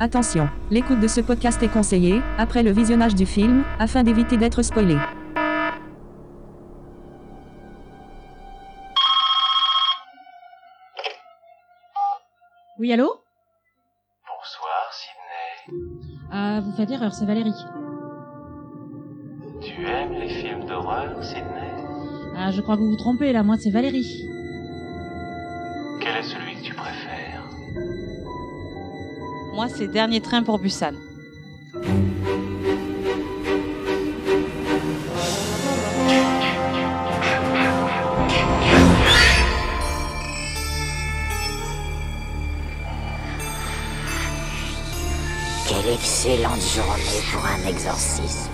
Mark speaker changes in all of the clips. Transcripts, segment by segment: Speaker 1: Attention, l'écoute de ce podcast est conseillée, après le visionnage du film, afin d'éviter d'être spoilé.
Speaker 2: Oui, allô
Speaker 3: Bonsoir, Sydney.
Speaker 2: Ah, vous faites erreur, c'est Valérie.
Speaker 3: Tu aimes les films d'horreur, Sydney
Speaker 2: Ah, je crois que vous vous trompez, là, moi, c'est Valérie.
Speaker 3: Quel est celui que tu préfères
Speaker 4: Moi, c'est dernier train pour Busan.
Speaker 5: Quelle excellente journée pour un exorcisme.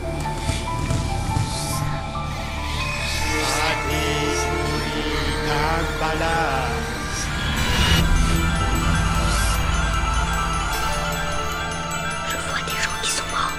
Speaker 5: Je vois des gens qui sont morts.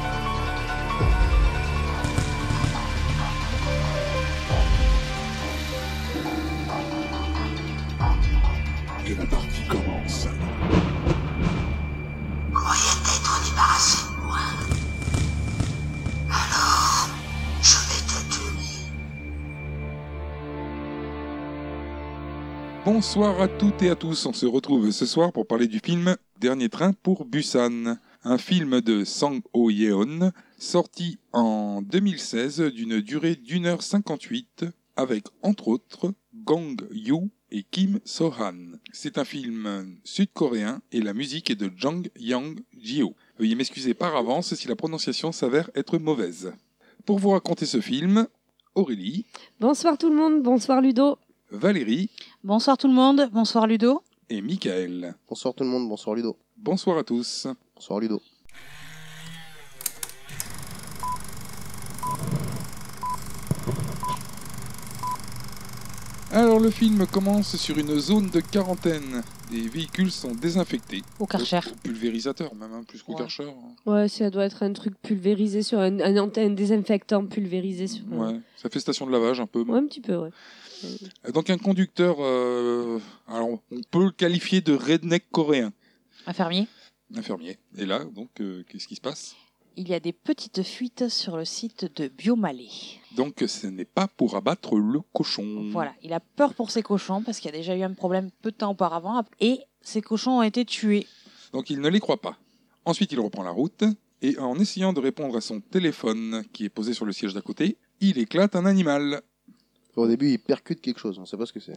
Speaker 6: Et la partie commence.
Speaker 5: croyais t'être débarrassé de moi. Alors, je vais te tuer.
Speaker 6: Bonsoir à toutes et à tous. On se retrouve ce soir pour parler du film Dernier train pour Busan, un film de Sang Ho Yeon, sorti en 2016 d'une durée d'une heure 58 avec entre autres Gong Yoo et Kim So-han. C'est un film sud-coréen et la musique est de Jang Yang Jio. Veuillez m'excuser par avance si la prononciation s'avère être mauvaise. Pour vous raconter ce film, Aurélie,
Speaker 7: Bonsoir tout le monde, bonsoir Ludo.
Speaker 6: Valérie
Speaker 4: Bonsoir tout le monde, bonsoir Ludo.
Speaker 6: et Michael.
Speaker 8: Bonsoir tout le monde, bonsoir Ludo.
Speaker 6: Bonsoir à tous.
Speaker 8: Bonsoir Ludo.
Speaker 6: Alors le film commence sur une zone de quarantaine. Des véhicules sont désinfectés.
Speaker 4: Au Karcher.
Speaker 6: Au Pulvérisateur même, hein, plus qu'au
Speaker 4: Ouais.
Speaker 6: Karcher. hein.
Speaker 7: Ouais, ça doit être un truc pulvérisé sur un, un, ant- un désinfectant pulvérisé sur.
Speaker 6: Ouais, ça fait station de lavage un peu.
Speaker 7: Ouais, un petit peu, ouais.
Speaker 6: Donc un conducteur, euh, alors on peut le qualifier de redneck coréen,
Speaker 4: Infirmier.
Speaker 6: infirmier. Et là, donc, euh, qu'est-ce qui se passe
Speaker 4: Il y a des petites fuites sur le site de Biomalé.
Speaker 6: Donc ce n'est pas pour abattre le cochon.
Speaker 4: Voilà, il a peur pour ses cochons parce qu'il y a déjà eu un problème peu de temps auparavant et ses cochons ont été tués.
Speaker 6: Donc il ne les croit pas. Ensuite, il reprend la route et en essayant de répondre à son téléphone qui est posé sur le siège d'à côté, il éclate un animal.
Speaker 8: Au début, il percute quelque chose, on sait pas ce que c'est.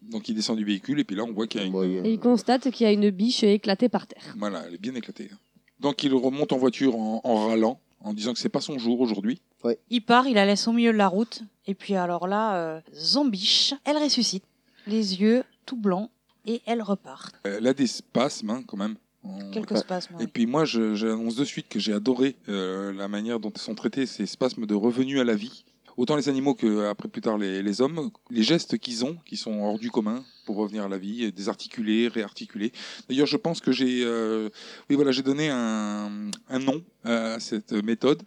Speaker 6: Donc il descend du véhicule et puis là on voit qu'il y a une...
Speaker 8: Bon, il-
Speaker 7: Et il constate qu'il y a une biche éclatée par terre.
Speaker 6: Voilà, elle est bien éclatée. hein. Donc il remonte en voiture en, en râlant, en disant que c'est pas son jour aujourd'hui.
Speaker 4: Il part, il la laisse au milieu de la route et puis alors là, euh, zombiche, elle ressuscite, les yeux tout blancs et elle repart.
Speaker 6: Elle a des spasmes hein, quand même. On-
Speaker 4: Quelques spasmes.
Speaker 6: Et
Speaker 4: oui.
Speaker 6: puis moi, je- j'annonce de suite que j'ai adoré euh, la manière dont sont traités ces spasmes de revenu à la vie. Autant les animaux que après plus tard les, les hommes, les gestes qu'ils ont, qui sont hors du commun pour revenir à la vie, et désarticuler, réarticuler. D'ailleurs, je pense que j'ai, euh, oui voilà, j'ai donné un, un nom euh, à cette méthode.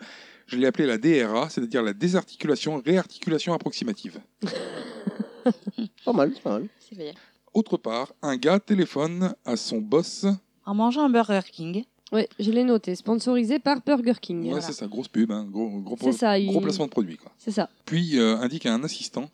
Speaker 6: Je l'ai appelée la DRA, c'est-à-dire la désarticulation réarticulation approximative.
Speaker 8: Pas mal, pas mal.
Speaker 4: C'est bien.
Speaker 6: Autre part, un gars téléphone à son boss.
Speaker 4: En mangeant un Burger King,
Speaker 7: Ouais, je l'ai noté, sponsorisé par Burger King.
Speaker 6: Ouais,
Speaker 4: voilà.
Speaker 6: c'est ça, grosse pub, hein, gros, gros, pro-
Speaker 7: C'est ça,
Speaker 6: gros
Speaker 7: il-
Speaker 6: placement de produit quoi.
Speaker 7: C'est ça.
Speaker 6: puis euh, indique à un assistant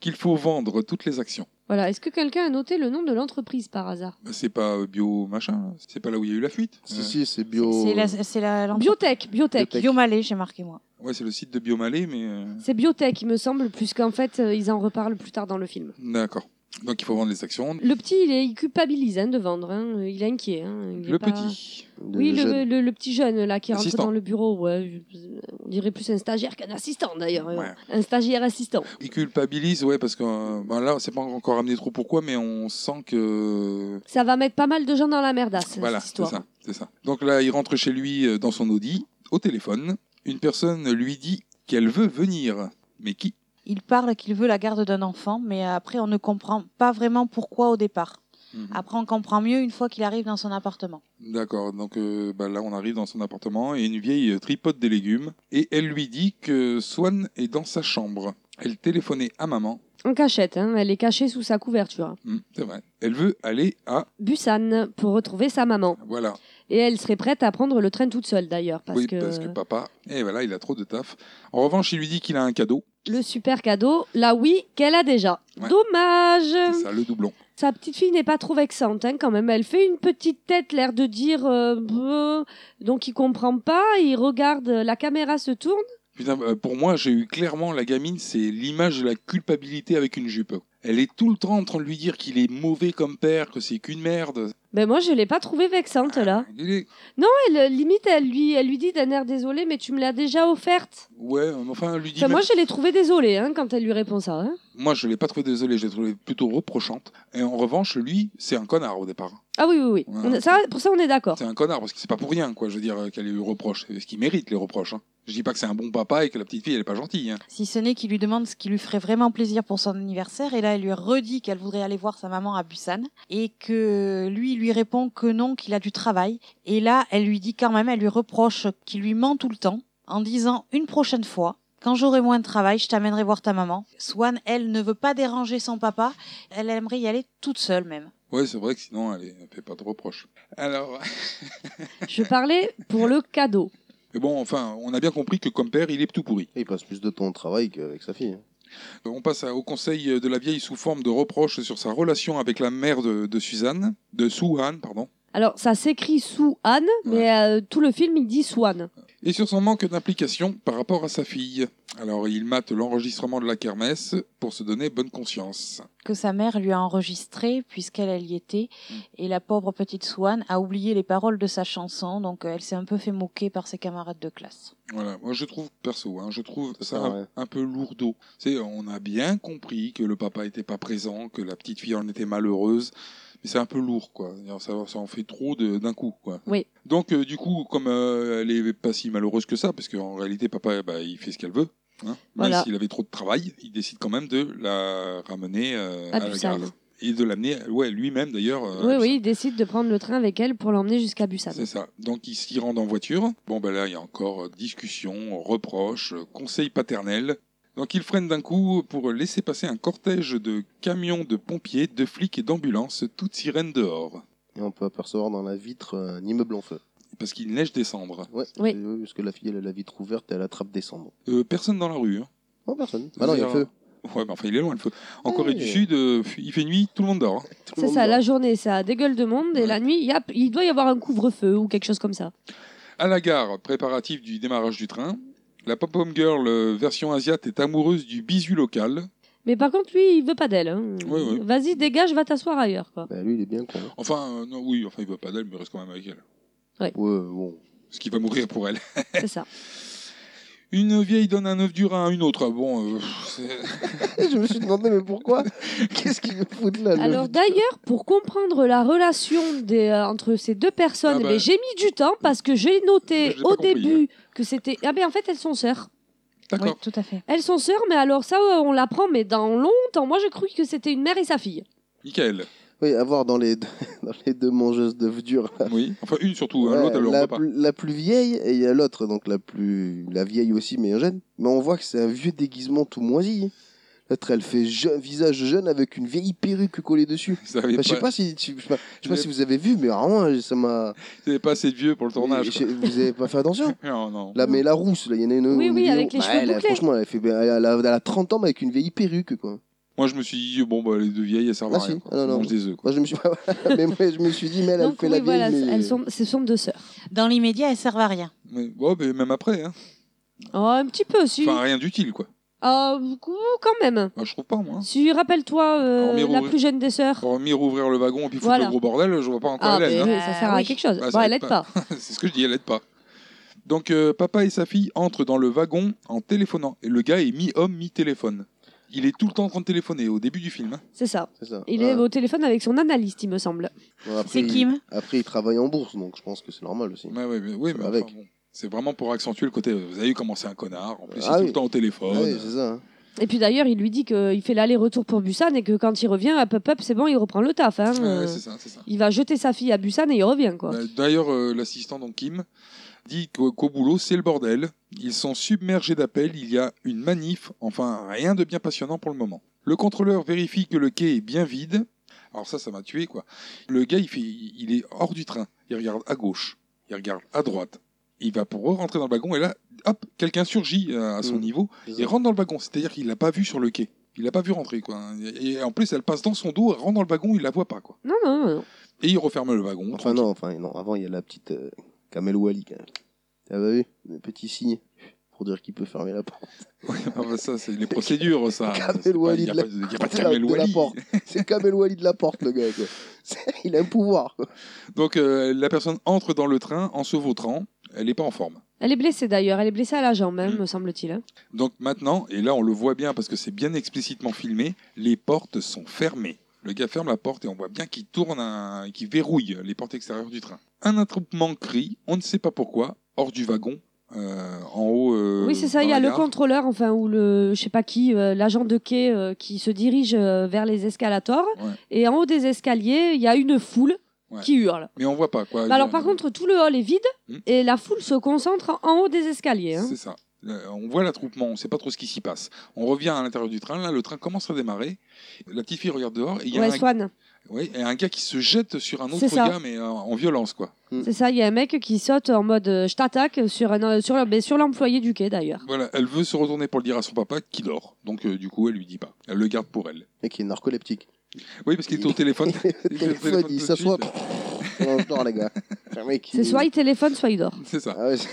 Speaker 6: qu'il faut vendre toutes les actions.
Speaker 7: Voilà, est-ce que quelqu'un a noté le nom de l'entreprise par hasard
Speaker 6: Bah, C'est pas euh, bio machin, c'est pas là où il y a eu la fuite.
Speaker 8: Si,
Speaker 6: Euh,
Speaker 8: si, c'est bio.
Speaker 4: c'est la, c'est la l'entreprise-
Speaker 7: Biotech, Biotech.
Speaker 8: Biotech.
Speaker 4: Biomalé, j'ai marqué moi.
Speaker 6: Euh, Ouais, c'est le site de Biomalé, mais euh,
Speaker 7: C'est Biotech, il me semble, puisqu'en fait, euh, ils en reparlent plus tard dans le film.
Speaker 6: d'accord. Donc il faut vendre les actions.
Speaker 7: Le petit, il, est, il culpabilise hein, de vendre, hein, il est inquiet. hein, il est
Speaker 6: Le
Speaker 7: pas-
Speaker 6: petit.
Speaker 8: de
Speaker 7: Oui, le,
Speaker 8: jeune.
Speaker 7: le- le petit jeune là qui rentre
Speaker 6: Assistant.
Speaker 7: dans le bureau, ouais, je- on dirait plus un stagiaire qu'un assistant d'ailleurs. euh,
Speaker 6: Ouais.
Speaker 7: Un stagiaire assistant.
Speaker 6: Il culpabilise, ouais, parce que euh, bah, là, c'est pas encore amené trop pourquoi, mais on sent que.
Speaker 7: Ça va mettre pas mal de gens dans la merdasse.
Speaker 6: Voilà,
Speaker 7: cette
Speaker 6: c'est
Speaker 7: histoire.
Speaker 6: ça, c'est ça. Donc là, il rentre chez lui euh, dans son Audi, au téléphone. Une personne lui dit qu'elle veut venir. Mais qui
Speaker 4: Il parle qu'il veut la garde d'un enfant, mais après on ne comprend pas vraiment pourquoi au départ.
Speaker 7: Ah
Speaker 6: Mhm.
Speaker 4: Après on comprend mieux une fois qu'il arrive dans son appartement.
Speaker 6: D'accord, donc euh, bah là on arrive dans son appartement et une vieille euh, tripote des légumes et elle lui dit que Swan est dans sa chambre. Elle téléphonait à maman.
Speaker 7: En cachette, hein, elle est cachée sous sa couverture.
Speaker 6: Hmm, c'est vrai. Elle veut aller à.
Speaker 7: Busan pour retrouver sa maman.
Speaker 6: Voilà.
Speaker 7: Et elle serait prête à prendre le train toute seule d'ailleurs, parce,
Speaker 6: oui,
Speaker 7: que
Speaker 6: parce que papa. Et voilà, il a trop de taf. En revanche, il lui dit qu'il a un cadeau.
Speaker 7: le super cadeau, la oui qu'elle a déjà.
Speaker 6: Ouais. C'est
Speaker 7: Dommage
Speaker 6: ça, le doublon.
Speaker 7: Sa petite fille n'est pas trop vexante hein, quand même. Elle fait une petite tête, l'air de dire... euh, Bleu donc il comprend pas, il regarde, euh, la caméra se tourne.
Speaker 6: Putain, euh, pour moi, j'ai eu clairement la gamine, c'est l'image de la culpabilité avec une jupe. Elle est tout le temps en train de lui dire qu'il est mauvais comme père, que c'est qu'une merde. Ah,
Speaker 7: Ben moi je l'ai pas trouvée vexante là.
Speaker 6: Il est-
Speaker 7: Elle, limite elle lui, elle lui dit d'un air désolé mais tu me l'as déjà offerte.
Speaker 6: Ouais, mais enfin, elle lui dit.
Speaker 7: Enfin,
Speaker 6: même-
Speaker 7: moi je l'ai trouvée désolée hein, quand elle lui répond ça. hein.
Speaker 6: Moi, je l'ai pas trouvé désolé, je l'ai trouvé plutôt reprochante. Et en revanche, lui, c'est un connard au départ.
Speaker 7: Ah oui oui oui.
Speaker 6: Ouais.
Speaker 7: On a- ça, pour ça on est d'accord.
Speaker 6: C'est un connard parce que c'est pas pour rien, quoi. Je veux dire euh, qu'elle ait eu reproche, ce qu'il mérite les reproches. Hein. Je dis pas que c'est un bon papa et que la petite fille elle est pas gentille. hein.
Speaker 4: Si ce n'est qu'il lui demande ce qui lui ferait vraiment plaisir pour son anniversaire, et là elle lui redit qu'elle voudrait aller voir sa maman à Busan, et que lui il lui répond que non, qu'il a du travail, et là elle lui dit quand même, elle lui reproche qu'il lui ment tout le temps, en disant une prochaine fois, quand j'aurai moins de travail, je t'amènerai voir ta maman. Swan, elle ne veut pas déranger son papa, elle aimerait y aller toute seule même.
Speaker 6: Ouais, c'est vrai que sinon elle, est- elle fait pas de reproches. Alors,
Speaker 7: Je parlais pour le cadeau.
Speaker 6: mais bon, enfin, on a bien compris que comme père, il est tout pourri.
Speaker 8: Et il passe plus de temps au travail qu'avec sa fille. hein.
Speaker 6: On passe à- au conseil de la vieille sous forme de reproches sur sa relation avec la mère de, de Suzanne, de Suhan, pardon,
Speaker 7: Alors ça s'écrit sous Anne, mais euh, tout le film il dit Swan.
Speaker 6: et sur son manque d'implication par rapport à sa fille. Alors, il mate l'enregistrement de la kermesse pour se donner bonne conscience.
Speaker 4: que sa mère lui a enregistré puisqu'elle elle y était et la pauvre petite Swan a oublié les paroles de sa chanson donc euh, elle s'est un peu fait moquer par ses camarades de classe.
Speaker 6: Voilà, moi je trouve, perso, hein, je trouve ça
Speaker 8: Ah ouais.
Speaker 6: un, un peu lourdeau. C'est, on a bien compris que le papa était pas présent, que la petite fille en était malheureuse, mais c'est un peu lourd, quoi. Alors, Ça, ça en fait trop de- d'un coup, quoi.
Speaker 7: Oui.
Speaker 6: Donc, euh, du coup, comme euh, elle est pas si malheureuse que ça, parce qu'en réalité, papa, bah, il fait ce qu'elle veut. Hein.
Speaker 7: Voilà.
Speaker 6: Même s'il avait trop de travail, il décide quand même de la ramener euh,
Speaker 7: À
Speaker 6: à, la
Speaker 7: Busan.
Speaker 6: gare. Et de l'amener, ouais, lui-même d'ailleurs. euh, à
Speaker 7: oui
Speaker 6: Busan.
Speaker 7: oui, il décide de prendre le train avec elle pour l'emmener jusqu'à Busan.
Speaker 6: C'est ça. Donc ils s'y rendent en voiture. Bon ben là il y a encore euh, discussion, reproches, euh, conseils paternels. Donc ils freinent d'un coup pour laisser passer un cortège de camions, de pompiers, de flics et d'ambulances, toutes sirènes dehors.
Speaker 8: Et on peut apercevoir dans la vitre euh, un immeuble en feu.
Speaker 6: Parce qu'il neige descendre.
Speaker 8: Ouais.
Speaker 7: Oui.
Speaker 8: Et Parce que la fille, elle a la vitre ouverte et elle attrape des cendres.
Speaker 6: Euh, personne dans la rue. hein.
Speaker 8: Non, personne. Ah non, il y a le feu.
Speaker 6: Ouais, mais enfin il est loin le feu. En
Speaker 8: Ouais.
Speaker 6: Corée du Sud, euh, il fait nuit, tout le monde dort. hein.
Speaker 8: Tout le
Speaker 7: C'est
Speaker 8: monde
Speaker 7: ça,
Speaker 8: dort.
Speaker 7: la journée ça dégueule de monde et
Speaker 6: Ouais.
Speaker 7: la nuit il y a- il doit y avoir un couvre-feu ou quelque chose comme ça.
Speaker 6: À la gare, préparatif du démarrage du train. La pop-home girl euh, version asiate est amoureuse du bisu local.
Speaker 7: Mais par contre lui il veut pas d'elle. hein.
Speaker 6: Oui, oui.
Speaker 7: Vas-y dégage, va t'asseoir ailleurs quoi.
Speaker 8: Bah, lui, il est bien con. hein.
Speaker 6: Enfin, euh, non, oui, enfin il veut pas d'elle, mais il reste quand même avec elle.
Speaker 8: Ouais, bon.
Speaker 6: Parce qu'il va mourir pour elle.
Speaker 7: C'est ça.
Speaker 6: Une vieille donne un œuf dur à une autre. Ah Bon, euh, pff, c'est-
Speaker 8: je me suis demandé, mais pourquoi Qu'est-ce qu'il me fout de là le-
Speaker 7: Alors d'ailleurs, pour comprendre la relation des, euh, entre ces deux personnes,
Speaker 6: Ah bah.
Speaker 7: mais j'ai mis du temps parce que j'ai noté
Speaker 6: Je l'ai pas
Speaker 7: au
Speaker 6: compris, hein.
Speaker 7: début que c'était... Ah ben en fait, elles sont sœurs.
Speaker 4: Oui,
Speaker 6: d'accord.
Speaker 4: tout à fait.
Speaker 7: Elles sont sœurs, mais alors ça, euh, on l'apprend, mais dans longtemps, moi j'ai cru que c'était une mère et sa fille.
Speaker 6: Michael.
Speaker 8: Oui, avoir dans les deux, dans les deux mangeuses d'œufs durs. là.
Speaker 6: Oui. Enfin, une surtout. hein,
Speaker 8: Ouais,
Speaker 6: L'autre, elle le
Speaker 8: la,
Speaker 6: rend pas.
Speaker 8: plus, la plus vieille, et il y a l'autre, donc la plus la vieille aussi, mais jeune. Mais on voit que c'est un vieux déguisement tout moisi. L'autre, elle fait jeune, visage jeune avec une vieille perruque collée dessus.
Speaker 6: Ils avaient
Speaker 8: Bah, je sais
Speaker 6: pas,
Speaker 8: pas si tu- je sais pas, je sais pas
Speaker 6: Mais-
Speaker 8: si vous avez vu, mais vraiment, ça m'a.
Speaker 6: ils avaient pas assez de vieux pour le tournage.
Speaker 8: Je-
Speaker 6: quoi.
Speaker 8: Vous avez pas fait attention
Speaker 6: Non, non.
Speaker 8: Là, mais la rousse, là, il y en a une.
Speaker 7: Oui,
Speaker 8: on
Speaker 7: oui,
Speaker 8: dit,
Speaker 7: avec
Speaker 8: oh,
Speaker 7: les cheveux
Speaker 8: elle,
Speaker 7: bouclés.
Speaker 8: Franchement, elle, fait, elle, a, elle a- elle a 30 ans, mais avec une vieille perruque, quoi.
Speaker 6: Moi, je me suis dit, bon, bah, les deux vieilles, elles servent à
Speaker 8: Ah, si.
Speaker 6: rien. quoi.
Speaker 8: Ah, non,
Speaker 6: Elles
Speaker 8: non.
Speaker 6: mangent des œufs. quoi.
Speaker 8: Moi, je me suis, mais moi, je me suis dit, mais elle, elle
Speaker 7: Donc
Speaker 8: fait
Speaker 7: oui,
Speaker 8: la
Speaker 7: voilà,
Speaker 8: vieille. mais-
Speaker 7: elles sont, ce sont deux sœurs.
Speaker 4: Dans l'immédiat, elles servent à rien.
Speaker 6: Mais, bon, mais même après. Hein.
Speaker 7: Oh, un petit peu, si.
Speaker 6: Enfin, rien d'utile, quoi.
Speaker 7: Ah, beaucoup, quand même.
Speaker 6: Bah, je trouve pas, moi.
Speaker 7: Si, rappelle-toi, euh,
Speaker 6: Hormis
Speaker 7: la
Speaker 6: roux-
Speaker 7: plus jeune des sœurs.
Speaker 6: Hormis rouvrir le wagon et puis foutre
Speaker 7: Voilà.
Speaker 6: le gros bordel, je vois pas encore
Speaker 7: Ah,
Speaker 6: elle
Speaker 7: mais
Speaker 6: aide. hein.
Speaker 7: oui, ça sert
Speaker 4: Ah
Speaker 7: à
Speaker 4: oui.
Speaker 7: quelque chose.
Speaker 6: Bah, ça
Speaker 7: bon, elle
Speaker 6: aide
Speaker 7: aide pas.
Speaker 6: C'est ce que je dis, elle aide pas. Donc, euh, papa et sa fille entrent dans le wagon en téléphonant. Et le gars est mi-homme, mi-téléphone. Il est tout le temps en train de téléphoner au début du film. hein.
Speaker 7: C'est ça.
Speaker 8: C'est ça.
Speaker 7: Il
Speaker 8: Ouais.
Speaker 7: est au téléphone avec son analyste, il me semble.
Speaker 8: Ouais, après,
Speaker 4: C'est
Speaker 8: il-
Speaker 4: Kim.
Speaker 8: Après, il travaille en bourse, donc je pense que c'est normal aussi.
Speaker 6: Ouais, ouais, mais, oui,
Speaker 8: Ça
Speaker 6: mais
Speaker 8: va
Speaker 6: enfin,
Speaker 8: avec.
Speaker 6: bon, c'est vraiment pour accentuer le côté. euh, Vous avez vu comment c'est un connard. En plus, il est
Speaker 8: Ah
Speaker 6: tout
Speaker 8: oui.
Speaker 6: le temps au téléphone.
Speaker 8: Ah oui, c'est ça. hein.
Speaker 7: Et puis d'ailleurs, il lui dit qu'il fait l'aller-retour pour Busan et que quand il revient à Pop Up, c'est bon, il reprend le taf. hein.
Speaker 6: Ouais, ouais,
Speaker 7: Euh,
Speaker 6: c'est ça, c'est ça.
Speaker 7: il va jeter sa fille à Busan et il revient, quoi.
Speaker 6: Bah, D'ailleurs, euh, l'assistant donc Kim dit qu'au qu'au boulot, c'est le bordel. Ils sont submergés d'appels, il y a une manif, enfin rien de bien passionnant pour le moment. Le contrôleur vérifie que le quai est bien vide. Alors ça, ça m'a tué quoi. Le gars, il, fait, il est hors du train. Il regarde à gauche, il regarde à droite. Il va pour rentrer dans le wagon et là, hop, quelqu'un surgit euh, à son
Speaker 8: Mm.
Speaker 6: niveau et rentre dans le wagon. C'est-à-dire qu'il l'a pas vu sur le quai. Il l'a pas vu rentrer quoi. Et et en plus, elle passe dans son dos, elle rentre dans le wagon, il la voit pas quoi.
Speaker 7: Non, non, non.
Speaker 6: Et il referme le wagon.
Speaker 8: Enfin non, enfin non, avant il y a la petite euh, Kamel Wally quand même. T'as pas vu Le petit signe pour dire qu'il peut fermer la porte.
Speaker 6: Ah bah ça, c'est les procédures, ça.
Speaker 8: Kamel
Speaker 6: C'est pas-
Speaker 8: Wally
Speaker 6: y a
Speaker 8: de la-
Speaker 6: pas de- y a pas de
Speaker 8: de la-
Speaker 6: Kamel
Speaker 8: de la
Speaker 6: Wally.
Speaker 8: porte. C'est Kamel Wally de la porte le gars. quoi. C'est- Il a un pouvoir. quoi.
Speaker 6: Donc euh, la personne entre dans le train en se vautrant, elle n'est pas en forme.
Speaker 7: Elle est blessée d'ailleurs, elle est blessée à la jambe, hein,
Speaker 6: Mm.
Speaker 7: me semble-t-il. hein.
Speaker 6: Donc maintenant, et là on le voit bien parce que c'est bien explicitement filmé, les portes sont fermées. Le gars ferme la porte et on voit bien qu'il tourne, un- qu'il verrouille les portes extérieures du train. Un attroupement crie, on ne sait pas pourquoi, hors du wagon, euh, en haut. euh,
Speaker 7: oui, c'est ça,
Speaker 6: dans
Speaker 7: il y a
Speaker 6: la
Speaker 7: le
Speaker 6: gare.
Speaker 7: contrôleur, enfin, ou le, je sais pas qui, euh, l'agent de quai euh, qui se dirige euh, vers les escalators.
Speaker 6: Ouais.
Speaker 7: Et en haut des escaliers, il y a une foule
Speaker 6: Ouais.
Speaker 7: qui hurle.
Speaker 6: Mais on voit pas quoi.
Speaker 7: Bah alors, par contre, tout le hall est vide
Speaker 6: Mm.
Speaker 7: et la foule se concentre en haut des escaliers. hein.
Speaker 6: C'est ça. Euh, on voit l'attroupement, on ne sait pas trop ce qui s'y passe. On revient à l'intérieur du train, là le train commence à démarrer, la petite fille regarde dehors et il y a
Speaker 7: Ouais,
Speaker 6: un
Speaker 7: Swan.
Speaker 6: Oui, et un gars qui se jette sur un autre
Speaker 7: C'est ça.
Speaker 6: gars, mais en, en violence, quoi.
Speaker 7: C'est ça, il y a un mec qui saute en mode euh, je t'attaque sur, un, euh, sur, le- mais sur l'employé du quai d'ailleurs.
Speaker 6: Voilà, elle veut se retourner pour le dire à son papa qui dort. Donc, euh, du coup, elle lui dit pas. Elle le garde pour elle.
Speaker 8: Et qui est narcoleptique.
Speaker 6: Oui, parce qu'il est au téléphone.
Speaker 8: Le téléphone, il
Speaker 6: tout de
Speaker 8: s'assoit.
Speaker 6: suite.
Speaker 8: Non, je dors, les gars. C'est un mec qui-
Speaker 7: C'est soit il téléphone, soit il dort.
Speaker 6: C'est ça.
Speaker 8: Ah ouais, c'est-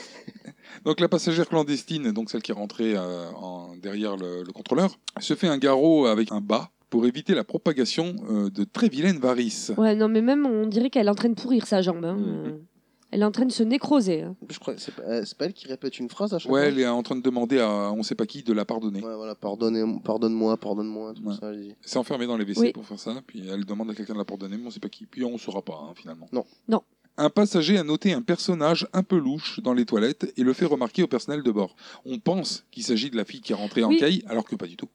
Speaker 6: Donc, la passagère clandestine, donc celle qui est rentrée euh, en- derrière le, le contrôleur, se fait un garrot avec un bas pour éviter la propagation euh, de très vilaines varices.
Speaker 7: Ouais, non, mais même on dirait qu'elle est en train de pourrir sa jambe. hein.
Speaker 6: Mhm.
Speaker 7: Euh, Elle est en train de se nécroser. hein.
Speaker 8: Je crois que c'est pas, euh, c'est pas elle qui répète une phrase à chaque
Speaker 6: Ouais,
Speaker 8: fois.
Speaker 6: elle est en train de demander à on sait pas qui de la pardonner.
Speaker 8: Ouais, voilà, pardonnez- pardonne-moi, pardonne-moi, tout
Speaker 6: Ouais.
Speaker 8: ça. j'ai dit.
Speaker 6: C'est enfermé dans les WC
Speaker 7: Oui.
Speaker 6: pour faire ça, puis elle demande à quelqu'un de la pardonner, mais on sait pas qui. Puis on saura pas, hein, finalement.
Speaker 8: Non.
Speaker 7: Non.
Speaker 6: Un passager a noté un personnage un peu louche dans les toilettes et le fait remarquer au personnel de bord. On pense qu'il s'agit de la fille qui est rentrée en
Speaker 7: Oui.
Speaker 6: caille, alors que pas du tout.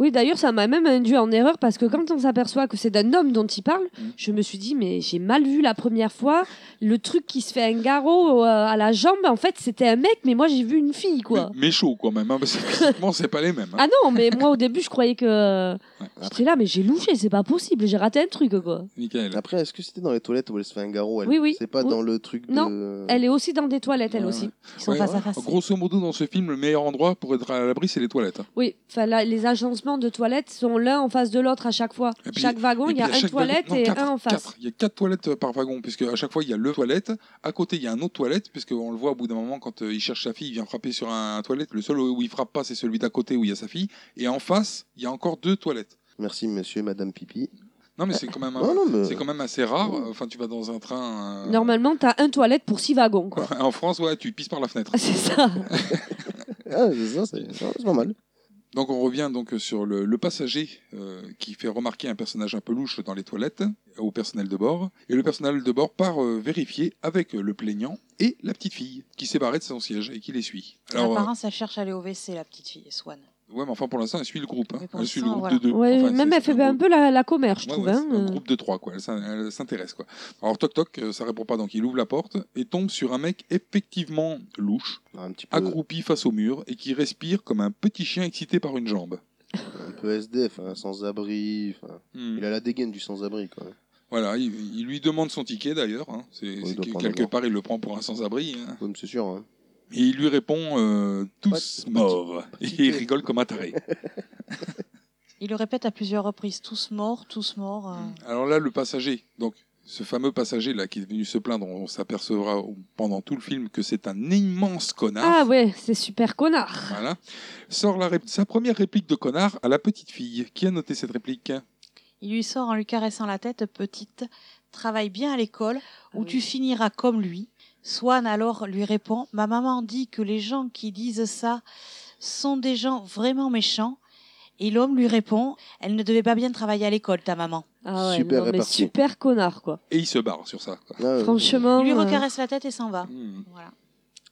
Speaker 7: Oui, d'ailleurs, ça m'a même induit en erreur parce que quand on s'aperçoit que c'est d'un homme dont il parle,
Speaker 6: Mhm.
Speaker 7: je me suis dit, mais j'ai mal vu la première fois. Le truc qui se fait un garrot euh, à la jambe, en fait, c'était un mec, mais moi j'ai vu une fille, quoi.
Speaker 6: mais, mais chaud quand même, hein, parce que physiquement, c'est pas les mêmes. hein.
Speaker 7: Ah non, mais moi au début, je croyais que. euh,
Speaker 6: Ouais.
Speaker 7: J'étais là, mais j'ai louché, c'est pas possible, j'ai raté un truc,
Speaker 6: Mm.
Speaker 7: quoi.
Speaker 6: Michael.
Speaker 8: Après, est-ce que c'était dans les toilettes où elle se fait un garrot elle
Speaker 7: Oui, oui.
Speaker 8: C'est pas
Speaker 7: Oui.
Speaker 8: dans le truc de.
Speaker 7: Elle est aussi dans des toilettes, elle
Speaker 6: Ouais,
Speaker 7: aussi.
Speaker 6: ouais.
Speaker 4: Ils sont
Speaker 6: Ouais,
Speaker 4: face à face.
Speaker 6: Grosso modo, dans ce film, le meilleur endroit pour être à l'abri, c'est les toilettes. hein.
Speaker 7: Oui, enfin, là, les agencements de toilettes sont l'un en face de l'autre à chaque fois.
Speaker 6: Et puis-
Speaker 7: chaque wagon, il y
Speaker 6: puis,
Speaker 7: a
Speaker 6: à
Speaker 7: une
Speaker 6: chaque
Speaker 7: toilette
Speaker 6: wagon- non,
Speaker 7: et
Speaker 6: quatre,
Speaker 7: un en face.
Speaker 6: quatre. Il y a quatre toilettes euh, par wagon, puisque à chaque fois il y a le toilette. À côté, il y a un autre toilette, puisque on le voit au bout d'un moment quand euh, il cherche sa fille, il vient frapper sur un, un toilette. Le seul où il frappe pas, c'est celui d'à côté où il y a sa fille. Et en face, il y a encore deux toilettes.
Speaker 8: Merci, monsieur et madame Pipi.
Speaker 6: Non, mais c'est quand même, un-
Speaker 8: Euh, Non, non, mais.
Speaker 6: c'est quand même assez rare. Enfin, tu vas dans un train. euh,
Speaker 7: Normalement, t'as un toilette pour six wagons, quoi.
Speaker 6: En France, ouais, tu pisses par la fenêtre.
Speaker 7: c'est ça.
Speaker 8: Ah, c'est ça, c'est ça, c'est normal.
Speaker 6: Donc on revient donc euh, sur le, le passager euh, qui fait remarquer un personnage un peu louche dans les toilettes euh, au personnel de bord. Et le personnel de bord part euh, vérifier avec euh, le plaignant et la petite fille qui s'est barrée de son siège et qui les suit. Alors,
Speaker 4: Apparemment, ça cherche à aller au WC, la petite fille, Swan.
Speaker 6: euh, ouais, mais enfin pour l'instant, elle suit le groupe. hein.
Speaker 4: Mais pour
Speaker 6: Elle suit le groupe
Speaker 4: l'instant,
Speaker 6: de deux.
Speaker 7: Ouais,
Speaker 6: Enfin,
Speaker 7: même
Speaker 6: c'est-
Speaker 7: elle
Speaker 6: c'est
Speaker 7: fait un
Speaker 6: groupe-
Speaker 7: peu la, la commère, je
Speaker 6: ouais,
Speaker 7: trouve.
Speaker 6: ouais,
Speaker 7: hein.
Speaker 6: c'est un groupe de trois, quoi. Elle s'in- Elle s'intéresse, quoi. Alors, toc toc, euh, ça répond pas, donc il ouvre la porte et tombe sur un mec effectivement louche,
Speaker 8: Bah, Un petit
Speaker 7: Euh.
Speaker 8: peu,
Speaker 6: accroupi face au mur et qui respire comme un petit chien excité par une jambe.
Speaker 8: un peu SDF, hein, sans-abri. enfin,
Speaker 6: Hmm.
Speaker 8: Il a la dégaine du sans-abri, quoi.
Speaker 6: Voilà, il, il lui demande son ticket d'ailleurs. hein. C'est,
Speaker 8: il
Speaker 6: c'est
Speaker 8: doit
Speaker 6: que-
Speaker 8: prendre
Speaker 6: quelque
Speaker 8: le mort.
Speaker 6: part, il le prend pour un sans-abri. hein.
Speaker 8: Comme c'est sûr, hein.
Speaker 6: Et il lui répond euh, tous
Speaker 8: Pas- pas-
Speaker 6: morts.
Speaker 8: pas-
Speaker 6: Et il rigole comme un taré.
Speaker 4: Il le répète à plusieurs reprises, tous morts, tous morts. euh.
Speaker 6: Alors là, le passager, donc ce fameux passager là qui est venu se plaindre, on s'apercevra pendant tout le film que c'est un immense connard.
Speaker 7: Ah ouais, c'est super connard.
Speaker 6: Voilà. Sort la ré- sa première réplique de connard à la petite fille. Qui a noté cette réplique
Speaker 4: Il lui sort en lui caressant la tête, petite, travaille bien à l'école ou
Speaker 7: oui.
Speaker 4: tu finiras comme lui. Swan alors lui répond, ma maman dit que les gens qui disent ça sont des gens vraiment méchants. Et l'homme lui répond, elle ne devait pas bien travailler à l'école, ta maman.
Speaker 7: Ah ouais,
Speaker 8: Super
Speaker 7: non, mais
Speaker 8: réparti.
Speaker 7: super connard, quoi.
Speaker 6: Et il se barre sur ça. quoi.
Speaker 8: Ah, euh,
Speaker 7: Franchement.
Speaker 4: Il lui
Speaker 7: euh,
Speaker 4: recaresse la tête et s'en va.
Speaker 6: Hmm.
Speaker 4: Voilà.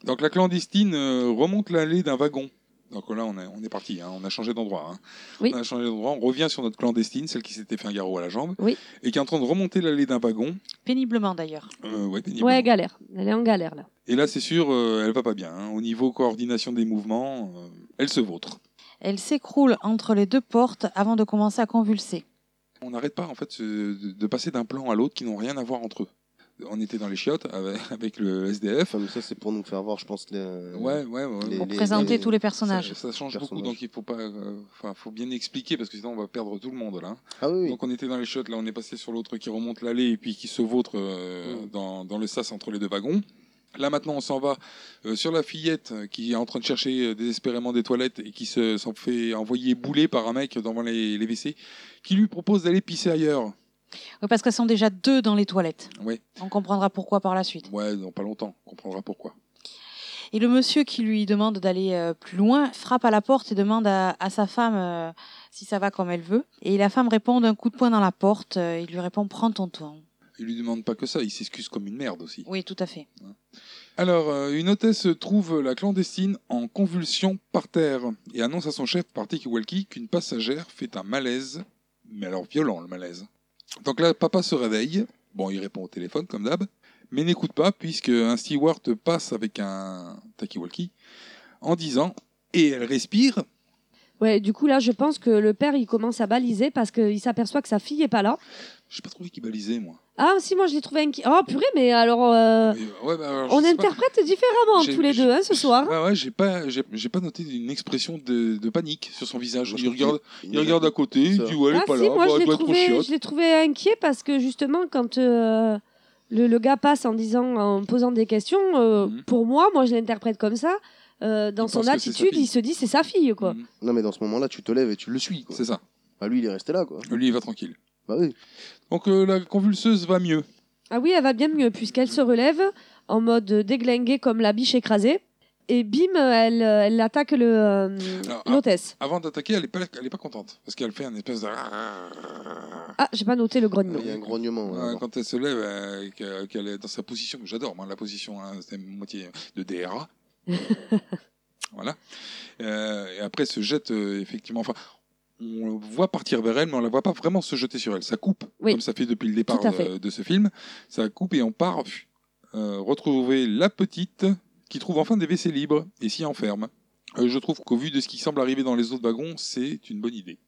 Speaker 6: Donc la clandestine euh, remonte l'allée d'un wagon. Donc là, on, est- on est parti, hein, on a changé d'endroit. hein.
Speaker 7: Oui.
Speaker 6: On a changé d'endroit, on revient sur notre clandestine, celle qui s'était fait un garrot à la jambe,
Speaker 7: Oui.
Speaker 6: et qui est en train de remonter l'allée d'un wagon.
Speaker 4: Péniblement d'ailleurs.
Speaker 6: Euh, ouais, péniblement.
Speaker 7: Ouais, galère. Elle est en galère là.
Speaker 6: Et là, c'est sûr, euh, elle va pas bien. hein. Au niveau coordination des mouvements, euh, elle se vautre.
Speaker 4: Elle s'écroule entre les deux portes avant de commencer à convulser.
Speaker 6: On n'arrête pas en fait ce- de de passer d'un plan à l'autre qui n'ont rien à voir entre eux. On était dans les chiottes avec, avec le SDF.
Speaker 8: Enfin, mais ça, c'est pour nous faire voir, je pense. le-
Speaker 6: Ouais, ouais, ouais.
Speaker 8: Euh, Les-
Speaker 4: Pour
Speaker 8: les-
Speaker 4: présenter
Speaker 8: les-
Speaker 4: tous les personnages.
Speaker 6: Ça, ça change beaucoup,
Speaker 8: Personnages.
Speaker 6: donc il faut pas, euh, enfin, faut bien expliquer parce que sinon on va perdre tout le monde là.
Speaker 8: Ah oui, oui.
Speaker 6: Donc on était dans les shots, là on est passé sur l'autre qui remonte l'allée et puis qui se vautre euh,
Speaker 8: Mm.
Speaker 6: dans, dans le sas entre les deux wagons. Là maintenant on s'en va euh, sur la fillette euh, qui est en train de chercher euh, désespérément des toilettes et qui se- s'en fait envoyer bouler par un mec devant les, les WC qui lui propose d'aller pisser ailleurs.
Speaker 4: Oui, parce qu'elles sont déjà deux dans les toilettes.
Speaker 6: Ouais.
Speaker 4: On comprendra pourquoi par la suite.
Speaker 6: Ouais, dans pas longtemps, on comprendra pourquoi.
Speaker 4: Et le monsieur qui lui demande d'aller euh, plus loin frappe à la porte et demande à, à sa femme euh, si ça va comme elle veut. Et la femme répond d'un coup de poing dans la porte. euh, il lui répond Prends ton temps.
Speaker 6: Il lui demande pas que ça, il s'excuse comme une merde aussi.
Speaker 4: Oui, tout à fait.
Speaker 6: Alors, euh, une hôtesse trouve la clandestine en convulsion par terre et annonce à son chef par Tiki-Walkie qu'une passagère fait un malaise, mais alors violent le malaise. Donc là, papa se réveille, bon, il répond au téléphone comme d'hab, mais n'écoute pas puisque un steward passe avec un Tiki-Walkie en disant « Et elle respire
Speaker 7: Ouais, du coup là, je pense que le père il commence à baliser parce qu'il s'aperçoit que sa fille est pas là. ?»
Speaker 6: J'ai pas trouvé qui balisait, moi.
Speaker 7: Ah si, moi je l'ai trouvé inquiet. Oh purée, mais alors euh,
Speaker 6: Mais, euh, ouais, bah, alors, je
Speaker 7: on
Speaker 6: sais pas.
Speaker 7: interprète différemment
Speaker 6: J'ai-
Speaker 7: tous les
Speaker 6: j'ai-
Speaker 7: deux hein, ce soir.
Speaker 6: Ouais, ouais, j'ai pas, j'ai j'ai pas noté une expression de, de panique sur son visage.
Speaker 8: Moi, je
Speaker 6: Il
Speaker 8: trouve qu'il-
Speaker 6: regarde, il regarde à côté, il
Speaker 8: Ça.
Speaker 6: dit ouais, elle
Speaker 7: ah
Speaker 6: est pas
Speaker 7: si,
Speaker 6: là,
Speaker 7: moi
Speaker 6: bah,
Speaker 7: je
Speaker 6: elle
Speaker 7: l'ai
Speaker 6: doit être trop
Speaker 7: trouvé,
Speaker 6: chiotte.
Speaker 7: je l'ai trouvé inquiet parce que justement quand euh, le, le gars passe en disant, en posant des questions, euh,
Speaker 6: Mhm.
Speaker 7: pour moi, moi je l'interprète comme ça. euh, dans
Speaker 6: Il pense
Speaker 7: son
Speaker 6: que c'est sa
Speaker 7: attitude,
Speaker 6: fille.
Speaker 7: il se dit c'est sa fille quoi.
Speaker 6: Mhm.
Speaker 8: Non, mais dans ce moment-là, tu te lèves et tu le suis. Quoi.
Speaker 6: C'est ça.
Speaker 8: Bah, lui, il est resté là, quoi.
Speaker 6: Lui, il va tranquille.
Speaker 8: Bah oui.
Speaker 6: Donc euh, la convulseuse va mieux.
Speaker 7: Ah oui, elle va bien mieux puisqu'elle se relève en mode déglinguée comme la biche écrasée. Et bim, elle, euh, elle attaque le, euh,
Speaker 6: Alors,
Speaker 7: l'hôtesse.
Speaker 6: Avant d'attaquer, elle est pas, elle est pas contente parce qu'elle fait un espèce de
Speaker 7: Ah, j'ai pas noté le grognement.
Speaker 8: Il y a un grognement. ouais,
Speaker 6: Ouais,
Speaker 8: bon.
Speaker 6: quand elle se lève, euh, que- qu'elle est dans sa position que j'adore, moi, la position, hein, c'est moitié de DRA. voilà. Euh, et après, elle se jette euh, effectivement. Enfin, on le voit partir vers elle, mais on la voit pas vraiment se jeter sur elle. Ça coupe,
Speaker 7: Oui.
Speaker 6: comme ça fait depuis le départ
Speaker 7: Tout à fait.
Speaker 6: euh, de ce film. Ça coupe et on part pff, euh, retrouver la petite qui trouve enfin des WC libres et s'y enferme. Euh, je trouve qu'au vu de ce qui semble arriver dans les autres wagons, c'est une bonne idée.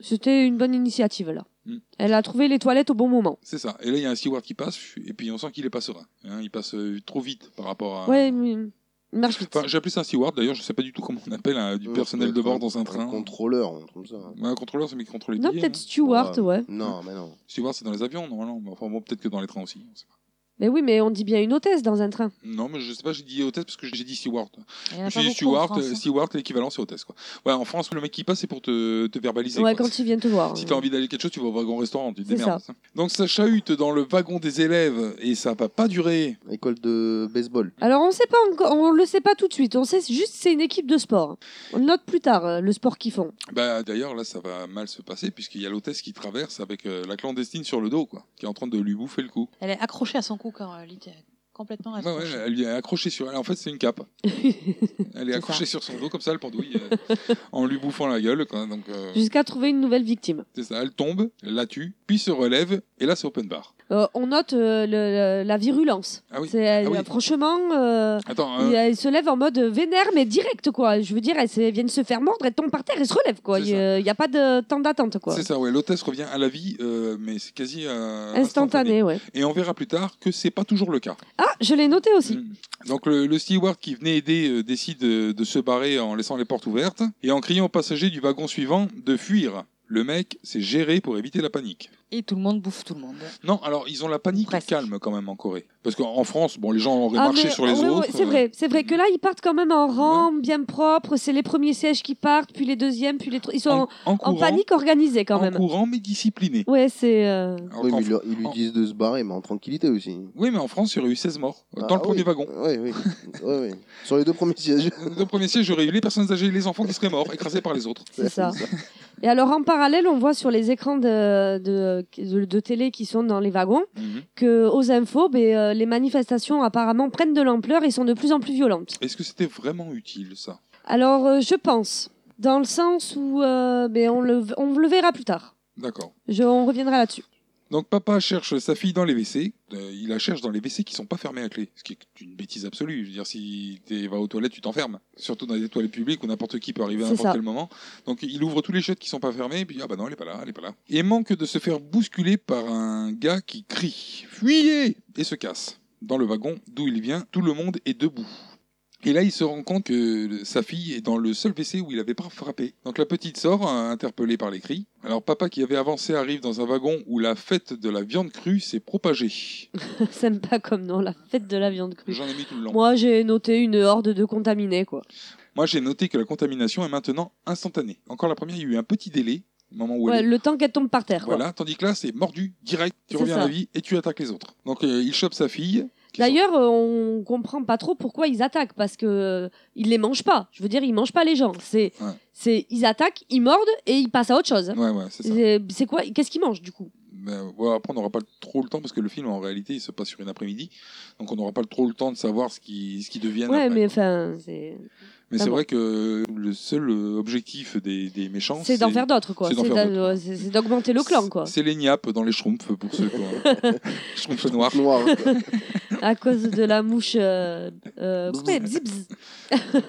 Speaker 7: C'était une bonne initiative là.
Speaker 6: Mm.
Speaker 7: Elle a trouvé les toilettes au bon moment.
Speaker 6: C'est ça. Et là, il y a un steward qui passe, et puis on sent qu'il est pas serein. hein. il passe euh, trop vite par rapport à.
Speaker 7: Ouais, mm, il marche vite.
Speaker 6: Ah. Enfin, j'ai appelé ça un steward, d'ailleurs, je sais pas du tout comment on appelle hein, du
Speaker 8: Ouais,
Speaker 6: personnel
Speaker 8: ça
Speaker 6: de
Speaker 8: doit
Speaker 6: bord
Speaker 8: être
Speaker 6: dans un
Speaker 8: Un
Speaker 6: train.
Speaker 8: contrôleur, un truc comme ça. hein.
Speaker 6: Ouais, un contrôleur, c'est mes contrôleurs.
Speaker 7: non, peut-être Stewart,
Speaker 6: euh.
Speaker 8: Ouais.
Speaker 7: ouais.
Speaker 8: Non, mais non.
Speaker 6: hein. Steward, c'est dans les avions, normalement. Mais Enfin, bon, peut-être que dans les trains aussi. on sait pas.
Speaker 7: Mais oui, mais on dit bien une hôtesse dans un train.
Speaker 6: Non, mais je sais pas, j'ai dit hôtesse parce que j'ai dit steward.
Speaker 4: Il y en
Speaker 6: Je me suis
Speaker 4: a pas
Speaker 6: dit
Speaker 4: beaucoup en
Speaker 6: steward,
Speaker 4: France,
Speaker 6: euh,
Speaker 4: hein.
Speaker 6: steward, l'équivalent, c'est hôtesse. Quoi. Ouais, en France, le mec qui passe, c'est pour te, te verbaliser.
Speaker 7: Ouais,
Speaker 6: quoi.
Speaker 7: quand ils viennent te voir.
Speaker 6: Si t'as envie d'aller quelque chose, tu vas au wagon restaurant, tu te
Speaker 7: C'est
Speaker 6: démerdes. Donc ça chahute dans le wagon des élèves et ça va pas durer.
Speaker 8: École de baseball.
Speaker 7: Alors on sait pas encore, on le sait pas tout de suite. On sait juste que c'est une équipe de sport. On le note plus tard euh, le sport qu'ils font.
Speaker 6: Bah d'ailleurs là ça va mal se passer puisqu'il y a l'hôtesse qui traverse avec euh, la clandestine sur le dos quoi, qui est en train de lui bouffer le cou.
Speaker 4: Elle est accrochée à son cou, quand, euh, litté- complètement
Speaker 6: Ouais, ouais,
Speaker 4: accrochée.
Speaker 6: elle lui est accrochée sur elle. En fait c'est une cape. Elle est
Speaker 4: C'est
Speaker 6: accrochée sur son dos comme ça, elle pendouille euh, en lui bouffant la gueule. Quoi. Donc euh,
Speaker 7: Jusqu'à trouver une nouvelle victime.
Speaker 6: c'est ça, elle tombe, elle la tue, puis se relève et là c'est open bar.
Speaker 7: Euh, on note euh, le- le- la virulence.
Speaker 6: Ah oui.
Speaker 7: C'est- elle-
Speaker 6: Ah oui.
Speaker 7: Franchement, euh,
Speaker 6: Attends,
Speaker 7: il-
Speaker 6: euh,
Speaker 7: elle se lève en mode vénère, mais direct, quoi. Je veux dire, elle, se- elle vient de se faire mordre, elle tombe par terre, elle se relève, quoi.
Speaker 6: C'est
Speaker 7: Il n'y a pas de temps d'attente, quoi.
Speaker 6: c'est ça ouais, l'hôtesse revient à la vie, euh, mais c'est quasi euh,
Speaker 7: Instantané, ouais.
Speaker 6: Et on verra plus tard que c'est pas toujours le cas.
Speaker 7: Ah, je l'ai noté aussi.
Speaker 6: Mm. Donc le, le steward qui venait aider euh, décide euh, de se barrer en laissant les portes ouvertes et en criant aux passagers du wagon suivant de fuir. Le mec s'est géré pour éviter la panique.
Speaker 4: Et tout le monde bouffe tout le monde.
Speaker 6: Non, alors ils ont la panique
Speaker 4: Presque.
Speaker 6: calme quand même en Corée. Parce qu'en en France, bon, les gens auraient
Speaker 7: Ah,
Speaker 6: marché
Speaker 7: mais-
Speaker 6: sur les
Speaker 7: ouais, ouais,
Speaker 6: autres.
Speaker 7: c'est
Speaker 6: euh,
Speaker 7: vrai, c'est vrai que là ils partent quand même en rang, bien propre. C'est les premiers sièges qui partent, puis les deuxièmes, puis les trois. Ils sont en,
Speaker 6: euh, En, en courant,
Speaker 7: panique organisée quand
Speaker 6: en
Speaker 7: même.
Speaker 6: courant, mais disciplinés.
Speaker 7: Ouais, c'est. euh,
Speaker 6: Alors
Speaker 8: oui,
Speaker 6: qu'en
Speaker 8: mais ils,
Speaker 6: Fran-
Speaker 8: leur- ils lui
Speaker 6: en-
Speaker 8: disent de se barrer, mais en tranquillité aussi.
Speaker 6: oui, mais en France, il y aurait eu 16 morts euh, dans
Speaker 8: Ah,
Speaker 6: le premier
Speaker 8: oui.
Speaker 6: wagon.
Speaker 8: Oui, oui. Ouais, ouais. Sur les deux premiers sièges.
Speaker 6: Dans le premier siège, j'aurais eu les personnes âgées et les enfants qui seraient morts, écrasés par les autres.
Speaker 7: C'est ça. Et alors en parallèle, on voit sur les écrans de, de, de- de télé qui sont dans les wagons
Speaker 6: Mhm.
Speaker 7: que aux infos, ben, euh, les manifestations apparemment prennent de l'ampleur et sont de plus en plus violentes.
Speaker 6: Est-ce que c'était vraiment utile ça
Speaker 7: Alors, euh, je pense, dans le sens où euh, ben, on, le, on le verra plus tard.
Speaker 6: D'accord.
Speaker 7: Je, on reviendra là-dessus.
Speaker 6: Donc papa cherche sa fille dans les WC. Euh, il la cherche dans les WC qui sont pas fermés à clé, ce qui est une bêtise absolue. Je veux dire, si tu vas aux toilettes, tu t'enfermes. Surtout dans les toilettes publiques où n'importe qui peut arriver à
Speaker 7: C'est
Speaker 6: n'importe
Speaker 7: ça.
Speaker 6: quel moment. Donc il ouvre tous les chiottes qui sont pas fermés, et puis ah bah non, elle est pas là, elle est pas là. Et manque de se faire bousculer par un gars qui crie Fuyez et se casse. Dans le wagon d'où il vient, tout le monde est debout. Et là, il se rend compte que sa fille est dans le seul WC où il n'avait pas frappé. Donc la petite sort, euh, interpellée par les cris. Alors papa qui avait avancé arrive dans un wagon où la fête de la viande crue s'est propagée.
Speaker 7: Sympa comme nom, la fête de la viande crue.
Speaker 6: J'en ai mis tout le long.
Speaker 7: Moi, j'ai noté une horde de contaminés, quoi.
Speaker 6: Moi, j'ai noté que la contamination est maintenant instantanée. Encore la première, il y a eu un petit délai, au moment où elle
Speaker 7: Ouais,
Speaker 6: est-
Speaker 7: le temps qu'elle tombe par terre, quoi.
Speaker 6: Voilà, tandis que là, c'est mordu, direct, tu
Speaker 7: C'est
Speaker 6: reviens à
Speaker 7: ça.
Speaker 6: la vie et tu attaques les autres. Donc euh, il chope sa fille. qui est
Speaker 7: D'ailleurs, euh, on comprend pas trop pourquoi ils attaquent parce que euh, ils les mangent pas. Je veux dire, ils mangent pas les gens. C'est,
Speaker 6: Ouais.
Speaker 7: c'est, ils attaquent, ils mordent et ils passent à autre chose.
Speaker 6: sur- Ouais, ouais, c'est ça.
Speaker 7: C'est c'est quoi Qu'est-ce qu'ils mangent du coup
Speaker 6: Ben, voilà, après, on n'aura pas trop le temps parce que le film, en réalité, il se passe sur une après-midi. Donc, on n'aura pas trop le temps de savoir ce qui, ce qui devient.
Speaker 7: Ouais,
Speaker 6: après,
Speaker 7: mais
Speaker 6: quoi.
Speaker 7: enfin, c'est,
Speaker 6: Mais
Speaker 7: Ah
Speaker 6: c'est
Speaker 7: bon.
Speaker 6: vrai que le seul euh, objectif des, des méchants,
Speaker 7: c'est d'en faire d'autres, quoi.
Speaker 6: c'est d'en
Speaker 7: C'est
Speaker 6: faire
Speaker 7: d'a-
Speaker 6: d'autres.
Speaker 7: ouais, c'est- c'est d'augmenter le clan, quoi.
Speaker 6: C'est les niapes dans les schtroumpfs pour ceux qui ont euh, schtroumpfs noirs.
Speaker 8: Noir.
Speaker 7: À cause de la mouche. euh, euh,
Speaker 8: Bzz.
Speaker 7: ouais, bzz, bzz.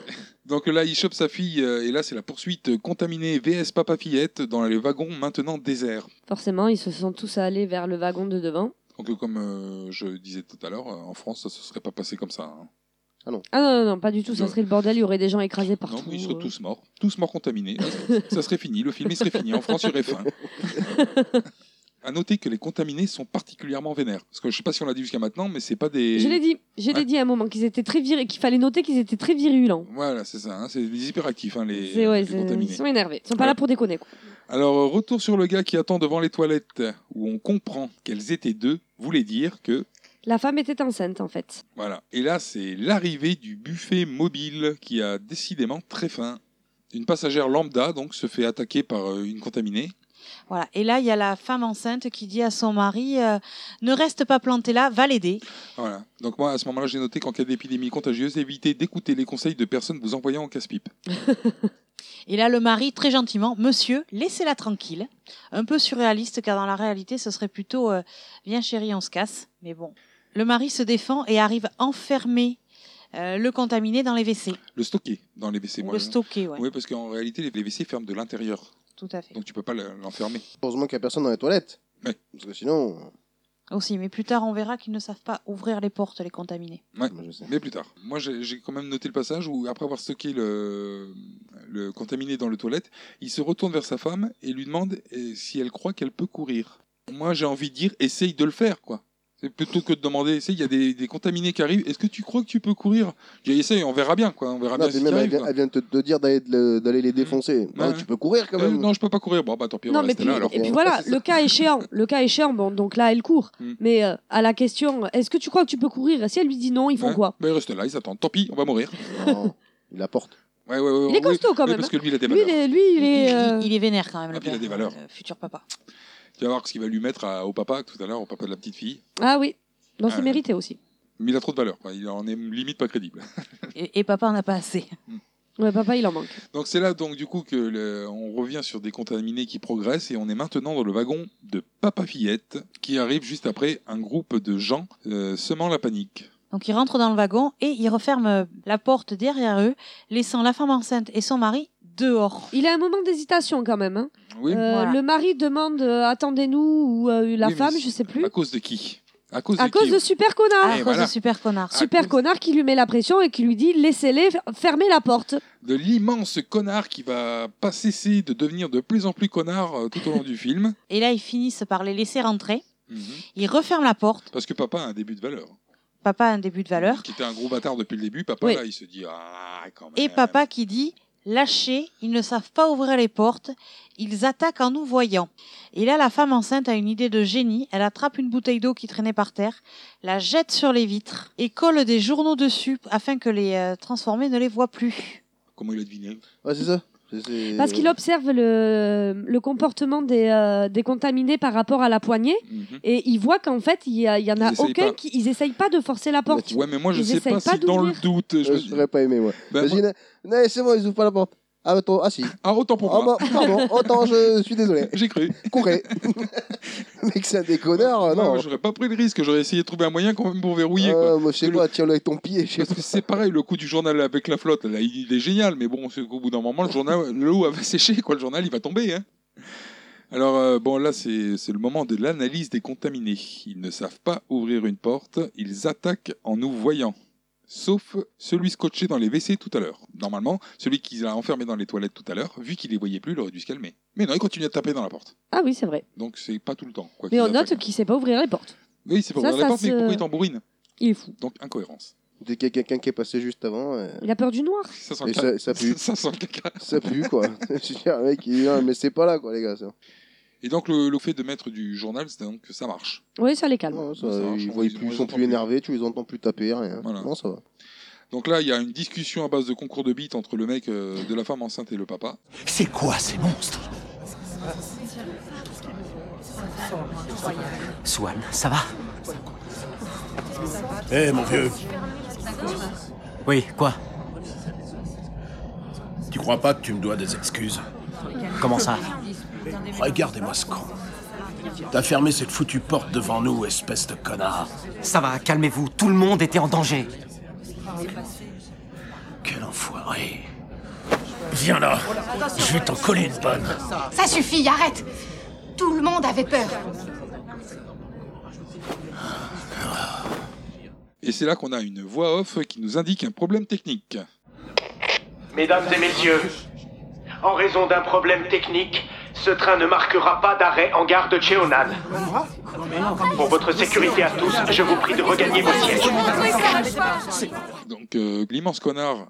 Speaker 6: Donc là, il chope sa fille euh, et là, c'est la poursuite euh, contaminée VS Papa Fillette dans les wagons maintenant déserts.
Speaker 7: Forcément, ils se sont tous allés vers le wagon de devant.
Speaker 6: Donc, euh, comme euh, je disais tout à l'heure, euh, en France, ça ne se serait pas passé comme ça. hein.
Speaker 7: Ah non, non, non, pas du tout. Ça
Speaker 6: Ouais.
Speaker 7: serait le bordel. Il y aurait des gens écrasés partout.
Speaker 6: Non, ils seraient
Speaker 7: euh.
Speaker 6: tous morts, tous morts contaminés. ça serait fini, le film il serait fini. En France, il y aurait fin. À noter que les contaminés sont particulièrement vénères. Parce que je sais pas si on l'a dit jusqu'à maintenant, mais c'est pas des.
Speaker 7: Je l'ai dit. Je l'ai
Speaker 6: Ouais.
Speaker 7: dit à un moment qu'ils étaient très virils, qu'il fallait noter qu'ils étaient très virulents.
Speaker 6: Voilà, c'est ça. hein, c'est des hyperactifs, hein, les,
Speaker 7: C'est ouais,
Speaker 6: les
Speaker 7: c'est- ils
Speaker 6: contaminés.
Speaker 7: sont énervés. Ils sont pas
Speaker 6: Ouais.
Speaker 7: là pour déconner. Quoi.
Speaker 6: Alors, euh, retour sur le gars qui attend devant les toilettes, où on comprend qu'elles étaient deux, voulait dire que.
Speaker 7: La femme était enceinte en fait.
Speaker 6: Voilà. Et là, c'est l'arrivée du buffet mobile qui a décidément très faim. Une passagère lambda, donc, se fait attaquer par euh, une contaminée.
Speaker 4: Voilà. Et là, il y a la femme enceinte qui dit à son mari euh, Ne reste pas planté là, va l'aider.
Speaker 6: Voilà. Donc moi, à ce moment-là, j'ai noté qu'en cas d'épidémie contagieuse, évitez d'écouter les conseils de personnes vous envoyant en casse-pipe.
Speaker 4: Et là, le mari, très gentiment Monsieur, laissez-la tranquille. Un peu surréaliste, car dans la réalité, ce serait plutôt euh, Viens, chérie, on se casse. Mais bon. Le mari se défend et arrive à enfermer euh, le contaminé dans les WC.
Speaker 6: Le stocker dans les WC.
Speaker 4: Ou
Speaker 6: moi,
Speaker 4: le
Speaker 6: je-
Speaker 4: stocker, ouais,
Speaker 6: Oui, parce qu'en réalité, les WC ferment de l'intérieur.
Speaker 4: tout à fait.
Speaker 6: Donc tu peux pas le- l'enfermer.
Speaker 8: Heureusement qu'il n'y a personne dans les toilettes.
Speaker 6: Ouais.
Speaker 8: Parce que sinon.
Speaker 4: Aussi, mais plus tard, on verra qu'ils ne savent pas ouvrir les portes, les contaminés.
Speaker 8: Moi, je sais.
Speaker 6: Mais plus tard. Moi, j'ai j'ai quand même noté le passage où, après avoir stocké le, le contaminé dans le toilette, il se retourne vers sa femme et lui demande eh, si elle croit qu'elle peut courir. Moi, j'ai envie de dire, essaye de le faire, quoi. C'est plutôt que de demander, essaye, il y a des, des contaminés qui arrivent, est-ce que tu crois que tu peux courir Je dis, Essaye, on verra bien, quoi. On verra
Speaker 8: Non,
Speaker 6: bien
Speaker 8: puis
Speaker 6: si
Speaker 8: même,
Speaker 6: t'y
Speaker 8: elle
Speaker 6: arrives,
Speaker 8: vient,
Speaker 6: quoi. Mmh.
Speaker 8: elle vient te, te dire d'aller de- d'aller les défoncer. Non,
Speaker 6: Ouais.
Speaker 8: Tu peux courir quand
Speaker 6: Euh,
Speaker 8: même.
Speaker 6: non, je peux pas courir. Bon, bah tant pis, on
Speaker 7: non
Speaker 6: va
Speaker 7: mais
Speaker 6: rester
Speaker 7: puis,
Speaker 6: là alors. bah,
Speaker 7: et puis voilà, le cas échéant, le cas échéant, bon donc là elle court.
Speaker 6: Hmm.
Speaker 7: Mais euh, à la question, est-ce que tu crois que tu peux courir Si elle lui dit non, ils font
Speaker 6: Hein
Speaker 7: quoi
Speaker 6: Bah, ils restent là, ils attendent. Tant pis, on va mourir.
Speaker 8: Non, il la porte.
Speaker 6: Ouais, ouais, ouais,
Speaker 7: Il est
Speaker 6: ouais,
Speaker 7: costaud quand
Speaker 6: ouais,
Speaker 7: même.
Speaker 6: Parce que lui, il a des
Speaker 7: hein. Lui,
Speaker 6: valeurs.
Speaker 7: il est, lui, il
Speaker 4: Il,
Speaker 7: est,
Speaker 4: il-
Speaker 7: euh,
Speaker 4: il est vénère quand même,
Speaker 6: Ah,
Speaker 4: le
Speaker 6: puis il a
Speaker 4: père,
Speaker 6: des valeurs.
Speaker 4: euh, futur papa.
Speaker 6: Tu vas voir ce qu'il va lui mettre à- au papa tout à l'heure, au papa de la petite fille.
Speaker 7: ah oui, donc
Speaker 6: Ah.
Speaker 7: c'est mérité aussi.
Speaker 6: Mais il a trop de valeur. quoi. Il en est limite pas crédible.
Speaker 4: Et, et papa en a pas assez.
Speaker 7: Ouais, papa, il en manque.
Speaker 6: Donc c'est là donc du coup que le- on revient sur des contaminés qui progressent et on est maintenant dans le wagon de Papa Fillette qui arrive juste après un groupe de gens euh, semant la panique.
Speaker 4: Donc ils rentrent dans le wagon et ils referment euh, la porte derrière eux, laissant la femme enceinte et son mari dehors.
Speaker 7: Il a un moment d'hésitation quand même. hein.
Speaker 6: Oui.
Speaker 7: Euh,
Speaker 4: voilà.
Speaker 7: Le mari demande euh, attendez-nous ou euh, la
Speaker 6: Oui, mais
Speaker 7: femme,
Speaker 6: c'est-
Speaker 7: je sais plus.
Speaker 6: À cause de qui À cause
Speaker 7: À
Speaker 6: de
Speaker 7: cause
Speaker 6: qui
Speaker 7: de super connard.
Speaker 4: Ah,
Speaker 6: Et
Speaker 4: cause
Speaker 6: voilà.
Speaker 4: de super connard.
Speaker 6: Ah.
Speaker 7: Super
Speaker 6: cause-
Speaker 7: connard qui lui met la pression et qui lui dit laissez-les f- fermer la porte.
Speaker 6: de l'immense connard qui va pas cesser de devenir de plus en plus connard euh, tout au long du film.
Speaker 4: Et là, ils finissent par les laisser rentrer.
Speaker 6: Mhm.
Speaker 4: Ils referment la porte.
Speaker 6: Parce que papa a un début de valeur.
Speaker 4: Papa a un début de valeur.
Speaker 6: Qui était un gros bâtard depuis le début, papa
Speaker 7: Oui.
Speaker 6: là il se dit ah quand même.
Speaker 4: Et papa qui dit Lâchez, ils ne savent pas ouvrir les portes, ils attaquent en nous voyant. Et là, la femme enceinte a une idée de génie. Elle attrape une bouteille d'eau qui traînait par terre, la jette sur les vitres et colle des journaux dessus afin que les euh, transformés ne les voient plus.
Speaker 6: Comment il a deviné
Speaker 8: Ouais, c'est ça. C'est- euh,
Speaker 7: Parce qu'il observe le, le comportement des, euh, des contaminés par rapport à la poignée
Speaker 6: Mhm.
Speaker 7: et il voit qu'en fait, il y, a- il y en a
Speaker 6: Ils essayent
Speaker 7: aucun
Speaker 6: pas.
Speaker 7: qui. Ils essayent pas de forcer la porte.
Speaker 6: Ouais, mais moi je
Speaker 7: Ils
Speaker 6: sais
Speaker 7: essayent
Speaker 6: pas,
Speaker 7: pas
Speaker 6: si dans le
Speaker 7: d'ouvrir.
Speaker 6: doute. je
Speaker 8: Euh,
Speaker 6: me dis-
Speaker 8: J'aurais pas aimé, moi.
Speaker 6: Ben, moi-
Speaker 8: Imagine, non, c'est bon, ils ouvrent pas la porte. Ah, attends, ah si.
Speaker 6: Ah, autant pour
Speaker 8: Ah,
Speaker 6: moi.
Speaker 8: bah, pardon, autant je suis désolé.
Speaker 6: J'ai cru.
Speaker 8: Courez. Mec, c'est un déconneur, euh,
Speaker 6: Moi,
Speaker 8: non.
Speaker 6: moi, j'aurais pas pris le risque. J'aurais essayé de trouver un moyen quand même pour verrouiller. quoi.
Speaker 8: Ah, moi, je sais
Speaker 6: Parce que
Speaker 8: pas, tiens-le avec ton pied, je sais
Speaker 6: Parce
Speaker 8: pas.
Speaker 6: que c'est pareil, le coup du journal avec la flotte, là, il il est génial, mais bon, c'est qu'au bout d'un moment, le journal, l'eau va sécher, quoi, le journal, il va tomber. hein. Alors, euh, bon, là, c'est c'est le moment de l'analyse des contaminés. Ils ne savent pas ouvrir une porte, ils attaquent en nous voyant. Sauf celui scotché dans les WC tout à l'heure. Normalement, celui qui l'a enfermé dans les toilettes tout à l'heure, vu qu'il les voyait plus, il aurait dû se calmer. Mais non, il continue à taper dans la porte.
Speaker 7: Ah oui, c'est vrai.
Speaker 6: Donc, c'est pas tout le temps. quoi
Speaker 7: Mais
Speaker 6: qu'ils
Speaker 7: on note
Speaker 6: attaquent.
Speaker 7: qu'il sait pas ouvrir les portes.
Speaker 6: Oui, c'est pas
Speaker 7: Ça,
Speaker 6: ouvrir la
Speaker 7: ça
Speaker 6: porte, mais
Speaker 7: se-
Speaker 6: pourquoi il tambourine
Speaker 7: Il est fou.
Speaker 6: Donc, incohérence.
Speaker 8: Dès qu'il y a quelqu'un qui est passé juste avant, euh,
Speaker 7: Il a peur du noir.
Speaker 6: Ça sent
Speaker 8: et
Speaker 6: le
Speaker 8: ça, ça pue.
Speaker 6: ça sent le caca.
Speaker 8: Ça pue, quoi. je veux dire, mec, il vient, mais c'est pas là, quoi, les gars. Ça.
Speaker 6: Et donc le, le fait de mettre du journal, c'est donc que ça marche.
Speaker 7: Oui, ça les calme.
Speaker 8: Non, ça,
Speaker 6: Ça marche,
Speaker 8: ils,
Speaker 6: on
Speaker 8: voient
Speaker 6: les-
Speaker 8: plus,
Speaker 6: on
Speaker 8: ils
Speaker 6: les
Speaker 8: sont
Speaker 6: entend
Speaker 8: plus
Speaker 6: plus.
Speaker 8: énervés, tu les entends plus taper, rien.
Speaker 6: Voilà.
Speaker 8: Non, ça va.
Speaker 6: Donc là, il y a une discussion à base de concours de bites entre le mec euh, de la femme enceinte et le papa.
Speaker 9: C'est quoi ces monstres
Speaker 10: Swan, ça va
Speaker 9: Eh mon vieux,
Speaker 10: Oui, quoi
Speaker 9: tu crois pas que tu me dois des excuses
Speaker 10: Comment ça
Speaker 9: Regardez-moi ce con. T'as fermé cette foutue porte devant nous, espèce de connard.
Speaker 10: Ça va, calmez-vous, tout le monde était en danger.
Speaker 9: Quel enfoiré. Viens là, je vais t'en coller une bonne.
Speaker 11: Ça suffit, arrête Tout le monde avait peur.
Speaker 6: Et c'est là qu'on a une voix off qui nous indique un problème technique.
Speaker 12: Mesdames et messieurs, en raison d'un problème technique, ce train ne marquera pas d'arrêt en gare de Cheonan. Pour votre sécurité à tous, je vous prie de regagner vos sièges.
Speaker 6: Donc euh, l'immense connard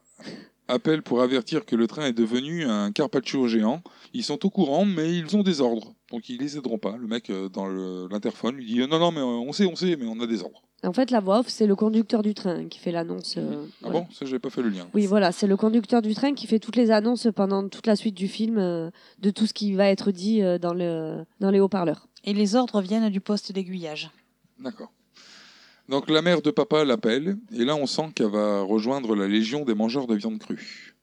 Speaker 6: appelle pour avertir que le train est devenu un carpaccio géant. Ils sont au courant, mais ils ont des ordres. Donc ils les aideront pas. Le mec euh, dans le- l'interphone lui dit euh, non non mais euh, on sait on sait mais on a des ordres.
Speaker 7: En fait, la voix off, c'est le conducteur du train qui fait l'annonce. euh,
Speaker 6: Ah
Speaker 7: voilà.
Speaker 6: bon ça j'avais pas fait le lien.
Speaker 7: Oui, voilà, c'est le conducteur du train qui fait toutes les annonces pendant toute la suite du film euh, de tout ce qui va être dit euh, dans, le, dans les haut-parleurs.
Speaker 4: Et les ordres viennent du poste d'aiguillage.
Speaker 6: D'accord. Donc la mère de papa l'appelle, et là on sent qu'elle va rejoindre la légion des mangeurs de viande crue.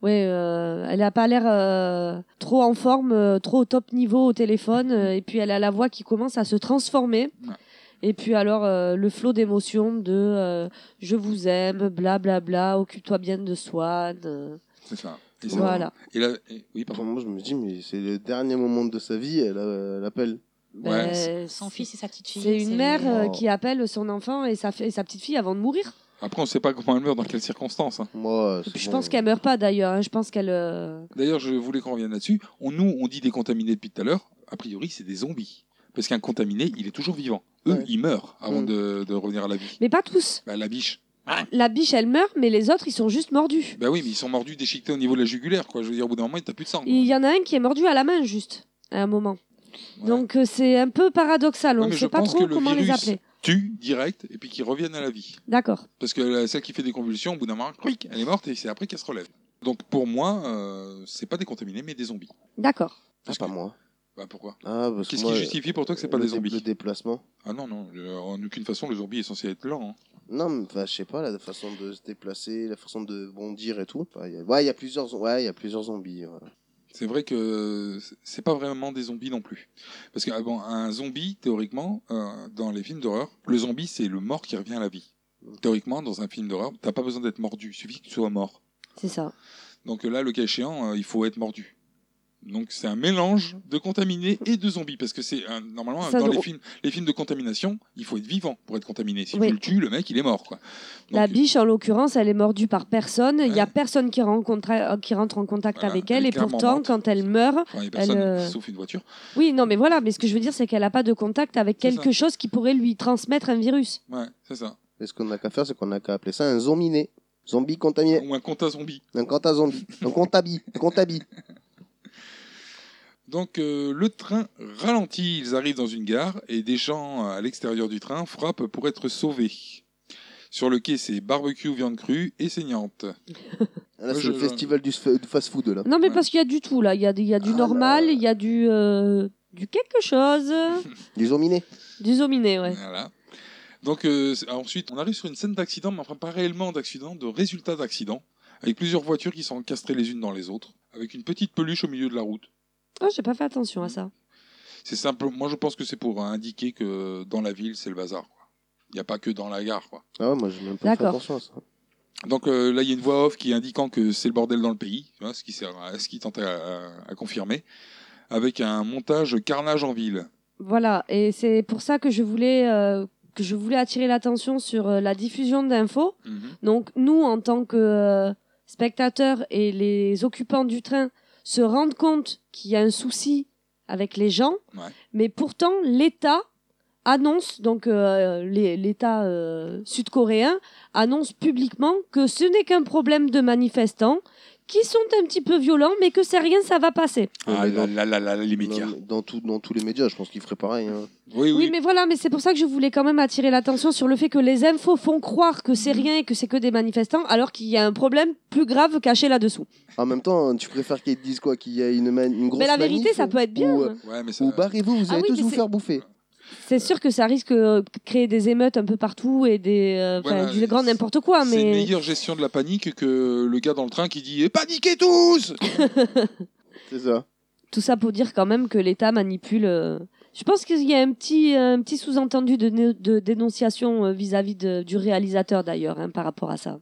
Speaker 7: Ouais, euh, elle n'a pas l'air euh, trop en forme, euh, trop au top niveau au téléphone, euh, et puis elle a la voix qui commence à se transformer.
Speaker 6: Ouais.
Speaker 7: Et puis alors euh, le flot d'émotions de euh, je vous aime, bla bla bla, occupe-toi bien de Swan. euh,
Speaker 6: C'est ça. Et c'est-
Speaker 7: voilà.
Speaker 6: et là- et- oui, pardon.
Speaker 8: Moi, je me dis, mais c'est le dernier moment de sa vie, elle, euh, elle appelle.
Speaker 6: Ouais.
Speaker 7: Ben,
Speaker 4: Son fils et sa petite fille.
Speaker 7: C'est une mère euh,
Speaker 8: Oh.
Speaker 7: qui appelle son enfant et sa, et sa petite fille avant de mourir.
Speaker 6: Après, on ne sait pas comment elle meurt, dans quelles circonstances. hein.
Speaker 8: Moi, c'est
Speaker 7: Je
Speaker 8: bon.
Speaker 7: pense qu'elle meurt pas d'ailleurs. hein. Je pense qu'elle. euh,
Speaker 6: D'ailleurs, je voulais qu'on revienne là-dessus. On, nous, on dit des contaminés depuis tout à l'heure. A priori, c'est des zombies. Parce qu'un contaminé, il est toujours vivant. Eux,
Speaker 8: Ouais.
Speaker 6: ils meurent avant
Speaker 8: Mm.
Speaker 6: de, de revenir à la vie.
Speaker 7: Mais pas tous.
Speaker 6: Bah, la biche.
Speaker 7: La biche, elle meurt, mais les autres, ils sont juste mordus.
Speaker 6: Bah oui, mais ils sont mordus, déchiquetés au niveau de la jugulaire. Quoi. Je veux dire, au bout d'un moment, t'as plus de sang. quoi.
Speaker 7: Il y en a un qui est mordu à la main, juste, à un moment.
Speaker 6: Voilà.
Speaker 7: Donc euh, c'est un peu paradoxal.
Speaker 6: Ouais,
Speaker 7: On ne
Speaker 6: mais je
Speaker 7: sait pas
Speaker 6: pense
Speaker 7: trop
Speaker 6: que le
Speaker 7: comment les
Speaker 6: virus-
Speaker 7: appeler.
Speaker 6: Tue direct et puis qu'ils reviennent à la vie.
Speaker 7: D'accord.
Speaker 6: Parce que la- celle qui fait des convulsions, au bout d'un moment, cric, elle est morte et c'est après qu'elle se relève. Donc pour moi, euh, c'est pas des contaminés, mais des zombies.
Speaker 7: D'accord.
Speaker 8: Ah,
Speaker 6: Parce
Speaker 8: pas
Speaker 6: que-
Speaker 8: moi.
Speaker 6: Bah pourquoi
Speaker 8: Ah, parce que
Speaker 6: Qu'est-ce
Speaker 8: moi, euh,
Speaker 6: qui justifie pour toi que c'est pas
Speaker 8: le
Speaker 6: des
Speaker 8: dé- Le
Speaker 6: zombies
Speaker 8: déplacement.
Speaker 6: Ah non, non, euh, en aucune façon, le zombie est censé être lent. hein.
Speaker 8: Non, mais enfin, je sais pas, la façon de se déplacer, la façon de bondir et tout. Enfin, il y a- Ouais, il y a plusieurs, ouais, il y a plusieurs zombies. voilà.
Speaker 6: C'est vrai que c'est pas vraiment des zombies non plus. Parce que ah bon, un zombie, théoriquement, euh, dans les films d'horreur, le zombie, c'est le mort qui revient à la vie. Théoriquement, dans un film d'horreur, t'as pas besoin d'être mordu, il suffit que tu sois mort.
Speaker 7: C'est ça.
Speaker 6: Donc euh, là, le cas échéant, euh, il faut être mordu. Donc c'est un mélange
Speaker 7: Mhm.
Speaker 6: de contaminé et de zombies parce que c'est un- normalement
Speaker 7: Ça
Speaker 6: dans
Speaker 7: doit-
Speaker 6: les films, les films de contamination, il faut être vivant pour être contaminé. Si
Speaker 7: Oui.
Speaker 6: tu le tues, le mec, il est mort quoi. Donc,
Speaker 7: la biche, en l'occurrence, elle est mordue par personne. Il y a
Speaker 6: Ouais.
Speaker 7: personne qui rencontre, euh, qui rentre en contact
Speaker 6: Voilà,
Speaker 7: avec
Speaker 6: elle
Speaker 7: elle.
Speaker 6: est
Speaker 7: Et
Speaker 6: clairement
Speaker 7: pourtant,
Speaker 6: morte.
Speaker 7: quand elle meurt,
Speaker 6: enfin, il y a personne
Speaker 7: euh,
Speaker 6: sauf une voiture.
Speaker 7: oui, non, mais voilà. Mais ce que je veux dire, c'est qu'elle n'a pas de contact avec
Speaker 6: C'est
Speaker 7: quelque chose qui pourrait lui transmettre un virus.
Speaker 6: Ouais, c'est ça.
Speaker 8: Et ce qu'on a qu'à faire, c'est qu'on a qu'à appeler ça un zombiné. Zombie contaminé.
Speaker 6: Ou un compte à zombie.
Speaker 8: Un compta zombie. Un comptabi. Comptabi.
Speaker 6: Donc euh, le train ralentit, ils arrivent dans une gare et des gens euh, à l'extérieur du train frappent pour être sauvés. Sur le quai, c'est barbecue, viande crue et saignante.
Speaker 8: Là, c'est le festival du fast-food, là.
Speaker 7: Non, mais parce qu'il y a du tout là. Il y a, du- il y
Speaker 6: Ah,
Speaker 7: a du normal, il y a du, euh, du quelque chose.
Speaker 8: Ils ont miné.
Speaker 7: du zominé, ouais.
Speaker 6: Voilà. Donc euh, c'est- ensuite, on arrive sur une scène d'accident, mais enfin pas réellement d'accident, de résultat d'accident, avec plusieurs voitures qui sont encastrées les unes dans les autres, avec une petite peluche au milieu de la route.
Speaker 7: Oh, j'ai pas fait attention à ça.
Speaker 6: C'est simple. Moi, je pense que c'est pour euh, indiquer que dans la ville, c'est le bazar. quoi. Il n'y a pas que dans la gare. Quoi.
Speaker 8: Ah ouais, moi, j'ai même pas fait
Speaker 7: D'accord.
Speaker 8: attention à ça.
Speaker 6: Donc euh, là, il y a une voix off qui est indiquant que c'est le bordel dans le pays, tu vois, ce qui, sert à- ce qui tente à, à confirmer, avec un montage carnage en ville.
Speaker 7: Voilà, et c'est pour ça que je voulais, euh, que je voulais attirer l'attention sur euh, la diffusion d'infos. Donc nous, en tant que euh, spectateurs et les occupants du train, se rendent compte qu'il y a un souci avec les gens, mais pourtant l'État annonce, donc euh, les- l'État euh, sud-coréen annonce publiquement que ce n'est qu'un problème de manifestants qui sont un petit peu violents, mais que c'est rien, ça va passer.
Speaker 6: Ah là là là là, les médias.
Speaker 8: Dans, tout- dans tous les médias, je pense qu'ils feraient pareil. hein.
Speaker 7: Oui, mais voilà, mais c'est pour ça que je voulais quand même attirer l'attention sur le fait que les infos font croire que c'est rien et que c'est que des manifestants, alors qu'il y a un problème plus grave caché là-dessous.
Speaker 8: Ah, En même temps, tu préfères qu'ils te disent quoi Qu'il y a une, man- une grosse
Speaker 7: Mais la vérité,
Speaker 8: manif
Speaker 7: ça
Speaker 8: ou-
Speaker 7: peut être bien,
Speaker 8: Ou, euh,
Speaker 7: hein.
Speaker 8: ou barrez-vous, vous
Speaker 7: Ah
Speaker 8: allez
Speaker 7: oui,
Speaker 8: tous
Speaker 7: mais
Speaker 8: vous
Speaker 7: c'est-
Speaker 8: faire bouffer.
Speaker 7: C'est sûr que ça risque euh, de créer des émeutes un peu partout et des, euh, enfin,
Speaker 6: Voilà,
Speaker 7: du grand n'importe quoi,
Speaker 6: C'est une
Speaker 7: mais
Speaker 6: meilleure gestion de la panique que le gars dans le train qui dit eh, Paniquez tous
Speaker 8: C'est ça.
Speaker 7: tout ça pour dire quand même que l'État manipule. euh, Je pense qu'il y a un petit, un petit sous-entendu de, né- de dénonciation euh, vis-à-vis de- du réalisateur d'ailleurs hein, par rapport à ça.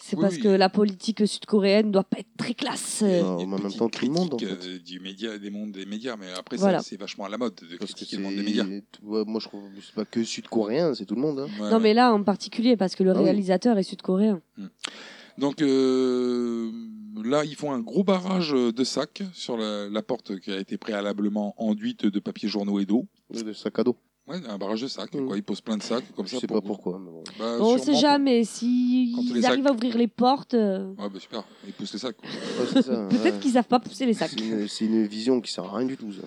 Speaker 7: C'est
Speaker 6: Mmh. Oui,
Speaker 7: parce
Speaker 6: oui.
Speaker 7: que la politique sud-coréenne ne doit pas être très classe. euh.
Speaker 8: Non, mais en même temps, tout le monde. En fait.
Speaker 6: Euh, du média, des mondes des médias, mais après ça,
Speaker 7: Voilà.
Speaker 6: c'est vachement à la mode de
Speaker 8: Parce que
Speaker 6: critiquer le monde des médias.
Speaker 8: c'est- ouais, moi, je trouve c'est pas que sud-coréen, c'est tout le monde. hein.
Speaker 6: Ouais,
Speaker 7: non
Speaker 6: ouais.
Speaker 7: mais là en particulier parce que le
Speaker 8: Ah oui.
Speaker 7: réalisateur est sud-coréen.
Speaker 6: Donc euh, là, ils font un gros barrage de sacs sur la, la porte qui a été préalablement enduite de papier journaux et d'eau.
Speaker 8: Ouais, De sac à dos.
Speaker 6: Ouais, un barrage de sacs. Quoi. Ils posent plein de sacs comme ça.
Speaker 8: Mm. sais
Speaker 6: pour-
Speaker 8: pas pourquoi, mais bon.
Speaker 6: Bah,
Speaker 7: Bon, on
Speaker 6: sûrement
Speaker 7: sait
Speaker 6: pour-
Speaker 7: jamais
Speaker 6: Quand
Speaker 7: s'ils
Speaker 6: les sacs-
Speaker 7: arrivent à ouvrir les portes. euh,
Speaker 6: Ouais, bah super. Ils poussent les sacs. quoi.
Speaker 8: c'est ça,
Speaker 7: Peut-être
Speaker 8: ouais.
Speaker 7: qu'ils savent pas pousser les sacs.
Speaker 8: C'est une, c'est une vision qui sert à rien du tout. Ça.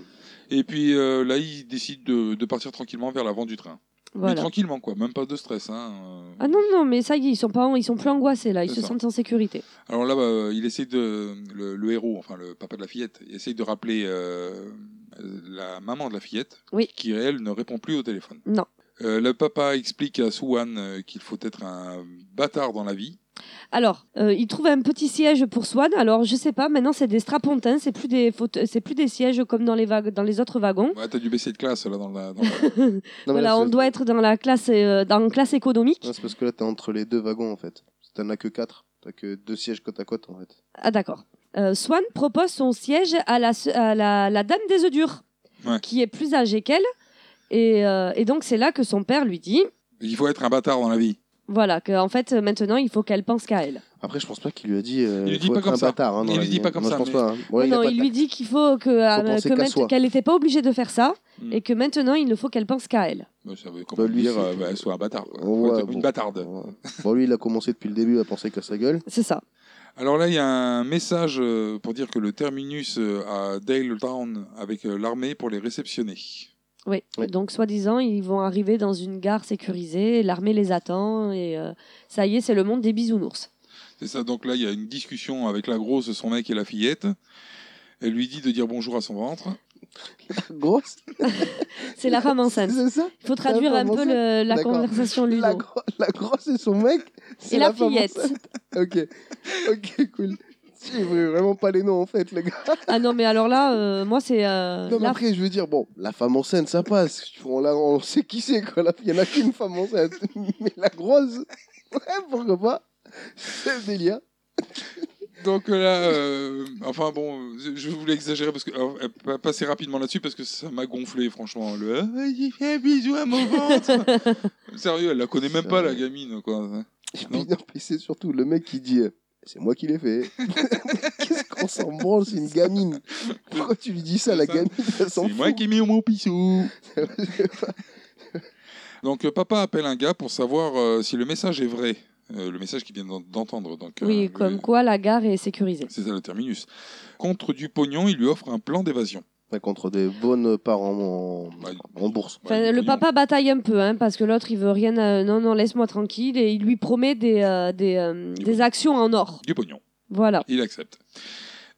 Speaker 6: Et puis euh, là, ils décident de, de partir tranquillement vers l'avant du train. Mais
Speaker 7: Voilà.
Speaker 6: tranquillement, quoi. Même pas de stress. hein. Euh,
Speaker 7: Ah non non mais ça y est ils sont pas en- ils sont plus angoissés là ils
Speaker 6: C'est
Speaker 7: se
Speaker 6: ça.
Speaker 7: sentent en sécurité.
Speaker 6: Alors là, bah, il essaie de le, le héros, enfin le papa de la fillette, il essaie de rappeler euh, la maman de la fillette,
Speaker 7: Oui.
Speaker 6: qui elle ne répond plus au téléphone.
Speaker 7: Non.
Speaker 6: Euh, le papa explique à Suwan euh, qu'il faut être un bâtard dans la vie.
Speaker 7: Alors, euh, il trouve un petit siège pour Swan. Alors, je sais pas, maintenant c'est des strapontins, c'est plus des faute- c'est plus des sièges comme dans les wag- dans les autres wagons.
Speaker 6: Ouais, t'as dû baisser de classe là dans la. dans la-
Speaker 7: voilà, on doit être dans la classe euh, dans une classe économique.
Speaker 8: Non, c'est parce que là, t'es entre les deux wagons en fait. T'en as que quatre. T'as que deux sièges côte à côte en fait.
Speaker 7: Ah d'accord. Euh, Swan propose son siège à la se- à la, la dame des œufs durs,
Speaker 6: Ouais.
Speaker 7: qui est plus âgée qu'elle. Et, euh, et donc c'est là que son père lui dit,
Speaker 6: Il faut être un bâtard dans la vie.
Speaker 7: voilà, qu'en fait euh, maintenant il faut qu'elle pense qu'à elle.
Speaker 8: Après, je pense pas qu'il lui a dit. euh,
Speaker 6: Il lui dit
Speaker 8: faut
Speaker 6: pas
Speaker 8: être
Speaker 6: comme
Speaker 8: un
Speaker 6: ça.
Speaker 8: bâtard, hein, dans
Speaker 6: Il
Speaker 8: la
Speaker 6: lui dit
Speaker 8: vie,
Speaker 6: pas
Speaker 8: hein.
Speaker 6: comme
Speaker 8: Moi,
Speaker 6: ça,
Speaker 8: Je pense
Speaker 6: mais-
Speaker 8: pas. hein. Ouais, il a
Speaker 7: non,
Speaker 8: pas
Speaker 7: il
Speaker 8: de
Speaker 7: lui
Speaker 8: tact.
Speaker 7: dit qu'il faut que euh, que
Speaker 8: penser qu'à
Speaker 7: mainte-
Speaker 8: soi. Mm.
Speaker 7: qu'elle n'était pas obligée de faire ça et que maintenant il ne faut qu'elle pense qu'à elle.
Speaker 6: Bah, Ça veut
Speaker 8: Bah,
Speaker 6: comment
Speaker 8: lui,
Speaker 6: dire,
Speaker 8: c'est-
Speaker 6: euh, bah, soit un bâtard. quoi. Faut
Speaker 8: Ouais,
Speaker 6: être
Speaker 8: bon.
Speaker 6: Une bâtarde.
Speaker 8: hein. Bon, lui, il a commencé depuis le début à penser qu'à sa gueule.
Speaker 7: C'est ça.
Speaker 6: Alors là, il y a un message euh, pour dire que le terminus euh, à Dale Town avec euh, l'armée pour les réceptionner.
Speaker 7: Oui.
Speaker 8: Oui.
Speaker 7: Donc, soi-disant, ils vont arriver dans une gare sécurisée, l'armée les attend, et euh, ça y est, c'est le monde des bisounours.
Speaker 6: C'est ça, donc là, il y a une discussion avec la grosse, son mec et la fillette. Elle lui dit de dire bonjour à son ventre.
Speaker 8: Grosse
Speaker 7: C'est la femme enceinte.
Speaker 8: C'est ça
Speaker 7: Il faut traduire
Speaker 8: La
Speaker 7: un
Speaker 8: femme
Speaker 7: peu
Speaker 8: enceinte
Speaker 7: le- la
Speaker 8: D'accord.
Speaker 7: conversation ludo.
Speaker 8: La, gro- la grosse et son mec c'est
Speaker 7: Et la
Speaker 8: femme
Speaker 7: fillette.
Speaker 8: enceinte. ok, ok, cool. Tu veux vraiment pas les noms en fait, les gars.
Speaker 7: Ah non, mais alors là, euh, moi, c'est. euh,
Speaker 8: Non, mais
Speaker 7: la-
Speaker 8: après, je veux dire, bon, la femme enceinte, ça passe. On, la- on sait qui c'est, quoi. La- Il y en a qu'une femme enceinte. Mais la grosse, ouais, pourquoi pas C'est le délire.
Speaker 6: Donc euh, là, euh, enfin bon, je- je voulais exagérer parce que alors, euh, pa- passer rapidement là-dessus parce que ça m'a gonflé franchement. Le Ah, vas-y, fais un bisou à mon ventre. Sérieux, elle la connaît même pas la gamine quoi.
Speaker 8: Et puis, non, puis c'est surtout le mec qui dit euh, C'est moi qui l'ai fait. Qu'est-ce qu'on s'en branle C'est une gamine. Pourquoi tu lui dis ça, la gamine elle s'en
Speaker 6: C'est moi
Speaker 8: fout.
Speaker 6: qui ai mis mon pissou. Donc euh, papa appelle un gars pour savoir euh, si le message est vrai, Euh, le message qu'il vient d'en- d'entendre. Donc euh,
Speaker 7: hein. Oui,
Speaker 6: le-
Speaker 7: comme quoi la gare est sécurisée.
Speaker 6: c'est ça le terminus. Contre du pognon, il lui offre un plan d'évasion. Bah,
Speaker 8: Enfin, contre des bonnes parts en, en- en bourse.
Speaker 7: Enfin, le papa bataille un peu, hein, parce que l'autre il veut rien. euh, non, non, laisse-moi tranquille. Et il lui promet des, euh, des, euh, des actions en or.
Speaker 6: Du pognon.
Speaker 7: Voilà.
Speaker 6: Il accepte.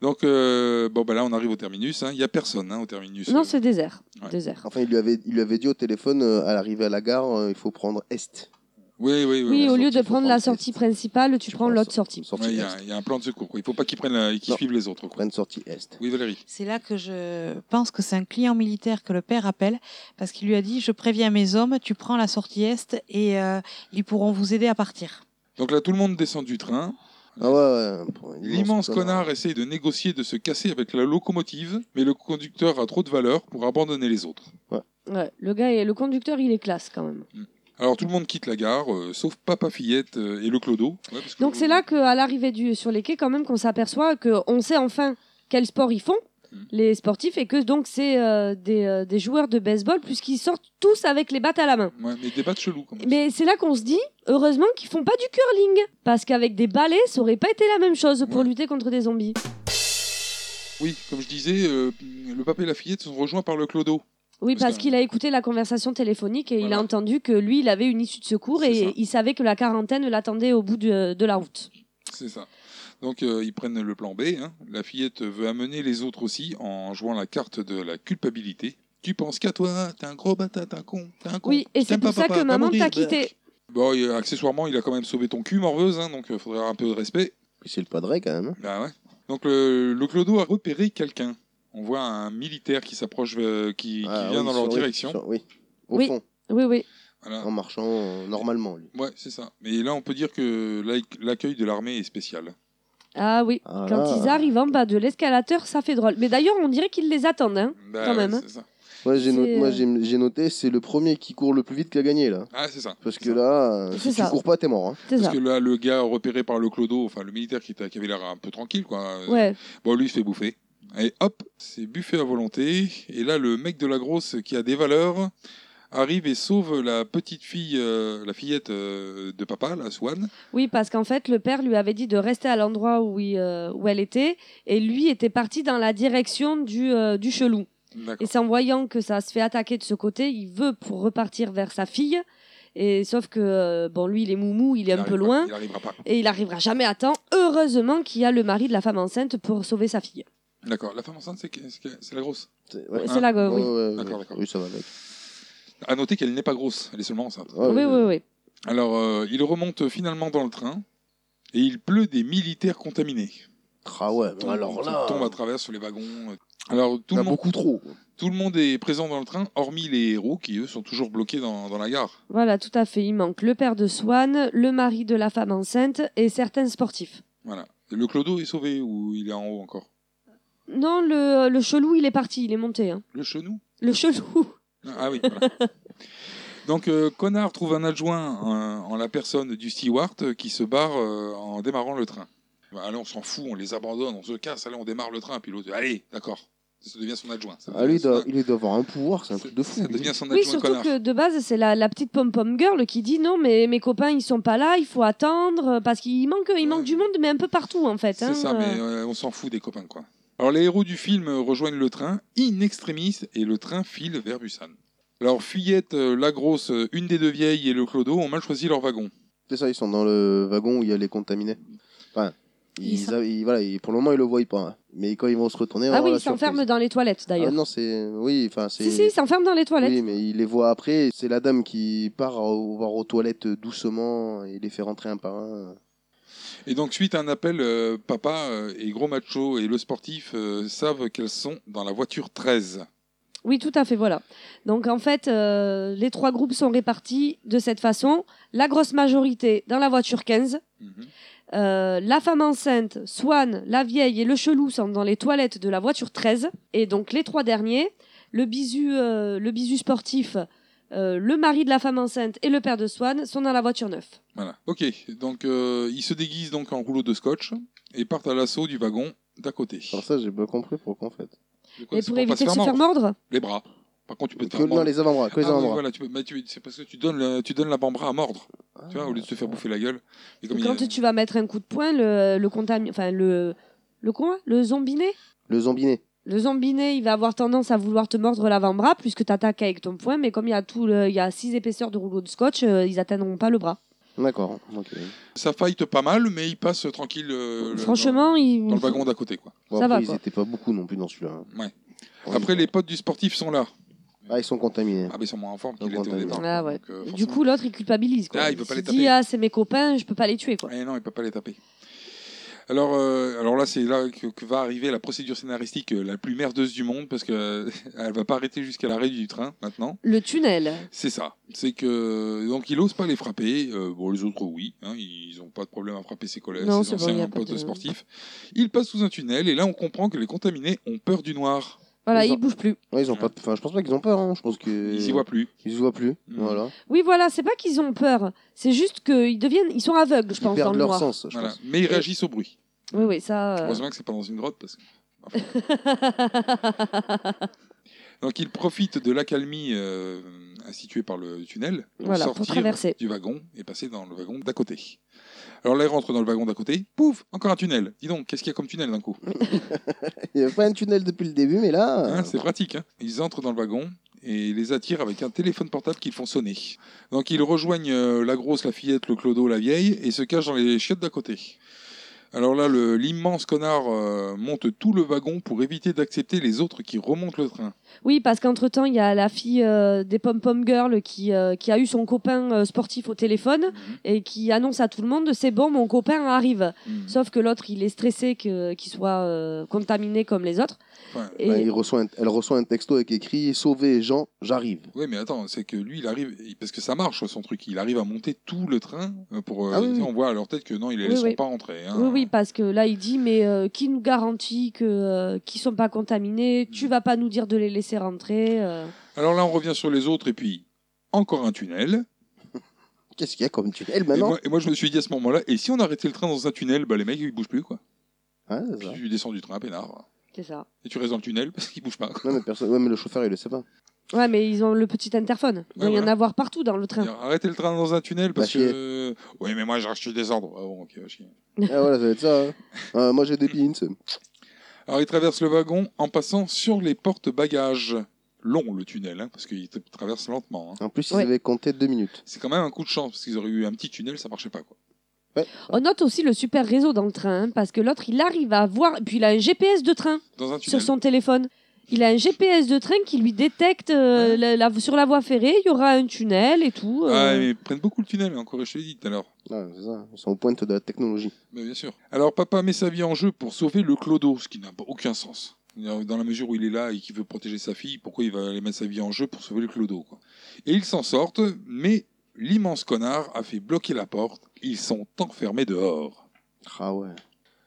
Speaker 6: Donc, euh, bon, bah là, on arrive au terminus. hein. Il y n'y a personne hein, au terminus.
Speaker 7: Non, c'est désert.
Speaker 6: Ouais.
Speaker 8: Enfin, il lui, avait, il lui avait dit au téléphone, euh, à l'arrivée à la gare, euh, il faut prendre Est.
Speaker 6: Oui, oui, oui.
Speaker 7: Oui,
Speaker 6: ouais.
Speaker 7: au lieu de prendre la sortie principale, tu prends l'autre sortie.
Speaker 6: Ouais, Il y, a- il y a un plan de secours. quoi. Il ne faut pas qu'ils prennent, la- qu'ils suivent les autres. Quoi.
Speaker 8: Prennent sortie Est.
Speaker 6: Oui, Valérie.
Speaker 4: C'est là que je pense que c'est un client militaire que le père appelle parce qu'il lui a dit Je préviens mes hommes, tu prends la sortie Est et euh, ils pourront vous aider à partir.
Speaker 6: Donc là, tout le monde descend du train.
Speaker 8: Ah ouais,
Speaker 6: L'immense connard essaye de négocier de se casser avec la locomotive, mais le conducteur a trop de valeur pour abandonner les autres.
Speaker 7: Ouais, le gars, est, le conducteur, il est classe quand même.
Speaker 6: Alors tout le monde quitte la gare, euh, sauf Papa Fillette euh, et le Clodo. Ouais, parce que
Speaker 7: Donc
Speaker 6: le-
Speaker 7: c'est là qu'à l'arrivée du sur les quais, quand même, qu'on s'aperçoit qu'on sait enfin quel sport ils font, les sportifs, et que donc c'est euh, des, euh, des joueurs de baseball, puisqu'ils sortent tous avec les battes à la main.
Speaker 6: Ouais, mais des battes chelous quand même.
Speaker 7: Mais c'est là qu'on se dit, heureusement qu'ils font pas du curling, parce qu'avec des balais, ça aurait pas été la même chose pour lutter contre des zombies.
Speaker 6: Oui, comme je disais, euh, le papa et la fillette sont rejoints par le Clodo.
Speaker 7: Oui, parce qu'il a écouté la conversation téléphonique et il a entendu que lui, il avait une issue de secours et il savait que la quarantaine l'attendait au bout de, de la route.
Speaker 6: C'est ça. Donc euh, ils prennent le plan B. hein. La fillette veut amener les autres aussi en jouant la carte de la culpabilité. Tu penses qu'à toi, t'es un gros bâtard, t'es un con, t'es un con.
Speaker 7: Oui, et
Speaker 6: tu
Speaker 7: c'est
Speaker 6: t'aimes
Speaker 7: pour
Speaker 6: pas,
Speaker 7: ça
Speaker 6: papa,
Speaker 7: que
Speaker 6: va
Speaker 7: maman
Speaker 6: mourir.
Speaker 7: t'a quitté.
Speaker 6: Bon, et, euh, accessoirement, il a quand même sauvé ton cul, morveuse, hein, donc il faudrait un peu de respect.
Speaker 8: C'est le padré quand même. hein.
Speaker 6: Bah ouais. Donc le, le clodo a repéré quelqu'un. On voit un militaire qui s'approche, euh, qui, qui
Speaker 8: Ah
Speaker 6: vient dans leur direction.
Speaker 8: oui, au
Speaker 7: Oui.
Speaker 8: fond.
Speaker 6: bah,
Speaker 7: Oui, oui.
Speaker 6: Voilà.
Speaker 8: En marchant euh, normalement, lui.
Speaker 6: Ouais, c'est ça. Mais là, on peut dire que l'ac- l'accueil de l'armée est spécial.
Speaker 7: Ah oui,
Speaker 6: Ah
Speaker 7: quand
Speaker 6: là.
Speaker 7: ils arrivent en bas de l'escalateur, ça fait drôle. Mais d'ailleurs, on dirait qu'ils les attendent, hein,
Speaker 6: Bah
Speaker 7: quand
Speaker 6: ouais,
Speaker 7: même. hein.
Speaker 6: c'est ça.
Speaker 8: Moi, j'ai
Speaker 7: C'est,
Speaker 8: no- moi,
Speaker 7: euh,
Speaker 8: j'ai- j'ai noté, c'est le premier qui court le plus vite qui a gagné, là.
Speaker 6: Ah, c'est ça.
Speaker 8: Parce que là, euh,
Speaker 7: C'est
Speaker 8: si
Speaker 7: ça.
Speaker 8: tu cours pas, t'es mort. hein.
Speaker 6: Parce que là, le gars repéré par le clodo, enfin le militaire qui, était- qui avait l'air un peu tranquille, quoi. euh,
Speaker 7: Ouais.
Speaker 6: Bon, lui, il se fait bouffer. Et hop, c'est buffet à volonté. Et là, le mec de la grosse qui a des valeurs arrive et sauve la petite fille, euh, la fillette euh, de papa, la Swan.
Speaker 7: Oui, parce qu'en fait, le père lui avait dit de rester à l'endroit où, il, euh, où elle était, et lui était parti dans la direction du, euh, du chelou.
Speaker 6: D'accord.
Speaker 7: Et c'est en voyant que ça se fait attaquer de ce côté, il veut pour repartir vers sa fille. Et sauf que, euh, bon, lui, il est moumou, il est un peu
Speaker 6: arrivera-
Speaker 7: loin,
Speaker 6: Il arrivera pas.
Speaker 7: et il arrivera jamais à temps. Heureusement qu'il y a le mari de la femme enceinte pour sauver sa fille.
Speaker 6: D'accord. La femme enceinte, c'est que- c'est que- c'est la grosse.
Speaker 8: C'est
Speaker 6: Ah.
Speaker 7: Ouais, c'est la go- oui.
Speaker 6: D'accord, d'accord.
Speaker 8: Oui, ça va Ah, avec.
Speaker 6: À noter qu'elle n'est pas grosse, elle est seulement enceinte.
Speaker 7: oui, oui, oui.
Speaker 6: Alors, euh, il remonte finalement dans le train et il pleut des militaires contaminés.
Speaker 8: Ah ouais, mais
Speaker 6: Tombe-
Speaker 8: alors
Speaker 6: qui
Speaker 8: là.
Speaker 6: tombent à travers sur les wagons. Alors, tout
Speaker 8: On
Speaker 6: le
Speaker 8: a
Speaker 6: monde,
Speaker 8: beaucoup trop.
Speaker 6: Tout le monde est présent dans le train, hormis les héros qui, eux, sont toujours bloqués dans, dans la gare.
Speaker 7: Voilà, tout à fait. Il manque le père de Swan, le mari de la femme enceinte et certains sportifs.
Speaker 6: Voilà. Et le clodo est sauvé ou il est en haut encore
Speaker 7: Non, le, le chelou, il est parti, il est monté. hein.
Speaker 6: Le chenou
Speaker 7: Le chelou.
Speaker 6: Ah oui, voilà. Donc, euh, Connard trouve un adjoint euh, en la personne du steward euh, qui se barre euh, en démarrant le train. Bah, allez, on s'en fout, on les abandonne, on se casse, allez, on démarre le train. Puis l'autre, allez, d'accord. Ça devient son adjoint. Ça
Speaker 8: Ah, lui, il doit, il doit avoir un pouvoir, c'est un truc de fou.
Speaker 6: Ça devient son
Speaker 7: Oui,
Speaker 6: adjoint
Speaker 7: surtout
Speaker 6: connard.
Speaker 7: que de base, c'est la, la petite pom-pom girl qui dit non, mais mes copains, ils sont pas là, il faut attendre, euh, parce qu'il manque, il manque du monde, mais un peu partout, en fait. hein,
Speaker 6: C'est ça,
Speaker 7: euh.
Speaker 6: mais euh, on s'en fout des copains, quoi. Alors, les héros du film euh, rejoignent le train in extremis et le train file vers Busan. Alors, Fillette, euh, la grosse, euh, une des deux vieilles et le clodo ont mal choisi leur wagon.
Speaker 8: C'est ça, ils sont dans le wagon où il y a les contaminés. Enfin, ils a- ils- voilà, ils- pour le moment, ils le voient pas. hein. Mais quand ils vont se retourner, on
Speaker 7: Ah
Speaker 8: aura
Speaker 7: oui,
Speaker 8: Oh, la
Speaker 7: ils s'enferment
Speaker 8: surprise.
Speaker 7: dans les toilettes,
Speaker 8: Ah
Speaker 7: d'ailleurs.
Speaker 8: non, c'est. Oui, enfin, c'est.
Speaker 7: si, si, ils s'enferment dans les toilettes.
Speaker 8: Oui, mais il les voit après. C'est la dame qui part au- voir aux toilettes doucement et les fait rentrer un par un.
Speaker 6: Et donc, suite à un appel, euh, papa euh, et gros macho et le sportif euh, savent qu'elles sont dans la voiture 13.
Speaker 7: Oui, tout à fait, voilà. Donc en fait, euh, les trois groupes sont répartis de cette façon. La grosse majorité dans la voiture 15. Euh, la femme enceinte, Swan, la vieille et le chelou sont dans les toilettes de la voiture 13. Et donc les trois derniers, le bisu, euh, le bisu sportif, euh, le mari de la femme enceinte et le père de Swan sont dans la voiture 9.
Speaker 6: Voilà. Ok, donc euh, ils se déguisent donc en rouleau de scotch et partent à l'assaut du wagon d'à côté.
Speaker 8: Alors, ça, j'ai pas compris pourquoi en fait.
Speaker 6: De quoi
Speaker 7: Et
Speaker 6: C'est
Speaker 7: pour
Speaker 6: pas
Speaker 7: éviter de se faire
Speaker 6: mordre.
Speaker 7: mordre
Speaker 6: Les bras. Par contre, tu peux te
Speaker 8: Que-
Speaker 6: faire
Speaker 8: non, les avant-bras, que les
Speaker 6: Ah oui,
Speaker 8: avant-bras.
Speaker 6: voilà, tu peux- mais tu- c'est parce que tu donnes, le- tu donnes l'avant-bras à mordre. tu vois, au lieu de te faire bouffer la gueule. Et comme il y a-
Speaker 7: Quand tu vas mettre un coup de poing, le, le contam- enfin le, le quoi, le zombiné
Speaker 8: Le zombiné.
Speaker 7: Le zombiné, il va avoir tendance à vouloir te mordre l'avant-bras puisque t'attaques avec ton poing, mais comme il y a tout, le- il y a six épaisseurs de rouleau de scotch, euh, ils atteindront pas le bras.
Speaker 8: D'accord. ok.
Speaker 6: Ça fight pas mal, mais il passe tranquille euh, le-
Speaker 7: Franchement, ils-
Speaker 6: dans, dans le wagon d'à côté. Quoi.
Speaker 8: Bon,
Speaker 7: Ça
Speaker 8: après,
Speaker 7: va,
Speaker 8: ils
Speaker 7: quoi.
Speaker 8: n'étaient pas beaucoup non plus dans celui-là. hein.
Speaker 6: Ouais. Après, les potes du sportif sont là.
Speaker 8: Ah, ils sont contaminés.
Speaker 6: Ah, mais ils sont moins en forme qu'il était au
Speaker 8: contaminés.
Speaker 6: départ.
Speaker 7: Ah ouais.
Speaker 6: Donc, euh,
Speaker 7: Et du
Speaker 6: forcément.
Speaker 7: coup, l'autre, il culpabilise. Quoi.
Speaker 6: Ah, il peut pas les
Speaker 7: se
Speaker 6: taper.
Speaker 7: dit, ah, c'est mes copains, je peux pas les tuer. Quoi.
Speaker 6: Eh non, il peut pas les taper. Alors, euh, alors là, c'est là que, que va arriver la procédure scénaristique euh, la plus merdeuse du monde parce que euh, elle va pas arrêter jusqu'à l'arrêt du train maintenant.
Speaker 7: Le tunnel.
Speaker 6: C'est ça. C'est que donc il ose pas les frapper. Euh, bon, les autres oui, hein, ils ont pas de problème à frapper ses collègues,
Speaker 7: Non,
Speaker 6: ses
Speaker 7: c'est bon, y
Speaker 6: anciens
Speaker 7: a pas
Speaker 6: potes
Speaker 7: de-
Speaker 6: sportifs. Il passe sous un tunnel et là, on comprend que les contaminés ont peur du noir.
Speaker 7: Voilà,
Speaker 8: Ils
Speaker 7: ils
Speaker 8: ont-
Speaker 7: bougent plus.
Speaker 8: Ouais, ils ont pas. Enfin, je pense pas qu'ils ont peur. hein. Je pense que.
Speaker 6: Ils y voient plus. Mm.
Speaker 8: Ils y voient plus. Voilà.
Speaker 7: Oui, voilà, c'est pas qu'ils ont peur. C'est juste qu'ils deviennent. Ils sont aveugles, je
Speaker 8: Ils
Speaker 7: pense, dans
Speaker 8: perdent
Speaker 7: le
Speaker 8: leur
Speaker 7: noir.
Speaker 8: sens. Je
Speaker 6: Voilà.
Speaker 8: pense.
Speaker 6: Mais ils réagissent au bruit.
Speaker 7: Oui, oui, ça. euh,
Speaker 6: Heureusement que c'est pas dans une grotte parce que. Enfin. Donc il profite de l'accalmie euh, instituée par le tunnel pour
Speaker 7: Voilà, pour
Speaker 6: sortir
Speaker 7: traverser.
Speaker 6: du wagon et passer dans le wagon d'à côté. Alors là, il rentre dans le wagon d'à côté. Pouf, encore un tunnel. Dis donc, qu'est-ce qu'il y a comme tunnel d'un coup
Speaker 8: Il y avait pas un tunnel depuis le début, mais là.
Speaker 6: Hein, C'est pratique. hein. Ils entrent dans le wagon et ils les attirent avec un téléphone portable qu'ils font sonner. Donc ils rejoignent euh, la grosse, la fillette, le clodo, la vieille et se cachent dans les chiottes d'à côté. Alors là, le- l'immense connard euh, monte tout le wagon pour éviter d'accepter les autres qui remontent le train.
Speaker 7: Oui, parce qu'entre-temps, il y a la fille euh, des pom-pom girls qui, euh, qui a eu son copain euh, sportif au téléphone et qui annonce à tout le monde c'est bon, mon copain arrive.
Speaker 6: Mmh.
Speaker 7: Sauf que l'autre, il est stressé que- qu'il soit euh, contaminé comme les autres.
Speaker 6: Enfin,
Speaker 7: Et-
Speaker 8: Ouais, Bah, il reçoit un- Elle reçoit un texto avec écrit Sauvez Jean, j'arrive.
Speaker 6: Oui, mais attends, c'est que lui, il arrive, parce que ça marche son truc, il arrive à monter tout le train euh, pour. euh,
Speaker 8: Ah oui,
Speaker 6: tu sais,
Speaker 8: oui.
Speaker 6: On voit à leur tête que non, ils les
Speaker 7: Oui,
Speaker 6: laisseront
Speaker 7: oui.
Speaker 6: pas rentrer. hein.
Speaker 7: Oui, oui, parce que là, il dit mais euh, qui nous garantit que euh, qu'ils sont pas contaminés Tu vas pas nous dire de les laisser rentrer euh.
Speaker 6: Alors là, on revient sur les autres et puis encore un tunnel.
Speaker 8: Qu'est-ce qu'il y a comme tunnel
Speaker 6: Et
Speaker 8: maintenant
Speaker 6: moi, et moi, je me suis dit à ce moment-là, et si on arrêtait le train dans un tunnel, bah les mecs, ils bougent plus quoi.
Speaker 8: Ouais, c'est
Speaker 6: Puis
Speaker 8: ça.
Speaker 6: tu descends du train à peinard.
Speaker 7: C'est ça.
Speaker 6: Et tu restes dans le tunnel parce qu'ils bougent pas. quoi.
Speaker 8: Non, mais personne. Ouais, mais le chauffeur, il le sait pas.
Speaker 7: Ouais, mais ils ont le petit interphone. Il doit y en
Speaker 6: voilà.
Speaker 7: avoir partout dans le train.
Speaker 6: Arrêtez le train dans un tunnel parce
Speaker 8: Bah, chier.
Speaker 6: que. Oui, mais moi, j'ai reçu des ordres. Ah bon, ok, va chier.
Speaker 8: Ah, voilà, ça va être ça. hein. Ah, moi, j'ai des pins.
Speaker 6: Alors, il traverse le wagon en passant sur les portes bagages. Long le tunnel, hein, parce qu'il te- traverse lentement. hein.
Speaker 8: En plus, ils
Speaker 7: Ouais.
Speaker 8: avaient compté deux minutes.
Speaker 6: C'est quand même un coup de chance parce qu'ils auraient eu un petit tunnel, ça marchait pas quoi.
Speaker 7: On note aussi le super réseau dans le train, hein, parce que l'autre, il arrive à voir. Puis il a un GPS de train
Speaker 6: Dans un tunnel.
Speaker 7: sur son téléphone. Il a un GPS de train qui lui détecte euh, la- la- sur la voie ferrée, il y aura un tunnel et tout. euh.
Speaker 6: Ah, mais ils prennent beaucoup le tunnel, encore je te l'ai dit tout à l'heure.
Speaker 8: Ouais, c'est ça. Ils sont aux pointes de la technologie.
Speaker 6: Mais bien sûr. Alors, papa met sa vie en jeu pour sauver le clodo, ce qui n'a pas- aucun sens. Dans la mesure où il est là et qu'il veut protéger sa fille, pourquoi il va aller mettre sa vie en jeu pour sauver le clodo quoi. Et ils s'en sortent, mais l'immense connard a fait bloquer la porte. Ils sont enfermés dehors.
Speaker 8: Ah ouais.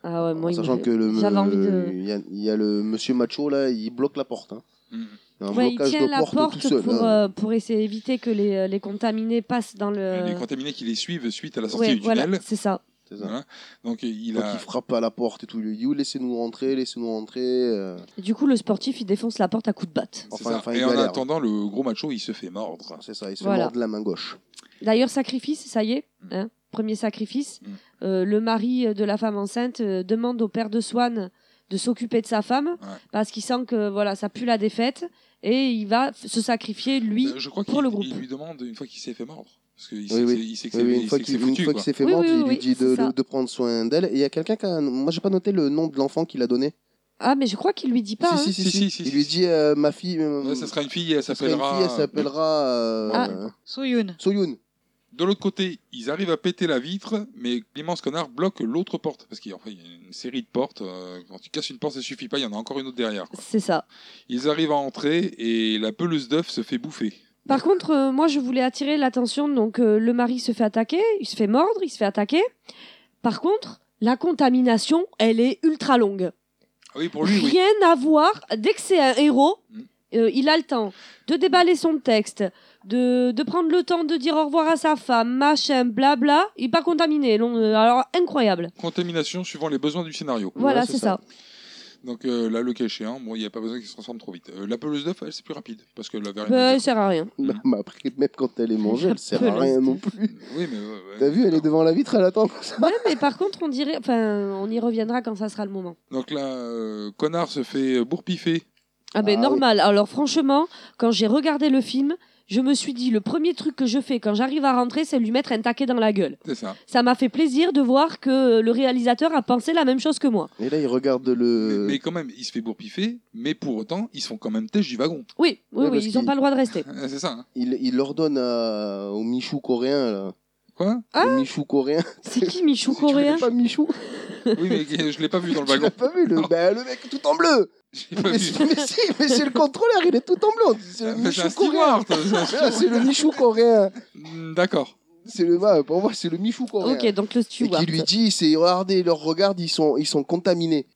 Speaker 7: Ah ouais, moi,
Speaker 8: En
Speaker 7: il
Speaker 8: sachant
Speaker 7: me-
Speaker 8: que le.
Speaker 7: j'avais envie
Speaker 8: le-
Speaker 7: de.
Speaker 8: Il y, a, il y a le monsieur macho là, il bloque la porte. Hein.
Speaker 6: Mhm.
Speaker 8: Il y a un
Speaker 7: Ouais, il
Speaker 8: blocage
Speaker 7: tient
Speaker 8: de
Speaker 7: la
Speaker 8: porte,
Speaker 7: porte
Speaker 8: tout seul.
Speaker 7: pour,
Speaker 8: hein.
Speaker 7: euh, pour essayer d'éviter que les, les contaminés passent dans le.
Speaker 6: Les contaminés qui les suivent suite à la sortie
Speaker 7: Euh. ouais,
Speaker 6: du tunnel.
Speaker 7: voilà, c'est ça.
Speaker 8: C'est ça.
Speaker 6: Voilà. Donc il
Speaker 8: Donc,
Speaker 6: a.
Speaker 8: il frappe à la porte et tout. Il lui dit oh, Laissez-nous rentrer, laissez-nous rentrer. euh.
Speaker 7: Et du coup, le sportif, il défonce la porte à coups de batte.
Speaker 6: c'est
Speaker 8: Enfin,
Speaker 6: ça.
Speaker 8: enfin, il
Speaker 6: et en
Speaker 8: galère.
Speaker 6: attendant, le gros macho, il se fait mordre.
Speaker 8: C'est ça, il se
Speaker 7: Voilà.
Speaker 8: mord de la main gauche.
Speaker 7: D'ailleurs, sacrifice, ça y est, hein, premier sacrifice.
Speaker 6: Mm.
Speaker 7: Euh, le mari de la femme enceinte euh, demande au père de Swan de s'occuper de sa femme parce qu'il sent que voilà, ça pue la défaite et il va f- se sacrifier lui.
Speaker 6: Euh, je crois
Speaker 7: pour le
Speaker 6: qu'il
Speaker 7: groupe.
Speaker 6: il lui demande une fois qu'il s'est fait mordre. Parce qu'il
Speaker 8: Oui,
Speaker 6: sait que c'est- il sait que
Speaker 8: Oui,
Speaker 6: c'est-
Speaker 8: oui,
Speaker 6: il
Speaker 8: une
Speaker 6: sait
Speaker 8: fois
Speaker 6: que
Speaker 8: qu'il
Speaker 6: c'est
Speaker 8: une
Speaker 6: foutu.
Speaker 8: fois
Speaker 6: quoi.
Speaker 8: qu'il s'est fait
Speaker 7: Oui,
Speaker 8: mordre,
Speaker 7: oui,
Speaker 8: il
Speaker 7: oui,
Speaker 8: lui dit
Speaker 7: c'est
Speaker 8: de,
Speaker 7: ça.
Speaker 8: de- de prendre soin d'elle. Et il y a quelqu'un qui a. un- Moi, j'ai pas noté le nom de l'enfant qu'il a donné.
Speaker 7: Ah mais je crois qu'il lui dit pas. hein.
Speaker 8: si, si,
Speaker 6: Si,
Speaker 8: si,
Speaker 6: si, si,
Speaker 8: Il
Speaker 6: si,
Speaker 8: lui
Speaker 6: si.
Speaker 8: dit euh, Ma fille. euh,
Speaker 6: Ouais, ça sera une fille et elle
Speaker 8: ça sera une
Speaker 6: s'appellera.
Speaker 8: fille, elle s'appellera. euh,
Speaker 7: Ah.
Speaker 4: Soyun.
Speaker 8: Soyoun.
Speaker 6: De l'autre côté, ils arrivent à péter la vitre, mais l'immense connard bloque l'autre porte. Parce qu'il y a- enfin, il y a une série de portes. euh, Quand tu casses une porte, ça suffit pas, il y en a encore une autre derrière. quoi.
Speaker 7: C'est ça.
Speaker 6: Ils arrivent à entrer et la pelouse d'œuf se fait bouffer.
Speaker 7: Par contre, euh, moi je voulais attirer l'attention. Donc euh, le mari se fait attaquer, il se fait mordre, il se fait attaquer. Par contre, la contamination, elle est ultra longue.
Speaker 6: Ah oui, pour lui, oui.
Speaker 7: rien à voir. Dès que c'est un héros,
Speaker 6: Mm.
Speaker 7: euh, il a le temps de déballer son texte, de, de prendre le temps de dire au revoir à sa femme, machin, blabla. Il n'est pas contaminé. non, euh, alors, incroyable.
Speaker 6: Contamination suivant les besoins du scénario.
Speaker 7: Voilà,
Speaker 8: Ouais, c'est
Speaker 7: c'est ça.
Speaker 6: Donc euh, là, le cas échéant, bon, il n'y a pas besoin qu'il se transforme trop vite. Euh, la pelouse d'œuf, elle, c'est plus rapide. Parce que la verre
Speaker 7: Bah, elle sert à rien.
Speaker 8: Non, mais après, même quand elle est mangée, elle sert à
Speaker 7: Pelouse
Speaker 8: rien
Speaker 7: d'œuf.
Speaker 8: non plus.
Speaker 6: Oui, mais. ouais, ouais.
Speaker 8: T'as vu, elle est devant la vitre, elle attend. comme ça.
Speaker 7: Ouais, mais par contre, on dirait. Enfin, on y reviendra quand ça sera le moment.
Speaker 6: Donc là, euh, Connard se fait bourpiffer.
Speaker 7: Ah, ben
Speaker 6: Ah
Speaker 7: normal. Alors, franchement, quand j'ai regardé le film, je me suis dit le premier truc que je fais quand j'arrive à rentrer, c'est lui mettre un taquet dans la gueule.
Speaker 6: C'est ça.
Speaker 7: Ça m'a fait plaisir de voir que le réalisateur a pensé la même chose que moi.
Speaker 8: Et là, il regarde le.
Speaker 6: Mais quand même, il se fait bourpiffer, mais pour autant, ils se font quand même têche du wagon.
Speaker 7: Oui, oui,
Speaker 8: Ouais,
Speaker 7: oui,
Speaker 8: parce
Speaker 7: ils n'ont
Speaker 8: qu'il-
Speaker 7: pas le droit de rester.
Speaker 6: Ah, C'est ça. hein.
Speaker 8: Il, il ordonne à- au Michou coréen, là.
Speaker 6: Quoi
Speaker 8: Au Michou coréen.
Speaker 7: C'est qui Michou Ah coréen
Speaker 8: pas Michou
Speaker 6: Bah Oui, mais je l'ai pas vu dans le
Speaker 8: Tu l'as
Speaker 6: wagon.
Speaker 8: pas vu, le, bah, le mec tout en bleu
Speaker 6: J'ai pas
Speaker 8: mais,
Speaker 6: vu. Ah,
Speaker 8: c'est- mais si, mais c'est le contrôleur, il est tout en bleu. On dit, C'est le
Speaker 6: Mais c'est
Speaker 8: Michou
Speaker 6: un
Speaker 8: coréen.
Speaker 6: steward. c'est un
Speaker 8: Mais là,
Speaker 6: steward.
Speaker 8: C'est le Michou coréen.
Speaker 6: Mm, D'accord.
Speaker 8: C'est le, bah, pour moi, c'est le Michou coréen.
Speaker 7: Ok, donc le
Speaker 8: et
Speaker 7: steward.
Speaker 8: qui lui dit, hein. c'est regardez, leurs regards, ils sont, ils sont contaminés.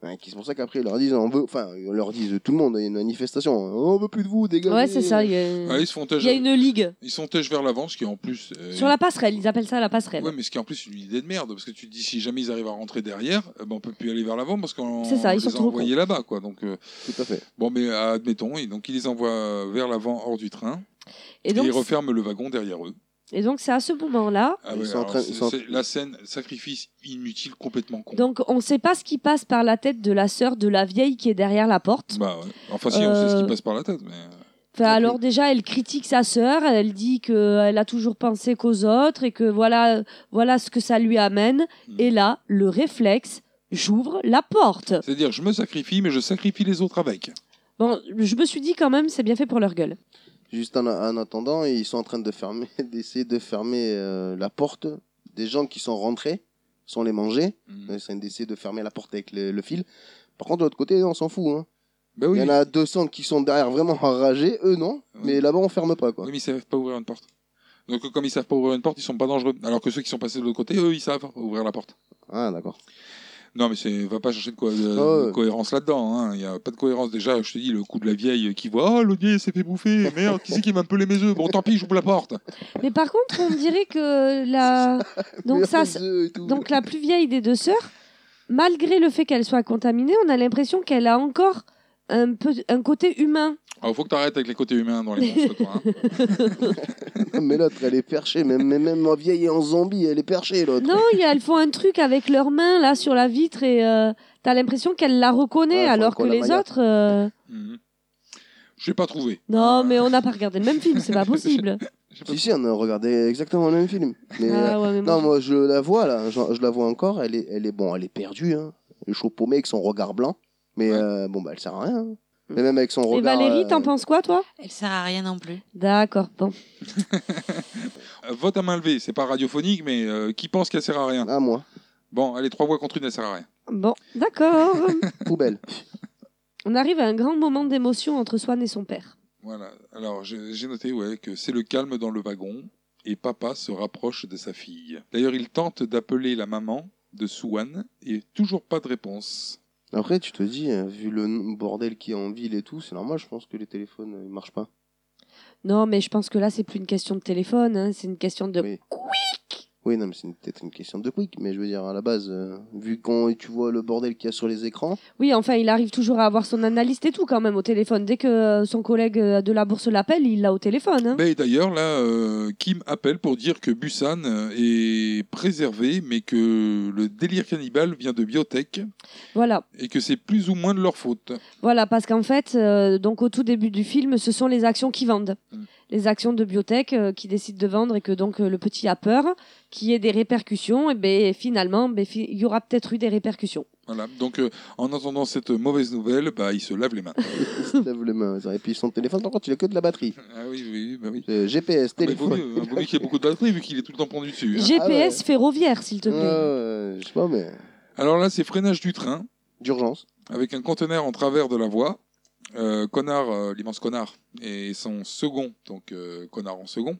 Speaker 8: Hein, qui- c'est pour ça qu'après, ils leur disent, on veut, enfin, ils leur disent tout le monde, il y a une manifestation, on veut plus de vous, dégagez.
Speaker 7: Ouais, c'est ça. Il y a,
Speaker 6: Ouais, ils se font têche.
Speaker 7: il y a une ligue.
Speaker 6: Ils sont têche vers l'avant, ce qui est en plus. euh,
Speaker 7: Sur la passerelle, ils appellent ça la passerelle.
Speaker 6: Ouais, mais ce qui est en plus une idée de merde, parce que tu te dis si jamais ils arrivent à rentrer derrière, euh, ben on peut plus aller vers l'avant parce qu'on
Speaker 7: C'est ça, ils
Speaker 6: les
Speaker 7: sont
Speaker 6: a
Speaker 7: trop
Speaker 6: envoyés là-bas, quoi. Donc euh,
Speaker 8: Tout à fait.
Speaker 6: bon, mais euh, admettons, et donc ils les envoient euh, vers l'avant hors du train
Speaker 7: Et
Speaker 6: et
Speaker 7: donc,
Speaker 6: ils referment le wagon derrière eux.
Speaker 7: et donc c'est à ce moment-là
Speaker 6: Ah
Speaker 8: Ils
Speaker 6: ouais,
Speaker 8: sont en
Speaker 6: alors,
Speaker 8: train-
Speaker 6: c'est-
Speaker 8: ils sont en-
Speaker 6: c'est La scène sacrifice inutile complètement con.
Speaker 7: Donc on ne sait pas ce qui passe par la tête de la sœur de la vieille qui est derrière la porte.
Speaker 6: Bah, ouais. Enfin, si, on sait ce
Speaker 7: Euh,
Speaker 6: qui passe par la tête, mais. euh,
Speaker 7: Enfin,
Speaker 6: ça
Speaker 7: alors
Speaker 6: pue.
Speaker 7: déjà elle critique sa sœur, elle dit qu'elle a toujours pensé qu'aux autres et que voilà, voilà ce que ça lui amène.
Speaker 6: Hmm.
Speaker 7: Et là, le réflexe, j'ouvre la porte.
Speaker 6: C'est-à-dire, je me sacrifie, mais je sacrifie les autres avec.
Speaker 7: Bon, je me suis dit quand même, c'est bien fait pour leur gueule.
Speaker 8: Juste en, en attendant, ils sont en train de fermer, d'essayer de fermer euh, la porte des gens qui sont rentrés, sans les manger.
Speaker 6: Mhm.
Speaker 8: Ils sont en train d'essayer de fermer la porte avec le, le fil. Par contre, de l'autre côté, on s'en fout. Hein.
Speaker 6: Bah
Speaker 8: Il
Speaker 6: oui,
Speaker 8: y en a 200 qui sont derrière vraiment enragés, eux non,
Speaker 6: Ouais.
Speaker 8: mais là-bas on ferme pas quoi.
Speaker 6: oui, mais ils savent pas ouvrir une porte. Donc, euh, comme ils savent pas ouvrir une porte, ils sont pas dangereux. Alors que ceux qui sont passés de l'autre côté, eux, ils savent ouvrir la porte.
Speaker 8: Ah d'accord.
Speaker 6: Non, mais c'est, va pas chercher de, co- de-
Speaker 8: Ah ouais.
Speaker 6: de cohérence là-dedans. hein. Il y a pas de cohérence déjà. Je te dis le coup de la vieille qui voit, oh le vieil s'est fait bouffer. Merde, qui c'est qui m'a pelé mes œufs Bon, tant pis, j'ouvre la porte.
Speaker 7: Mais par contre, on dirait que la donc ça,
Speaker 8: Merde, eux et tout.
Speaker 7: donc la plus vieille des deux sœurs, malgré le fait qu'elle soit contaminée, on a l'impression qu'elle a encore un peu un côté humain.
Speaker 6: Alors, faut que t'arrêtes avec les côtés humains dans les monstres, toi. hein.
Speaker 8: mais l'autre elle est perchée, même même même en vieille et en zombie, elle est perchée l'autre.
Speaker 7: Non, il y a- elles font un truc avec leurs mains là sur la vitre et euh, t'as l'impression qu'elle la reconnaît
Speaker 8: Ouais, faut
Speaker 7: alors que
Speaker 8: encore la
Speaker 7: les
Speaker 8: maillade.
Speaker 7: autres. euh,
Speaker 6: Mhm. J'ai pas trouvé.
Speaker 7: Non,
Speaker 6: Euh,
Speaker 7: mais on n'a pas regardé le même film, c'est pas possible.
Speaker 6: j'ai pas
Speaker 8: Si si, on a regardé exactement le même film. Mais euh,
Speaker 7: Ah ouais, mais moi,
Speaker 8: non, moi je la vois là, je, je la vois encore, elle est elle est bon, elle est perdue hein. Elle est chaud paumée avec son regard blanc, mais
Speaker 6: Ouais.
Speaker 8: euh, bon bah elle sert à rien. hein.
Speaker 7: Mm.
Speaker 8: Mais même avec son
Speaker 7: Et
Speaker 8: regard
Speaker 7: Valérie,
Speaker 8: euh,
Speaker 7: t'en penses quoi, toi
Speaker 4: Elle sert à rien non plus.
Speaker 7: D'accord, bon.
Speaker 6: Euh, Vote à main levée, c'est pas radiophonique, mais euh, qui pense qu'elle sert à rien
Speaker 8: à moi,
Speaker 6: Bon, allez, trois voix contre une, elle sert à rien.
Speaker 7: Bon, d'accord.
Speaker 8: poubelle.
Speaker 7: on arrive à un grand moment d'émotion entre Swan et son père.
Speaker 6: Voilà. Alors, j'ai j'ai noté ouais, que c'est le calme dans le wagon et papa se rapproche de sa fille. D'ailleurs, il tente d'appeler la maman de Suwan et toujours pas de réponse.
Speaker 8: Après tu te dis euh, vu le n- bordel qu'il y a en ville et tout, c'est normal, je pense que les téléphones euh, ils marchent pas.
Speaker 7: Non, mais je pense que là, c'est plus une question de téléphone, hein, c'est une question de.
Speaker 8: Oui. Oui, non, mais c'est une- peut-être une question de quick, mais je veux dire, à la base, euh, vu quand tu vois le bordel qu'il y a sur les écrans,
Speaker 7: Oui, enfin, il arrive toujours à avoir son analyste et tout quand même au téléphone. Dès que euh, son collègue euh, de la bourse l'appelle, il l'a au téléphone. hein.
Speaker 6: Mais d'ailleurs, là, euh, Kim appelle pour dire que Busan euh, est préservé, mais que le délire cannibale vient de biotech
Speaker 7: Voilà.
Speaker 6: et que c'est plus ou moins de leur faute.
Speaker 7: Voilà, parce qu'en fait, euh, donc au tout début du film, ce sont les actions qui vendent.
Speaker 6: Mm.
Speaker 7: Les actions de biotech euh, qui décident de vendre et que donc euh, le petit a peur, qui ait des répercussions, et ben, finalement, ben, fi- il y aura peut-être eu des répercussions.
Speaker 6: Voilà. Donc, euh, en entendant cette mauvaise nouvelle, bah, il se lave les mains.
Speaker 8: il se lève les mains. ça. Et puis son téléphone, par contre, il a que de la batterie.
Speaker 6: ah oui, oui, bah oui.
Speaker 8: Euh, GPS,
Speaker 6: Ah, mais vaut
Speaker 8: téléphone.
Speaker 6: mieux, hein, vaut mieux qu'il y ait beaucoup de batterie vu qu'il est tout le temps pendu dessus. hein.
Speaker 7: GPS
Speaker 8: ouais.
Speaker 7: ferroviaire, s'il te plaît.
Speaker 8: Euh, je sais pas, mais
Speaker 6: Alors là, c'est freinage du train.
Speaker 8: d'urgence.
Speaker 6: avec un conteneur en travers de la voie. Euh, connard, euh, l'immense connard, et son second, donc euh, connard en second,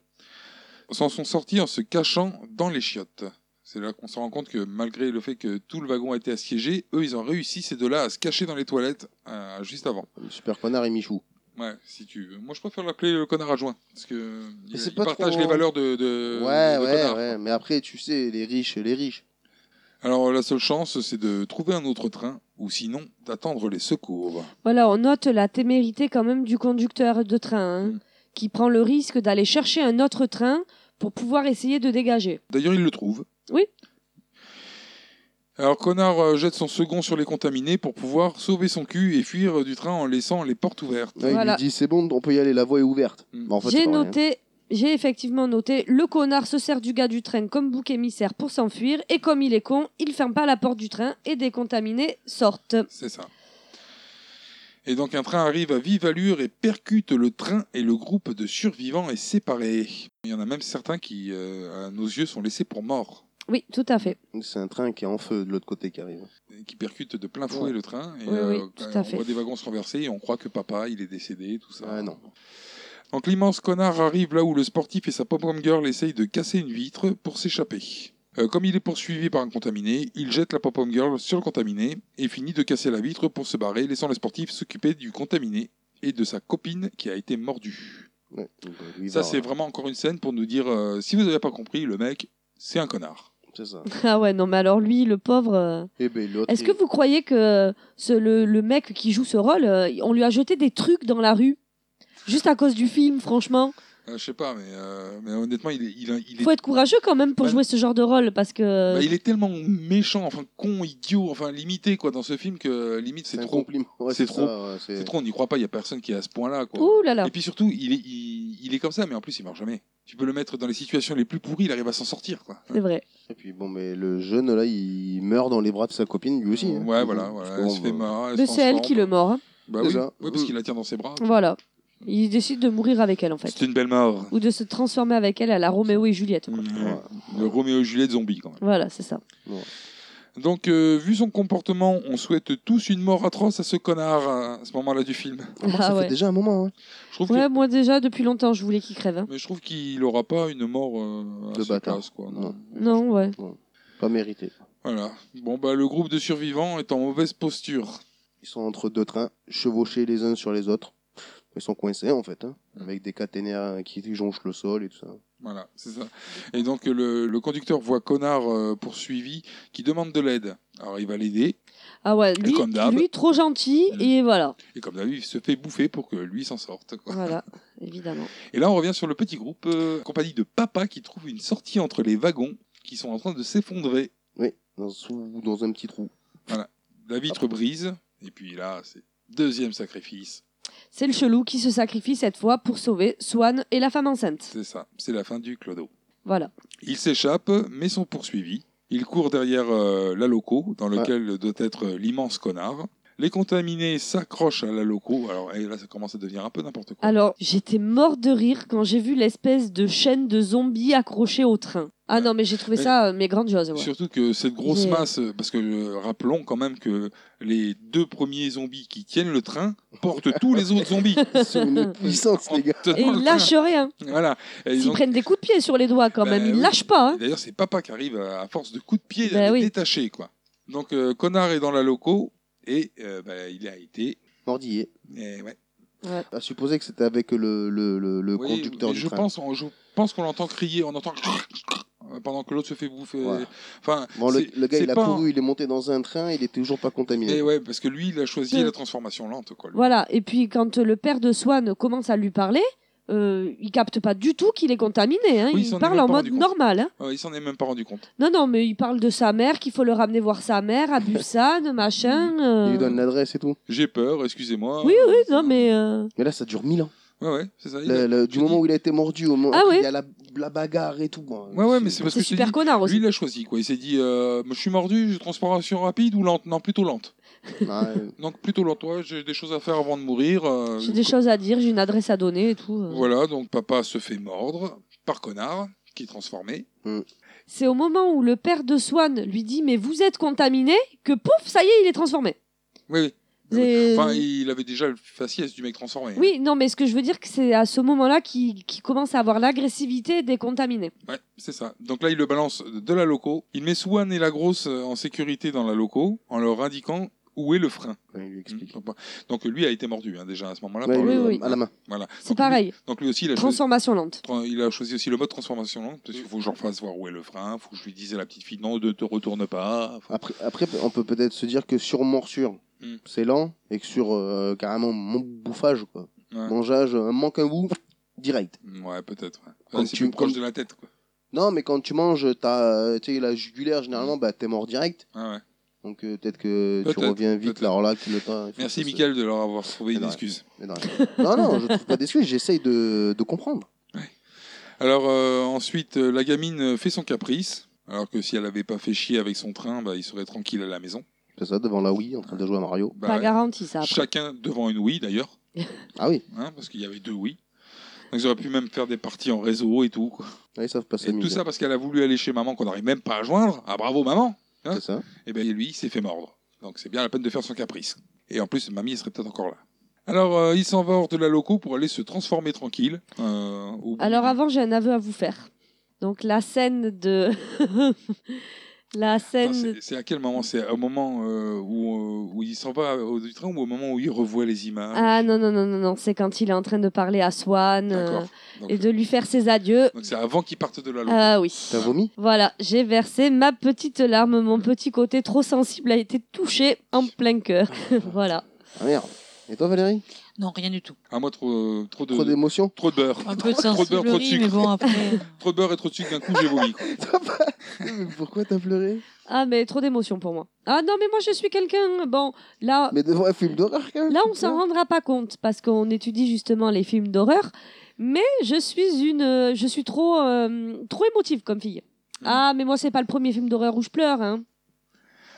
Speaker 6: s'en sont sortis en se cachant dans les chiottes. C'est là qu'on se rend compte que malgré le fait que tout le wagon a été assiégé, eux ils ont réussi ces deux-là à se cacher dans les toilettes euh, juste avant.
Speaker 8: Le Super connard et Michou.
Speaker 6: Ouais, si tu veux. Moi je préfère l'appeler le connard adjoint, parce que il,
Speaker 8: c'est
Speaker 6: il
Speaker 8: pas
Speaker 6: partage
Speaker 8: trop-
Speaker 6: les valeurs de, de, de
Speaker 8: ouais, ouais,
Speaker 6: Euh, connard.
Speaker 8: ouais. Mais après, tu sais, les riches, les riches.
Speaker 6: Alors la seule chance, c'est de trouver un autre train ou sinon d'attendre les secours.
Speaker 7: Voilà, on note la témérité quand même du conducteur de train,
Speaker 6: Mm.
Speaker 7: hein, qui prend le risque d'aller chercher un autre train pour pouvoir essayer de dégager.
Speaker 6: D'ailleurs, il le trouve.
Speaker 7: Oui.
Speaker 6: Alors Connard euh, jette son second sur les contaminés pour pouvoir sauver son cul et fuir euh, du train en laissant les portes ouvertes.
Speaker 8: Ouais, Il lui dit c'est bon, on peut y aller, la voie est ouverte.
Speaker 6: Mm.
Speaker 8: Mais en fait, c'est
Speaker 7: j'ai
Speaker 8: pas vrai, hein.
Speaker 7: noté, j'ai effectivement noté, le connard se sert du gars du train comme bouc émissaire pour s'enfuir, et comme il est con, il ferme pas la porte du train et des contaminés sortent.
Speaker 6: C'est ça. Et donc un train arrive à vive allure et percute le train et le groupe de survivants est séparé. Il y en a même certains qui, euh, à nos yeux, sont laissés pour morts.
Speaker 7: Oui, tout à fait.
Speaker 8: C'est un train qui est en feu de l'autre côté qui arrive.
Speaker 6: Et qui percute de plein fouet
Speaker 8: Ouais.
Speaker 6: le train. Et, euh,
Speaker 8: Oui, oui,
Speaker 7: tout
Speaker 6: quand
Speaker 7: à
Speaker 6: on
Speaker 7: fait.
Speaker 6: voit des wagons se renverser et on croit que papa, il est décédé, tout ça. Donc l'immense connard arrive là où le sportif et sa pop-pom girl essayent de casser une vitre pour s'échapper. Euh, comme il est poursuivi par un contaminé, il jette la pop-pom girl sur le contaminé et finit de casser la vitre pour se barrer, laissant le sportif s'occuper du contaminé et de sa copine qui a été mordue.
Speaker 8: Ouais. Donc, euh, lui, il
Speaker 6: Ça,
Speaker 8: va-
Speaker 6: c'est vraiment encore une scène pour nous dire euh, si vous n'avez pas compris, le mec, c'est un connard.
Speaker 8: C'est ça.
Speaker 7: Ah ouais, non, mais alors lui, le pauvre. euh,
Speaker 8: Eh ben, l'autre,
Speaker 7: Est-ce
Speaker 8: il-
Speaker 7: que vous croyez que ce, le, le mec qui joue ce rôle, euh, on lui a jeté des trucs dans la rue Juste à cause du film, franchement.
Speaker 6: Euh, je sais pas, mais, euh, mais honnêtement, il est, il, est- il est-
Speaker 7: Faut être courageux quand même pour jouer ce genre de rôle parce que.
Speaker 6: bah, il est tellement méchant, enfin con, idiot, enfin limité quoi dans ce film que euh, limite c'est
Speaker 8: un
Speaker 6: trop.
Speaker 8: compliment. Ouais,
Speaker 6: c'est
Speaker 8: c'est
Speaker 6: trop.
Speaker 8: ça, ouais, c'est-
Speaker 6: c'est trop. On n'y croit pas. Il y a personne qui est à ce point-là quoi.
Speaker 7: Ouh là là.
Speaker 6: Et puis surtout, il est, il, il est comme ça, mais en plus il meurt jamais. Tu peux le mettre dans les situations les plus pourries, il arrive à s'en sortir quoi.
Speaker 7: C'est vrai.
Speaker 8: Et puis bon, mais le jeune là, il meurt dans les bras de sa copine lui aussi. hein.
Speaker 6: Ouais, voilà, ouais,
Speaker 8: Parce que,
Speaker 6: elle
Speaker 8: bon,
Speaker 6: se fait
Speaker 8: bah,
Speaker 6: marrer, elle
Speaker 7: Mais
Speaker 6: se
Speaker 7: c'est elle
Speaker 6: transforme.
Speaker 7: qui le mord. hein.
Speaker 6: Bah oui,
Speaker 8: Déjà.
Speaker 6: ouais, parce qu'il la tient dans ses bras.
Speaker 7: Voilà. Il décide de mourir avec elle en fait.
Speaker 6: C'est une belle mort.
Speaker 7: Ou de se transformer avec elle à la Roméo et Juliette. quoi.
Speaker 6: Mm. Le Roméo et Juliette zombie quand même.
Speaker 7: Voilà, c'est ça.
Speaker 6: Donc, euh, vu son comportement, on souhaite tous une mort atroce à ce connard à ce moment-là du film.
Speaker 7: Ah ouais.
Speaker 8: un moment. hein.
Speaker 6: Je trouve
Speaker 7: Ouais, moi déjà, depuis longtemps, je voulais qu'il crève. hein.
Speaker 6: Mais je trouve qu'il n'aura pas une mort euh,
Speaker 8: De
Speaker 6: assez
Speaker 8: bâtard.
Speaker 6: classe, quoi.
Speaker 8: Non.
Speaker 7: Non, ouais.
Speaker 8: Pas mérité.
Speaker 6: Voilà. Bon, bah, le groupe de survivants est en mauvaise posture.
Speaker 8: Ils sont entre deux trains, chevauchés les uns sur les autres. Ils sont coincés en fait, hein,
Speaker 6: Mm.
Speaker 8: avec des caténaires hein, qui jonchent le sol et tout ça.
Speaker 6: Voilà, c'est ça. Et donc, le, le conducteur voit Connard euh, poursuivi qui demande de l'aide. Alors, il va l'aider.
Speaker 7: Ah ouais,
Speaker 6: Et
Speaker 7: lui,
Speaker 6: comme d'hab. Mmh.
Speaker 7: lui trop gentil et voilà.
Speaker 6: Et comme d'habitude, il se fait bouffer pour que lui s'en sorte. quoi.
Speaker 7: Voilà, évidemment.
Speaker 6: Et là, on revient sur le petit groupe, euh, compagnie de papa qui trouve une sortie entre les wagons qui sont en train de s'effondrer.
Speaker 8: Oui, dans, sous- dans un petit trou.
Speaker 6: La vitre brise. Et puis là, c'est deuxième sacrifice.
Speaker 7: C'est le chelou qui se sacrifie cette fois pour sauver Swan et la femme enceinte.
Speaker 6: C'est ça. C'est la fin du clodo.
Speaker 7: Voilà.
Speaker 6: Ils s'échappent, mais sont poursuivis. Ils courent derrière euh, la loco, dans lequel doit être euh, l'immense connard. Les contaminés s'accrochent à la loco. Alors et là, ça commence à devenir un peu n'importe quoi.
Speaker 7: Alors, j'étais morte de rire quand j'ai vu l'espèce de chaîne de zombies accrochée au train. Ah non, mais j'ai trouvé
Speaker 6: Mais-
Speaker 7: ça euh, mais grandiose. ouais.
Speaker 6: Surtout que cette grosse
Speaker 7: J'ai-
Speaker 6: masse, euh, parce que euh, rappelons quand même que les deux premiers zombies qui tiennent le train portent tous les autres zombies.
Speaker 8: Ils sont une puissance, les gars.
Speaker 7: Et ils lâchent rien.
Speaker 6: Voilà. Et ils
Speaker 7: S'ils
Speaker 6: ont-
Speaker 7: prennent des coups de pied sur les doigts quand
Speaker 6: Bah
Speaker 7: même, ils
Speaker 6: oui.
Speaker 7: lâchent pas. hein.
Speaker 6: Et D'ailleurs, c'est papa qui arrive à à force de coups de pied
Speaker 7: Bah
Speaker 6: à les
Speaker 7: oui.
Speaker 6: détacher, quoi. Donc, euh, Connard est dans la loco et euh, bah, il a été.
Speaker 8: Mordillé.
Speaker 6: eh, ouais.
Speaker 8: À supposer que c'était avec le, le, le, le
Speaker 6: Oui,
Speaker 8: conducteur
Speaker 6: mais
Speaker 8: du
Speaker 6: je
Speaker 8: train.
Speaker 6: pense, on- je pense qu'on l'entend crier, on entend euh, pendant que l'autre se fait bouffer.
Speaker 8: Ouais.
Speaker 6: Enfin,
Speaker 8: Bon, le,
Speaker 6: c'est-
Speaker 8: le gars,
Speaker 6: c'est
Speaker 8: il a
Speaker 6: pas un-
Speaker 8: couru, il est monté dans un train, il est toujours pas contaminé.
Speaker 6: Eh ouais, parce que lui, il a choisi
Speaker 7: Ouais.
Speaker 6: la transformation lente, quoi. lui.
Speaker 7: Voilà, et puis quand euh, le père de Swan commence à lui parler, euh, il capte pas du tout qu'il est contaminé. hein.
Speaker 6: Oui, il s'en
Speaker 7: il
Speaker 6: est
Speaker 7: parle
Speaker 6: même
Speaker 7: en
Speaker 6: pas
Speaker 7: mode
Speaker 6: rendu compte.
Speaker 7: normal. hein.
Speaker 6: Ouais, il s'en est même pas rendu compte.
Speaker 7: Non, non, mais il parle de sa mère, qu'il faut le ramener voir sa mère à Busan, machin. euh.
Speaker 8: Il lui donne l'adresse et tout.
Speaker 6: J'ai peur, excusez-moi.
Speaker 7: Oui, oui, non, mais. euh,
Speaker 8: Mais là, ça dure mille ans.
Speaker 6: Ouais, ouais, c'est ça. il
Speaker 8: Le-
Speaker 6: a-
Speaker 8: le- du moment où il a été mordu, au moment
Speaker 7: Ah
Speaker 8: où
Speaker 7: ouais.
Speaker 8: il y a la, la bagarre et tout. moi.
Speaker 6: Ouais, ouais, mais c'est parce que
Speaker 7: C'est
Speaker 6: je te
Speaker 7: super
Speaker 6: dis,
Speaker 7: connard aussi.
Speaker 6: lui, il a choisi, quoi. Il s'est dit, euh, je suis mordu, j'ai transformation rapide ou lente Non, plutôt lente.
Speaker 8: Ouais.
Speaker 6: Donc plutôt lent, toi, j'ai des choses à faire avant de mourir. euh,
Speaker 7: J'ai des choses à dire, j'ai une adresse à donner et tout. euh.
Speaker 6: Voilà, donc papa se fait mordre par connard, qui est transformé.
Speaker 7: C'est au moment où le père de Swan lui dit Mais vous êtes contaminé que pouf, ça y est, il est transformé.
Speaker 6: Oui, Ah oui.
Speaker 7: C'est-
Speaker 6: Enfin, il avait déjà le faciès du mec transformé.
Speaker 7: Oui, non, mais ce que je veux dire, que c'est à ce moment-là qu'il qu'il commence à avoir l'agressivité des contaminés.
Speaker 6: Ouais, c'est ça. Donc là, il le balance de la loco. Il met Swan et la grosse euh, en sécurité dans la loco en leur indiquant où est le frein. Hmm,
Speaker 8: il lui
Speaker 6: Mm.
Speaker 8: explique.
Speaker 6: Donc lui a été mordu hein, déjà à ce moment-là.
Speaker 8: Ouais,
Speaker 6: par
Speaker 8: oui,
Speaker 6: le-
Speaker 8: oui. À la main.
Speaker 6: Voilà.
Speaker 7: C'est
Speaker 6: Donc,
Speaker 7: pareil.
Speaker 6: lui- donc lui aussi, il a choisi-
Speaker 7: Transformation lente.
Speaker 6: Tra- Il a choisi aussi le mode transformation longue, parce qu'il faut que je leur fasse voir où est le frein, faut que je lui dise à la petite fille non, ne te retourne pas. Faut-
Speaker 8: Après, après, on peut peut-être se dire que sur morsure,
Speaker 6: Hmm.
Speaker 8: c'est lent, et que sur euh, carrément mon bouffage, quoi.
Speaker 6: Ouais.
Speaker 8: mangeage, euh, un manque un bout, direct.
Speaker 6: Ouais, peut-être. ouais.
Speaker 8: Quand
Speaker 6: Ouais, c'est
Speaker 8: tu-
Speaker 6: plus proche
Speaker 8: quand-
Speaker 6: de la tête. Quoi.
Speaker 8: Non, mais quand tu manges, t'as, euh, tu sais, la jugulaire, généralement, bah, t'es mort direct.
Speaker 6: Ah ouais.
Speaker 8: Donc euh, peut-être que tu
Speaker 6: Hmm. Peut-être,
Speaker 8: reviens vite, là, alors là, qu'il le temps. il faut
Speaker 6: Merci,
Speaker 8: que ça se-
Speaker 6: Michael, de leur avoir trouvé
Speaker 8: Mais
Speaker 6: une
Speaker 8: non,
Speaker 6: excuse.
Speaker 8: mais non, Non, non, je trouve pas d'excuse, j'essaye de, de comprendre.
Speaker 6: Alors, euh, ensuite, euh, la gamine euh, fait son caprice, alors que si elle avait pas fait chier avec son train, bah, il serait tranquille à la maison.
Speaker 8: C'est ça, devant la Wii, en train de jouer à Mario.
Speaker 6: Bah
Speaker 7: pas
Speaker 6: ouais.
Speaker 7: garanti ça. Après.
Speaker 6: Chacun devant une Wii, d'ailleurs,
Speaker 8: Ah oui,
Speaker 6: hein, parce qu'il y avait deux Wii. Donc, ils auraient pu même faire des parties en réseau et tout. quoi.
Speaker 8: ouais, ils savent passer
Speaker 6: Et
Speaker 8: le
Speaker 6: tout
Speaker 8: milieu.
Speaker 6: ça hein parce qu'elle a voulu aller chez maman qu'on n'arrive même pas à joindre. Ah bravo maman hein
Speaker 8: C'est ça.
Speaker 6: Et bien lui, il s'est fait mordre. Donc c'est bien la peine de faire son caprice. Et en plus, mamie serait peut-être encore là. Alors, euh, il s'en va hors de la loco pour aller se transformer tranquille. euh, au bout
Speaker 7: Alors
Speaker 6: du-
Speaker 7: avant, j'ai un aveu à vous faire. Donc la scène de la
Speaker 6: Attends,
Speaker 7: scène
Speaker 6: c'est- c'est à quel moment C'est au moment euh, où, euh, où il s'en va au, du train ou au moment où il revoit les images
Speaker 7: Ah non non non non non, c'est quand il est en train de parler à Swan euh,
Speaker 6: D'accord. Donc,
Speaker 7: et de lui faire ses adieux.
Speaker 6: donc c'est avant qu'ils partent de la loco.
Speaker 7: Ah oui.
Speaker 8: T'as vomi
Speaker 7: Voilà, j'ai versé ma petite larme, mon petit côté trop sensible a été touché en plein cœur. voilà.
Speaker 8: Ah merde. Et toi, Valérie
Speaker 4: Non, rien du tout.
Speaker 6: Ah, moi, trop, euh, trop de...
Speaker 8: Trop d'émotions
Speaker 6: trop de beurre.
Speaker 4: Un peu de
Speaker 6: Trop de beurre, trop de
Speaker 4: sensiblerie,
Speaker 6: sucre.
Speaker 4: mais bon, après.
Speaker 6: Trop de beurre et trop de sucre, d'un coup, j'ai vomi. quoi.
Speaker 8: Mais Pourquoi t'as pleuré
Speaker 7: Ah mais trop d'émotion pour moi. Ah non mais moi je suis quelqu'un. Bon là
Speaker 8: Mais devant un film d'horreur, quand même
Speaker 7: Là, on s'en rendra pas compte parce qu'on étudie justement les films d'horreur, mais je suis une, euh, je suis trop, euh, trop émotive comme fille. Ah, mais moi, c'est pas le premier film d'horreur où je pleure. Hein.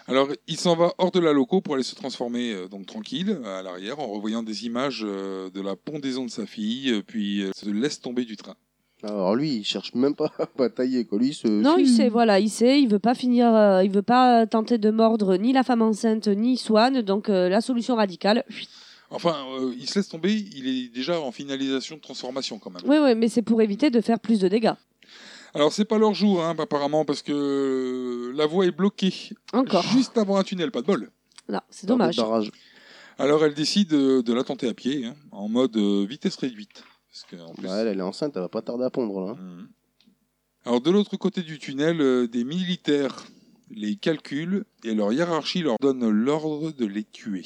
Speaker 6: Alors, il s'en va hors de la loco pour aller se transformer euh, donc tranquille euh, à l'arrière en revoyant des images euh, de la pendaison de sa fille, euh, puis euh, se laisse tomber du train.
Speaker 8: Alors lui, il cherche même pas à batailler, quoi. Lui, il se...
Speaker 7: Non, il sait, voilà, il sait, il veut pas finir, euh, il veut pas tenter de mordre ni la femme enceinte ni Swan, donc euh, la solution radicale.
Speaker 6: Enfin, euh, il se laisse tomber, il est déjà en finalisation de transformation quand même.
Speaker 7: Oui, oui, mais c'est pour éviter de faire plus de dégâts.
Speaker 6: Alors, c'est pas leur jour, hein, apparemment, parce que euh, la voie est bloquée
Speaker 7: Encore.
Speaker 6: juste avant un tunnel, pas de bol.
Speaker 7: Non, c'est
Speaker 8: Dans le
Speaker 7: dommage.
Speaker 8: barrage.
Speaker 6: Alors, elle décide euh, de la tenter à pied, hein, en mode euh, vitesse réduite. Parce que, en plus,
Speaker 8: Bah, elle, elle est enceinte, elle va pas tarder à pondre, là. hein.
Speaker 6: Mhm. Alors de l'autre côté du tunnel, euh, des militaires les calculent et leur hiérarchie leur donne l'ordre de les tuer.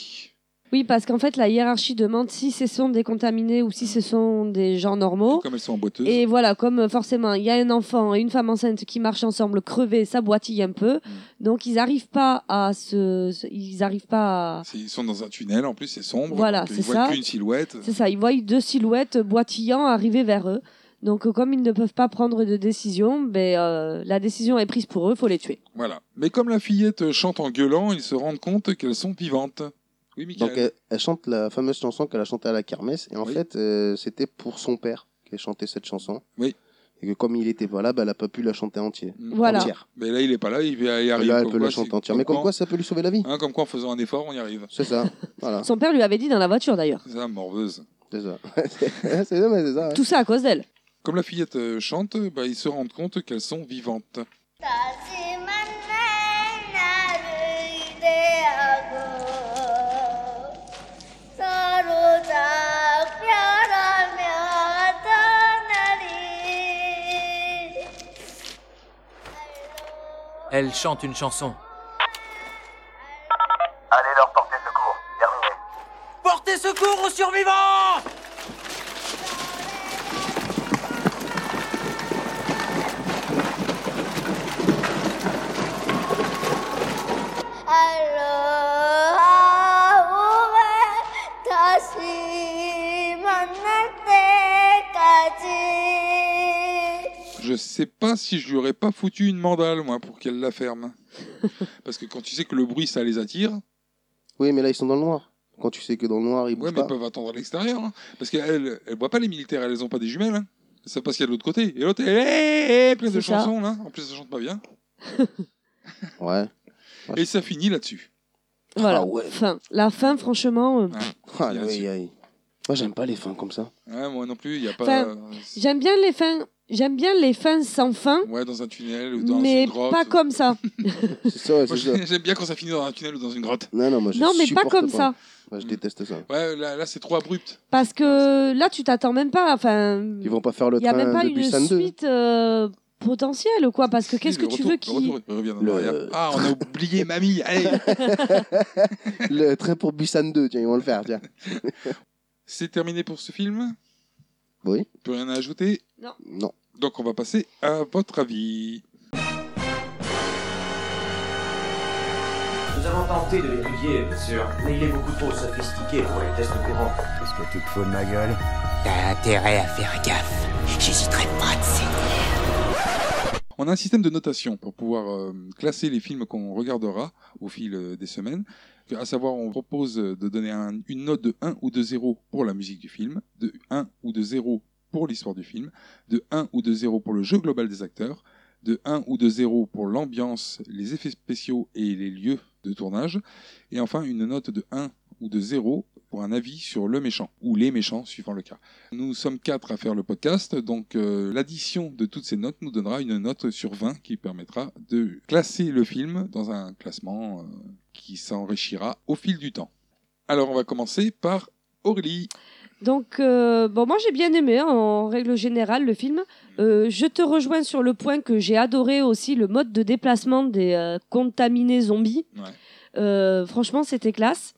Speaker 7: Oui, parce qu'en fait, la hiérarchie demande si ce sont des contaminés ou si ce sont des gens normaux.
Speaker 6: Et Comme elles sont en boiteuse.
Speaker 7: Oh. Et voilà, comme euh, forcément, il y a un enfant et une femme enceinte qui marchent ensemble, crevés, ça boitille un peu. Donc ils n'arrivent pas à se, se- ils arrivent pas. À...
Speaker 6: C'est- Ils sont dans un tunnel, en plus c'est sombre.
Speaker 7: Voilà,
Speaker 6: donc,
Speaker 7: c'est
Speaker 6: Ils voient
Speaker 7: ça.
Speaker 6: qu'une silhouette.
Speaker 7: C'est ça, ils voient deux silhouettes boitillant arriver vers eux. Donc euh, comme ils ne peuvent pas prendre de décision, ben euh, la décision est prise pour eux, faut les tuer.
Speaker 6: Voilà. Mais comme la fillette chante en gueulant, ils se rendent compte qu'elles sont vivantes. Oui, Michael.
Speaker 8: Donc elle, elle chante la fameuse chanson qu'elle a chantée à la kermesse et en
Speaker 6: Oui.
Speaker 8: fait euh, c'était pour son père qu'elle chantait cette chanson.
Speaker 6: Oui.
Speaker 8: Et que comme il était pas là, bah, elle a pas pu la chanter entière.
Speaker 6: Mm.
Speaker 7: Voilà.
Speaker 8: Entière.
Speaker 6: Mais là il est pas là, il va y
Speaker 8: Et
Speaker 6: arriver.
Speaker 8: là elle
Speaker 6: Comme
Speaker 8: peut
Speaker 6: quoi,
Speaker 8: la chanter
Speaker 6: c'est-
Speaker 8: entière. Mais comme quoi ça peut lui sauver la vie.
Speaker 6: hein, comme quoi en faisant un effort on y arrive.
Speaker 8: C'est ça. voilà.
Speaker 7: Son père lui avait dit dans la voiture d'ailleurs.
Speaker 6: C'est ça, morveuse.
Speaker 8: C'est ça. c'est ça, mais c'est ça. hein.
Speaker 7: Tout ça à cause d'elle.
Speaker 6: Comme la fillette euh, chante, bah, ils se rendent compte qu'elles sont vivantes.
Speaker 13: Elle chante une chanson.
Speaker 3: Allez leur porter secours. Terminé.
Speaker 13: Portez secours aux survivants
Speaker 6: Je sais pas si je lui aurais pas foutu une mandale, moi, pour qu'elle la ferme. Parce que quand tu sais que le bruit, ça les attire,
Speaker 8: Oui, mais là ils sont dans le noir. Quand tu sais que dans le noir ils
Speaker 6: ouais,
Speaker 8: bougent
Speaker 6: mais ils
Speaker 8: pas.
Speaker 6: peuvent attendre à l'extérieur. hein. Parce qu'elles, elles voient pas les militaires, elles ont pas des jumelles. Hein. Elles savent pas ce qu'il y a de l'autre côté. Et l'autre, elle est pleine de
Speaker 7: C'est ça.
Speaker 6: chansons, là. En plus, elle chante pas bien.
Speaker 8: Ouais.
Speaker 6: Et ça finit là-dessus.
Speaker 7: Voilà.
Speaker 8: Ah ouais.
Speaker 7: Fin. La fin, franchement, euh,
Speaker 6: Ouais.
Speaker 8: Ah,
Speaker 6: Bien
Speaker 8: aïe,
Speaker 6: sûr.
Speaker 8: aïe. Moi j'aime pas les fins comme ça.
Speaker 6: Ouais, moi non plus, il y a pas. euh,
Speaker 7: Enfin, j'aime bien les fins J'aime bien les fins sans fin,
Speaker 6: Ouais, dans un tunnel ou dans
Speaker 7: mais
Speaker 6: une grotte.
Speaker 7: pas comme ça.
Speaker 8: C'est ça,
Speaker 6: Moi,
Speaker 8: c'est ça.
Speaker 6: J'aime bien quand ça finit dans un tunnel ou dans une grotte.
Speaker 8: Non, non, moi je
Speaker 7: non, mais pas
Speaker 8: supporte
Speaker 7: comme ça.
Speaker 8: Moi, je déteste ça.
Speaker 6: Ouais, là, là, c'est trop abrupt.
Speaker 7: Parce que là, tu t'attends même pas. Enfin,
Speaker 8: Ils vont pas faire le
Speaker 7: il n'y a
Speaker 8: train
Speaker 7: même pas
Speaker 8: de
Speaker 7: une
Speaker 8: Busan 2.
Speaker 7: suite euh, potentielle, quoi. Parce que qu'est-ce que
Speaker 6: Le
Speaker 7: tu
Speaker 6: retour-
Speaker 7: veux
Speaker 6: le
Speaker 7: qui.
Speaker 6: retour, il revient en arrière. Ah, on a oublié mamie. Allez.
Speaker 8: le train pour Busan 2, tiens, ils vont le faire, tiens.
Speaker 6: C'est terminé pour ce film
Speaker 8: Oui.
Speaker 6: Plus rien à ajouter
Speaker 7: Non.
Speaker 8: Non.
Speaker 6: Donc on va passer à votre avis.
Speaker 14: Nous avons tenté de l'étudier, bien sûr, mais il est beaucoup trop sophistiqué pour les tests courants. Qu'est-ce que tu te fous de ma gueule
Speaker 10: T'as intérêt à faire gaffe. J'hésiterai pas de
Speaker 6: On a un système de notation pour pouvoir euh, classer les films qu'on regardera au fil euh, des semaines. À savoir, on propose euh, de donner un- une note de 1 ou de 0 pour la musique du film, de 1 ou de 0 pour l'histoire du film, de 1 ou de 0 pour le jeu global des acteurs, de 1 ou de 0 pour l'ambiance, les effets spéciaux et les lieux de tournage, et enfin une note de 1 ou de 0 pour un avis sur le méchant, ou les méchants suivant le cas. Nous sommes quatre à faire le podcast, donc euh, l'addition de toutes ces notes nous donnera une note sur 20 qui permettra de classer le film dans un classement euh, qui s'enrichira au fil du temps. Alors on va commencer par Aurélie.
Speaker 7: Donc, euh, bon, moi j'ai bien aimé hein, en règle générale le film. Euh, je te rejoins sur le point que j'ai adoré aussi le mode de déplacement des euh, contaminés zombies. Euh, franchement, c'était classe.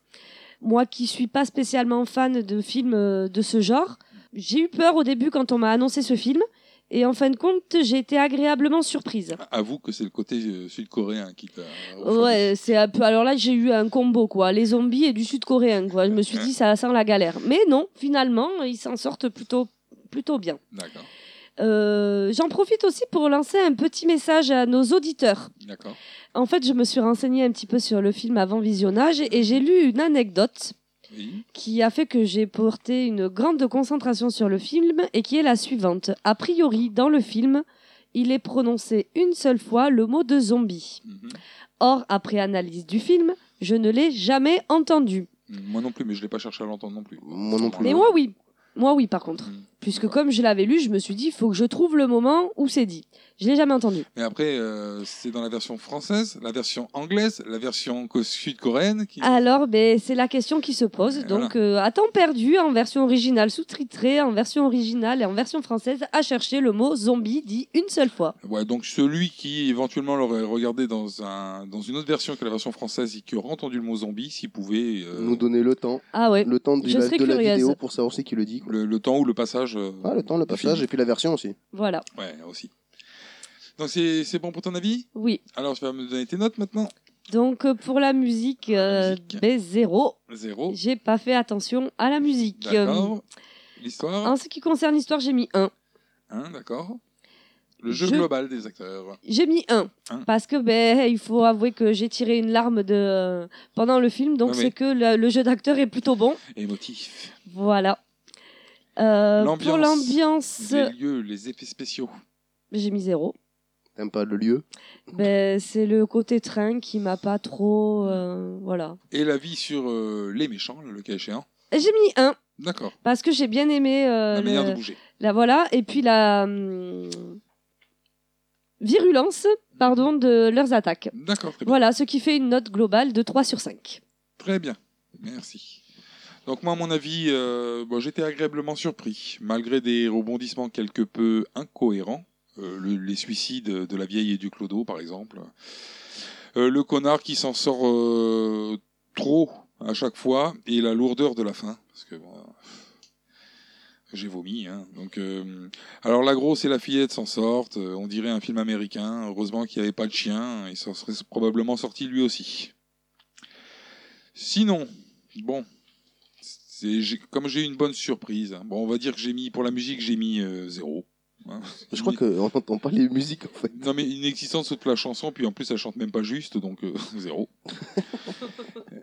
Speaker 7: Moi qui suis pas spécialement fan de films euh, de ce genre, j'ai eu peur au début quand on m'a annoncé ce film. Et en fin de compte, j'ai été agréablement surprise.
Speaker 6: Avoue que c'est le côté euh, sud-coréen qui t'a...
Speaker 7: Ouais, c'est un peu. Alors là, j'ai eu un combo, quoi. Les zombies et du sud-coréen, quoi. Je me suis dit, ça sent la galère. Mais non, finalement, ils s'en sortent plutôt, plutôt bien.
Speaker 6: D'accord.
Speaker 7: Euh, J'en profite aussi pour lancer un petit message à nos auditeurs.
Speaker 6: D'accord.
Speaker 7: En fait, je me suis renseignée un petit peu sur le film avant visionnage et j'ai lu une anecdote qui a fait que j'ai porté une grande concentration sur le film et qui est la suivante. A priori, dans le film, il est prononcé une seule fois le mot de zombie.
Speaker 6: Mhm.
Speaker 7: Or, après analyse du film, je ne l'ai jamais entendu.
Speaker 6: Moi non plus, mais je l'ai pas cherché à l'entendre non plus. Mhm.
Speaker 8: Moi non plus.
Speaker 7: Mais moi, oui. Moi, oui, par contre. Puisque comme je l'avais lu, je me suis dit, il faut que je trouve le moment où c'est dit. Je l'ai jamais entendu.
Speaker 6: Mais après, euh, c'est dans la version française, la version anglaise, la version co- sud-coréenne qui...
Speaker 7: Alors, ben, c'est la question qui se pose. Donc, euh, à temps perdu, en version originale sous-titrée, en version originale et en version française, à chercher le mot zombie dit une seule fois.
Speaker 6: Ouais, donc celui qui éventuellement l'aurait regardé dans, un, dans une autre version que la version française et qui aurait entendu le mot zombie, s'il pouvait... euh,
Speaker 8: Nous donner le temps.
Speaker 7: Ah ouais.
Speaker 8: Le temps de,
Speaker 7: Je
Speaker 8: la,
Speaker 7: serais
Speaker 8: de la
Speaker 7: curieuse.
Speaker 8: vidéo pour savoir si qui le dit. quoi.
Speaker 6: le, le temps ou le passage... euh,
Speaker 8: Ah, le temps, le
Speaker 6: du film.
Speaker 8: passage, et puis la version aussi.
Speaker 7: Voilà.
Speaker 6: Ouais, aussi. Donc c'est c'est bon pour ton avis
Speaker 7: Oui.
Speaker 6: Alors tu vas me donner tes notes maintenant
Speaker 7: Donc, euh, pour la musique, euh, ben, zéro.
Speaker 6: Zéro.
Speaker 7: J'ai pas fait attention à la musique.
Speaker 6: D'accord.
Speaker 7: Euh,
Speaker 6: L'histoire
Speaker 7: en ce qui concerne l'histoire, j'ai mis un.
Speaker 6: Hein, d'accord. Le jeu
Speaker 7: Je-
Speaker 6: global des acteurs.
Speaker 7: J'ai mis un.
Speaker 6: Un.
Speaker 7: Parce que ben, il faut avouer que j'ai tiré une larme de... pendant le film, donc
Speaker 6: Ouais,
Speaker 7: c'est
Speaker 6: mais-
Speaker 7: que le, le jeu d'acteur est plutôt bon.
Speaker 6: Émotif.
Speaker 7: Voilà. Euh, pour
Speaker 6: L'ambiance.
Speaker 7: l'ambiance,
Speaker 6: Les lieux, les effets spéciaux.
Speaker 7: j'ai mis zéro.
Speaker 8: T'aimes pas le lieu
Speaker 7: Ben, c'est le côté train qui m'a pas trop. euh, voilà.
Speaker 6: Et l'avis sur euh, les méchants, le cas échéant.
Speaker 7: Et J'ai mis un
Speaker 6: D'accord.
Speaker 7: parce que j'ai bien aimé. euh,
Speaker 6: La manière
Speaker 7: le-
Speaker 6: de bouger.
Speaker 7: La voilà. Et puis la hum, virulence pardon, de leurs attaques.
Speaker 6: D'accord, très bien.
Speaker 7: Voilà, ce qui fait une note globale de 3 sur 5.
Speaker 6: Très bien, merci. Donc moi, à mon avis, euh, bon, j'étais agréablement surpris, malgré des rebondissements quelque peu incohérents, euh, le- les suicides de la vieille et du clodo, par exemple, Euh, le connard qui s'en sort euh, trop à chaque fois, et la lourdeur de la fin, parce que bon, j'ai vomi. hein. Donc, euh, alors la grosse et la fillette s'en sortent. euh, on dirait un film américain. Heureusement qu'il n'y avait pas de chien. Il s'en serait probablement sorti lui aussi. Sinon, bon, c'est- j'ai- comme j'ai eu une bonne surprise. hein, Bon, on va dire que j'ai mis pour la musique j'ai mis euh, zéro. hein.
Speaker 8: Je crois qu'on n'entend pas les musiques en fait.
Speaker 6: Non mais inexistant saute la chanson, puis en plus elle chante même pas juste, donc euh, zéro.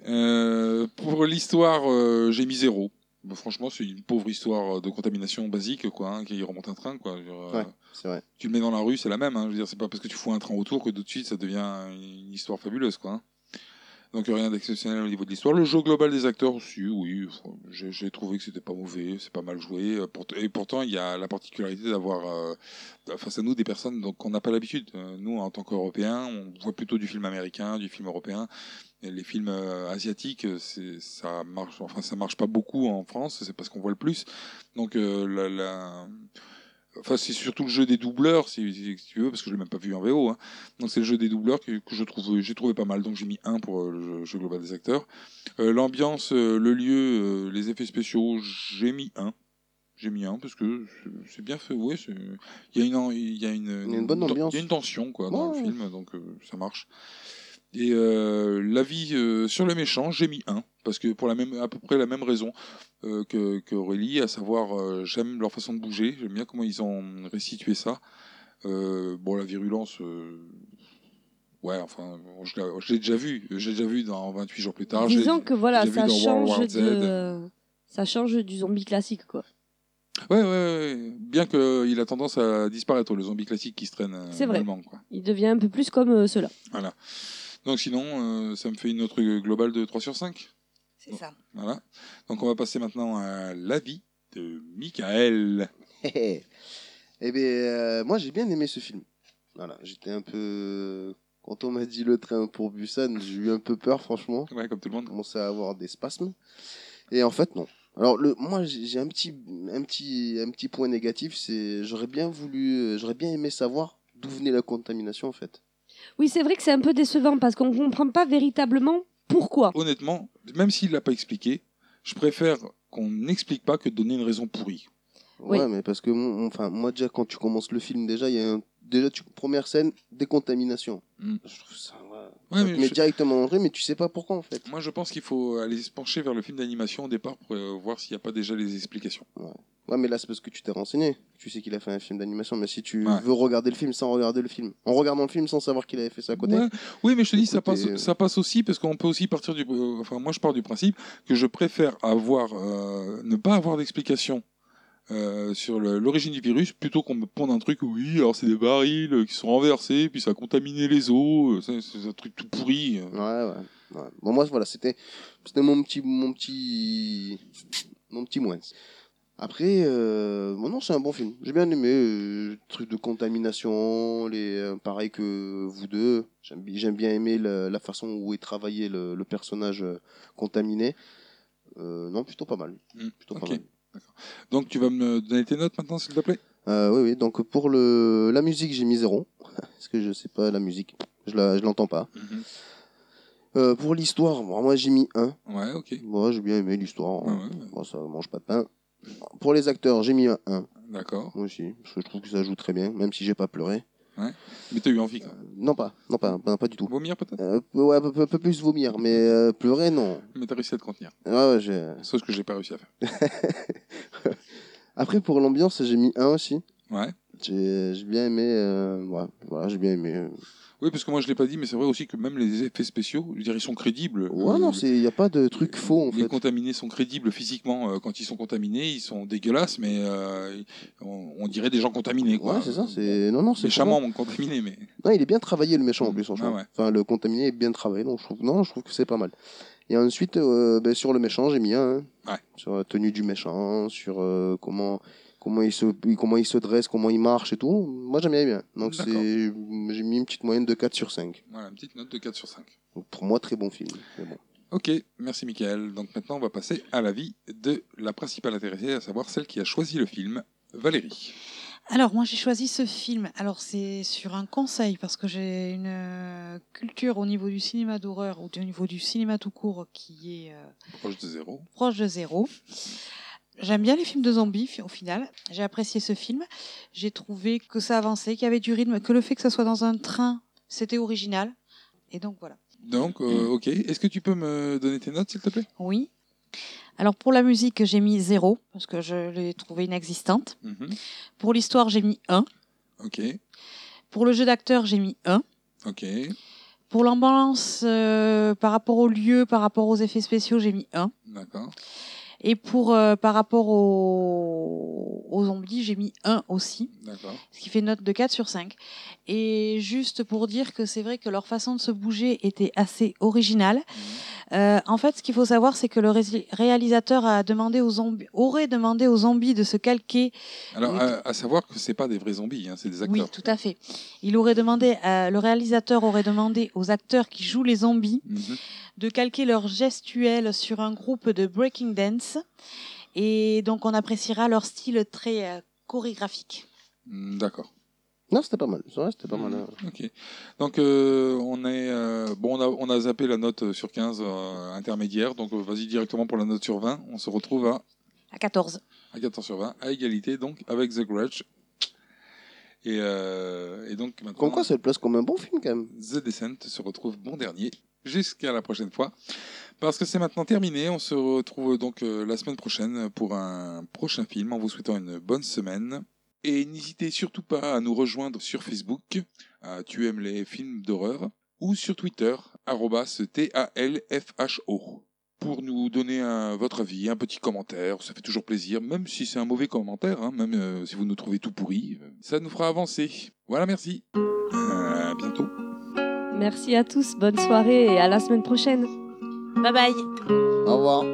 Speaker 6: Euh, pour l'histoire, euh, j'ai mis zéro. Bah, franchement, c'est une pauvre histoire de contamination basique, quoi, hein, qui remonte un train, quoi. Je veux dire, euh,
Speaker 8: Ouais, c'est vrai.
Speaker 6: Tu le mets dans la rue, c'est la même. hein. je veux dire, c'est pas parce que tu fous un train autour que tout de suite ça devient une histoire fabuleuse, quoi. hein. Donc rien d'exceptionnel au niveau de l'histoire. Le jeu global des acteurs aussi, oui, enfin, j'ai j'ai trouvé que c'était pas mauvais, c'est pas mal joué. Euh, pour- Et pourtant, il y a la particularité d'avoir euh, face à nous des personnes donc, qu'on n'a pas l'habitude. Euh, Nous, en tant qu'Européens, on voit plutôt du film américain, du film européen. Et les films euh, asiatiques, euh, c'est- ça marche, enfin ça marche pas beaucoup en France, c'est parce qu'on voit le plus. Donc euh, la, la- Enfin, c'est surtout le jeu des doubleurs, si, si- si tu veux, parce que je l'ai même pas vu en VO. hein. Donc c'est le jeu des doubleurs que, que je trouve, j'ai trouvé pas mal. Donc j'ai mis un pour euh, le jeu- jeu global des acteurs. Euh, L'ambiance, euh, le lieu, euh, les effets spéciaux, j'ai mis un. J'ai mis un parce que c'est- c'est bien fait. Oui, il y a une, en- il y a une,
Speaker 8: Il y a une bonne ambiance.
Speaker 6: Il y a une tension quoi dans
Speaker 8: Ouais.
Speaker 6: le film, donc euh, ça marche. Et euh, l'avis euh, sur le méchant, j'ai mis un parce que pour la même, à peu près la même raison euh, que, que Aurélie, à savoir euh, j'aime leur façon de bouger, j'aime bien comment ils ont restitué ça. Euh, bon, la virulence, euh, ouais, enfin, bon, je l'ai- je l'ai déjà vu, j'ai déjà vu dans 28 jours plus tard. j'ai-
Speaker 7: Disons que voilà,
Speaker 6: j'ai vu
Speaker 7: ça
Speaker 6: dans World
Speaker 7: change
Speaker 6: War Z.
Speaker 7: de. Ça change du zombie classique, quoi.
Speaker 6: Ouais, ouais, ouais, ouais. bien qu'il a tendance à disparaître, le zombie classique qui se traîne euh,
Speaker 7: C'est vrai.
Speaker 6: allemand, quoi.
Speaker 7: Il devient un peu plus comme euh, ceux-là.
Speaker 6: Voilà. Donc sinon, euh, ça me fait une autre globale de 3 sur 5.
Speaker 4: C'est ça.
Speaker 6: Voilà. Donc on va passer maintenant à l'avis de Michael.
Speaker 8: Eh bien, moi j'ai bien aimé ce film. Voilà, j'étais un peu. Quand on m'a dit le train pour Busan, j'ai eu un peu peur, franchement.
Speaker 6: Ouais, comme tout le monde.
Speaker 8: commençait à avoir des spasmes. Et en fait, non. Alors, le, moi, j'ai j'ai un petit, un, petit, un petit point négatif, c'est j'aurais bien voulu, euh, j'aurais bien aimé savoir d'où venait la contamination, en fait.
Speaker 7: Oui, c'est vrai que c'est un peu décevant parce qu'on comprend pas véritablement pourquoi.
Speaker 6: Honnêtement, même s'il l'a pas expliqué, je préfère qu'on n'explique pas que de donner une raison pourrie.
Speaker 7: Oui.
Speaker 8: Ouais, mais parce que, mon- mon- enfin, moi, déjà, quand tu commences le film, déjà, il y a un- déjà, tu, première scène, décontamination. Je trouve ça, ouais.
Speaker 6: Mm. Ouais,
Speaker 8: Ça te
Speaker 6: mais
Speaker 8: met
Speaker 6: je-
Speaker 8: directement dans le jeu, mais tu sais pas pourquoi, en fait.
Speaker 6: Moi, je pense qu'il faut aller se pencher vers le film d'animation au départ pour euh, voir s'il n'y a pas déjà les explications.
Speaker 8: Ouais, mais là, c'est parce que tu t'es renseigné. Tu sais qu'il a fait un film d'animation, mais si tu
Speaker 6: Ouais.
Speaker 8: veux regarder le film sans regarder le film, en regardant le film sans savoir qu'il avait fait ça à côté.
Speaker 6: Ouais. Oui, mais je te dis, ça
Speaker 8: Écoute,
Speaker 6: passe,
Speaker 8: euh,
Speaker 6: ça passe aussi parce qu'on peut aussi partir du. euh, Enfin, moi, je pars du principe que je préfère avoir, euh, ne pas avoir d'explication euh, sur le- l'origine du virus plutôt qu'on me pond un truc où oui, alors c'est des barils euh, qui sont renversés, puis ça a contaminé les eaux, euh, c'est c'est un truc tout pourri. euh.
Speaker 8: Ouais, ouais. ouais. Bon, moi, voilà, c'était, c'était mon petit, mon petit, mon petit moins. Après, euh, bon, non, c'est un bon film. J'ai bien aimé euh, le truc de contamination, les, euh, pareil que vous deux. J'aime, bi- j'aime bien aimer la, la façon où est travaillé le, le personnage euh, contaminé. Euh, non, plutôt pas mal.
Speaker 6: Mm.
Speaker 8: Plutôt
Speaker 6: Ok.
Speaker 8: pas mal.
Speaker 6: Donc, tu vas me donner tes notes maintenant, s'il te plaît
Speaker 8: Euh, oui, oui. Donc pour le la musique, j'ai mis zéro. Parce que je sais pas la musique, je la, je l'entends pas.
Speaker 6: Mhm.
Speaker 8: Euh, pour l'histoire, bon, moi j'ai mis un.
Speaker 6: Ouais, ok.
Speaker 8: Moi j'ai bien aimé l'histoire.
Speaker 6: Hmm.
Speaker 8: Bon, ça mange pas de pain. Pour les acteurs, j'ai mis un 1.
Speaker 6: D'accord.
Speaker 8: Moi aussi, parce que je trouve que ça joue très bien, même si j'ai pas pleuré. Euh,
Speaker 6: Ouais. Mais t'as eu envie quand même.
Speaker 8: Non pas, non pas, ben, pas, pas du tout.
Speaker 6: Vomir peut-être
Speaker 8: Euh, Ouais, un peu, un peu plus vomir, mais euh, pleurer non.
Speaker 6: Mais t'as réussi à te contenir.
Speaker 8: Ouais, ouais, j'ai...
Speaker 6: Sauf que j'ai pas réussi à faire.
Speaker 8: Après, pour l'ambiance, j'ai mis un aussi.
Speaker 6: Ouais.
Speaker 8: J'ai, j'ai bien aimé. euh, ouais, voilà, j'ai bien aimé. euh.
Speaker 6: Oui, parce que moi je l'ai pas dit, mais c'est vrai aussi que même les effets spéciaux, je veux dire, ils sont crédibles.
Speaker 8: Ouais,
Speaker 6: Euh,
Speaker 8: non, il n'y a pas de truc faux en
Speaker 6: les
Speaker 8: fait.
Speaker 6: contaminés sont crédibles physiquement. euh, Quand ils sont contaminés, ils sont dégueulasses, mais euh, on, on dirait des gens contaminés. Quoi.
Speaker 8: Ouais, c'est ça, c'est. Non, non, c'est.
Speaker 6: Les chamans
Speaker 8: vraiment-
Speaker 6: m'ont contaminé, mais
Speaker 8: Non, il est bien travaillé le méchant en plus, franchement.
Speaker 6: ouais.
Speaker 8: Enfin, le contaminé est bien travaillé, donc je trouve, non, je trouve que c'est pas mal. Et ensuite, euh, ben, sur le méchant, j'ai mis un. hein. Sur la tenue du méchant, sur euh, comment, comment, il se, comment il se dresse, comment il marche et tout. Moi, j'aime bien. Donc, c'est,
Speaker 6: D'accord.
Speaker 8: j'ai mis une petite moyenne de 4 sur 5.
Speaker 6: voilà, une petite note de 4 sur 5.
Speaker 8: Donc, pour moi, très bon film. Mais bon.
Speaker 6: Ok, merci Michael. Donc maintenant, on va passer à l'avis de la principale intéressée, à savoir celle qui a choisi le film, Valérie.
Speaker 4: Alors, moi, j'ai choisi ce film. Alors, c'est sur un conseil, parce que j'ai une euh, culture au niveau du cinéma d'horreur ou au niveau du cinéma tout court qui est euh,
Speaker 6: Proche de zéro.
Speaker 4: proche de zéro. J'aime bien les films de zombies, fi- au final. J'ai apprécié ce film. J'ai trouvé que ça avançait, qu'il y avait du rythme, que le fait que ça soit dans un train, c'était original. Et donc, voilà.
Speaker 6: Donc, euh, ok, est-ce que tu peux me donner tes notes, s'il te plaît
Speaker 4: Oui. Alors, pour la musique, j'ai mis zéro, parce que je l'ai trouvée inexistante.
Speaker 6: Mhm.
Speaker 4: Pour l'histoire, j'ai mis 1.
Speaker 6: Ok,
Speaker 4: Pour le jeu d'acteur, j'ai mis 1.
Speaker 6: ok,
Speaker 4: Pour l'ambulance, euh, par rapport au lieu, par rapport aux effets spéciaux, j'ai mis 1.
Speaker 6: d'accord.
Speaker 4: Et pour, euh, par rapport aux, aux zombies, Comédie, j'ai mis 1 aussi,
Speaker 6: D'accord.
Speaker 4: ce qui fait une note de 4 sur 5. Et juste pour dire que c'est vrai que leur façon de se bouger était assez originale. Euh, en fait, ce qu'il faut savoir, c'est que le ré- réalisateur a demandé aux zombies, aurait demandé aux zombies de se calquer
Speaker 6: Alors, à, à savoir que c'est pas des vrais zombies, hein, c'est des
Speaker 4: oui,
Speaker 6: acteurs.
Speaker 4: tout à fait. Il aurait demandé, à- le réalisateur aurait demandé aux acteurs qui jouent les zombies
Speaker 6: Mhm.
Speaker 4: de calquer leurs gestuels sur un groupe de breaking dance, et donc on appréciera leur style très euh, chorégraphique.
Speaker 6: Mm, D'accord. Mm,
Speaker 8: Non, c'était pas mal. C'est vrai, c'était pas mal. hein.
Speaker 6: Ok. Donc, euh, on est. euh, bon, on a, on a zappé la note sur 15 euh, intermédiaire. Donc, euh, vas-y directement pour la note sur 20. On se retrouve à,
Speaker 4: À 14.
Speaker 6: à 14 sur 20, à égalité, donc, avec The Grudge. Et, euh, et donc, maintenant.
Speaker 8: Comme quoi, ça le place comme un bon film, quand même.
Speaker 6: The Descent se retrouve bon dernier. Jusqu'à la prochaine fois. Parce que c'est maintenant terminé. On se retrouve donc euh, la semaine prochaine pour un prochain film en vous souhaitant une bonne semaine. Et n'hésitez surtout pas à nous rejoindre sur Facebook, à Tu aimes les films d'horreur, ou sur Twitter, arrobas TALFHO, pour nous donner un- votre avis, un petit commentaire. Ça fait toujours plaisir, même si c'est un mauvais commentaire, hein, même euh, si vous nous trouvez tout pourri. euh, Ça nous fera avancer. Voilà, merci. Euh, à bientôt.
Speaker 7: Merci à tous, bonne soirée et à la semaine prochaine.
Speaker 4: Bye bye.
Speaker 8: Au revoir.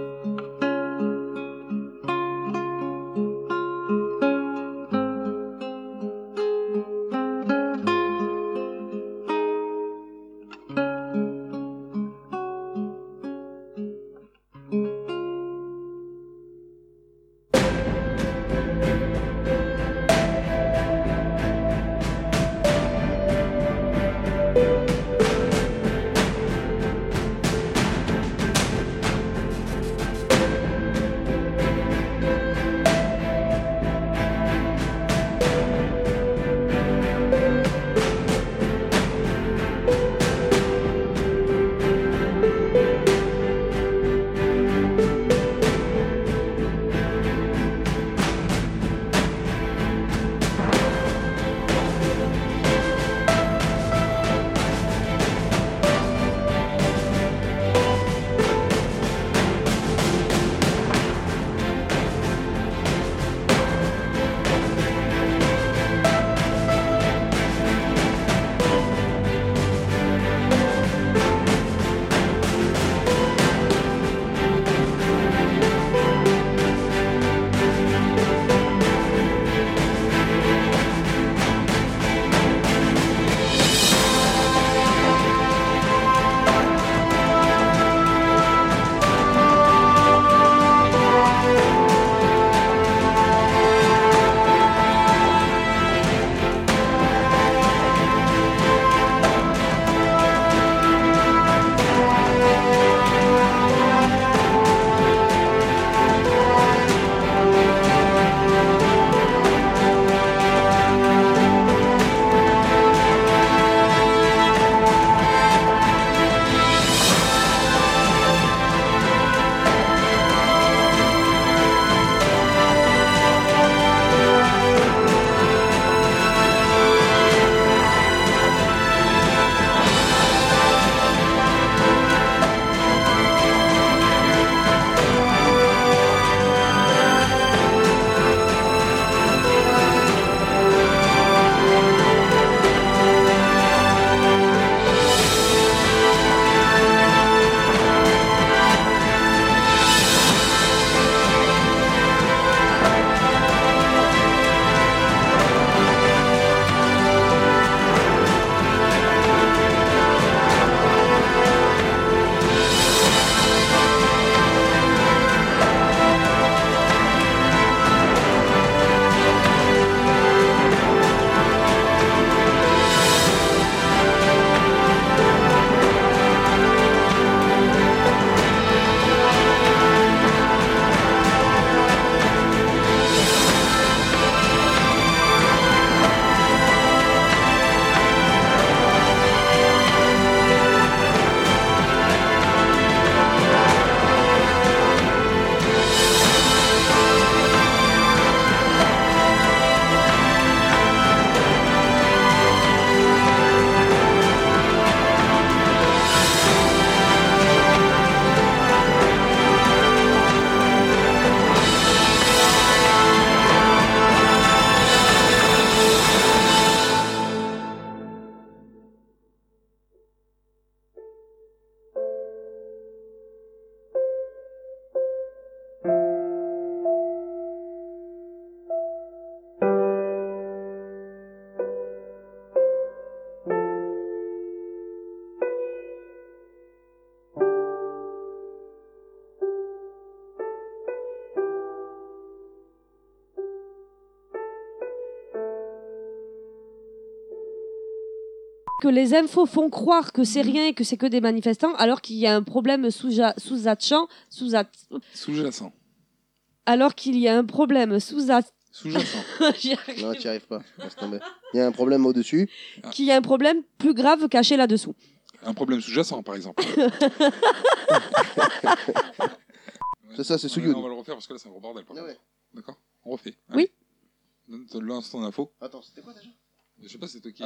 Speaker 7: que les infos font croire que c'est rien et que c'est que des manifestants, alors qu'il y a un problème sous-jacent, sous attachant sous at-
Speaker 6: Sous-jacent.
Speaker 7: alors qu'il y a un problème sous at-
Speaker 6: Sous-jacent.
Speaker 7: J'y arrive.
Speaker 8: Non, tu n'y arrives pas. Laisse tomber. Il y a un problème au-dessus.
Speaker 7: qu'il y a un problème plus grave caché là-dessous.
Speaker 6: Un problème sous-jacent, par exemple.
Speaker 8: C'est ça, c'est
Speaker 6: Non, mais
Speaker 8: Suyoun.
Speaker 6: On va le refaire parce que là, c'est un gros bordel.
Speaker 8: Ah
Speaker 6: par contre. D'accord On refait.
Speaker 7: Oui.
Speaker 6: Donne- te Lance ton info.
Speaker 8: Attends, c'était quoi déjà
Speaker 6: Je sais pas, c'est toi qui.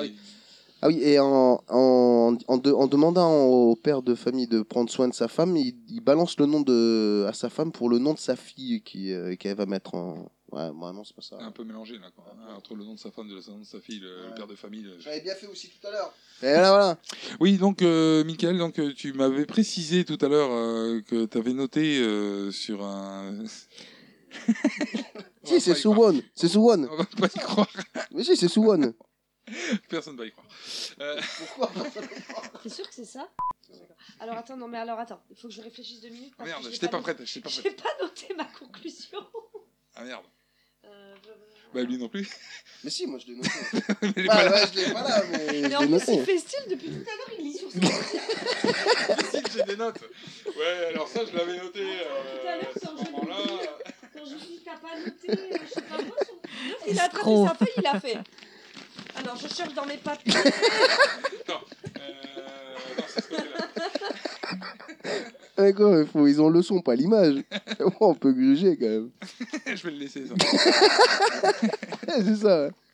Speaker 8: Ah oui, et en, en, en, de- en demandant au père de famille de prendre soin de sa femme, il, il balance le nom de, à sa femme pour le nom de sa fille qui, euh, qu'elle va mettre en. Ouais, vraiment, c'est pas ça.
Speaker 6: un peu mélangé là, quoi. Ah, entre le nom de sa femme, le nom de sa fille, le, le père de famille. le-
Speaker 8: J'avais bien fait aussi tout à l'heure.
Speaker 6: Oui, donc, euh, Michael, donc, euh, tu m'avais précisé tout à l'heure euh, que tu avais noté euh, sur un.
Speaker 8: Si, c'est Suwon. C'est Suwon.
Speaker 6: On va pas y croire.
Speaker 8: Mais si, c'est Suwon.
Speaker 6: Personne va y croire.
Speaker 8: Pourquoi
Speaker 7: T'es sûr que c'est ça Alors attends, non mais alors attends, il faut que je réfléchisse deux minutes.
Speaker 6: Ah, merde, j'étais pas prête. J'étais pas
Speaker 7: J'ai
Speaker 6: prête.
Speaker 7: pas noté ma conclusion.
Speaker 6: Ah merde.
Speaker 7: Euh,
Speaker 6: Bah, lui non plus.
Speaker 8: Mais si, moi je l'ai noté.
Speaker 6: Mais il est
Speaker 8: Bah
Speaker 6: pas là.
Speaker 8: ouais, je l'ai pas là, mais je
Speaker 7: Mais en
Speaker 8: l'ai
Speaker 7: plus,
Speaker 8: noté.
Speaker 7: il fait style depuis tout à l'heure, il lit sur son ordi.
Speaker 6: Facile, j'ai des notes. Ouais, alors ça, je l'avais noté. euh, à ce moment-là.
Speaker 7: Quand je dis t'as pas noté, euh, je sais pas quoi, son... il a attrapé
Speaker 6: Escroc.
Speaker 7: sa feuille, il a fait. Alors je cherche dans mes papiers.
Speaker 6: Euh,
Speaker 8: D'accord, il faut- ils ont le son, pas l'image. on peut gruger quand même.
Speaker 6: je vais le laisser, ça.
Speaker 8: Ouais, c'est ça. ouais.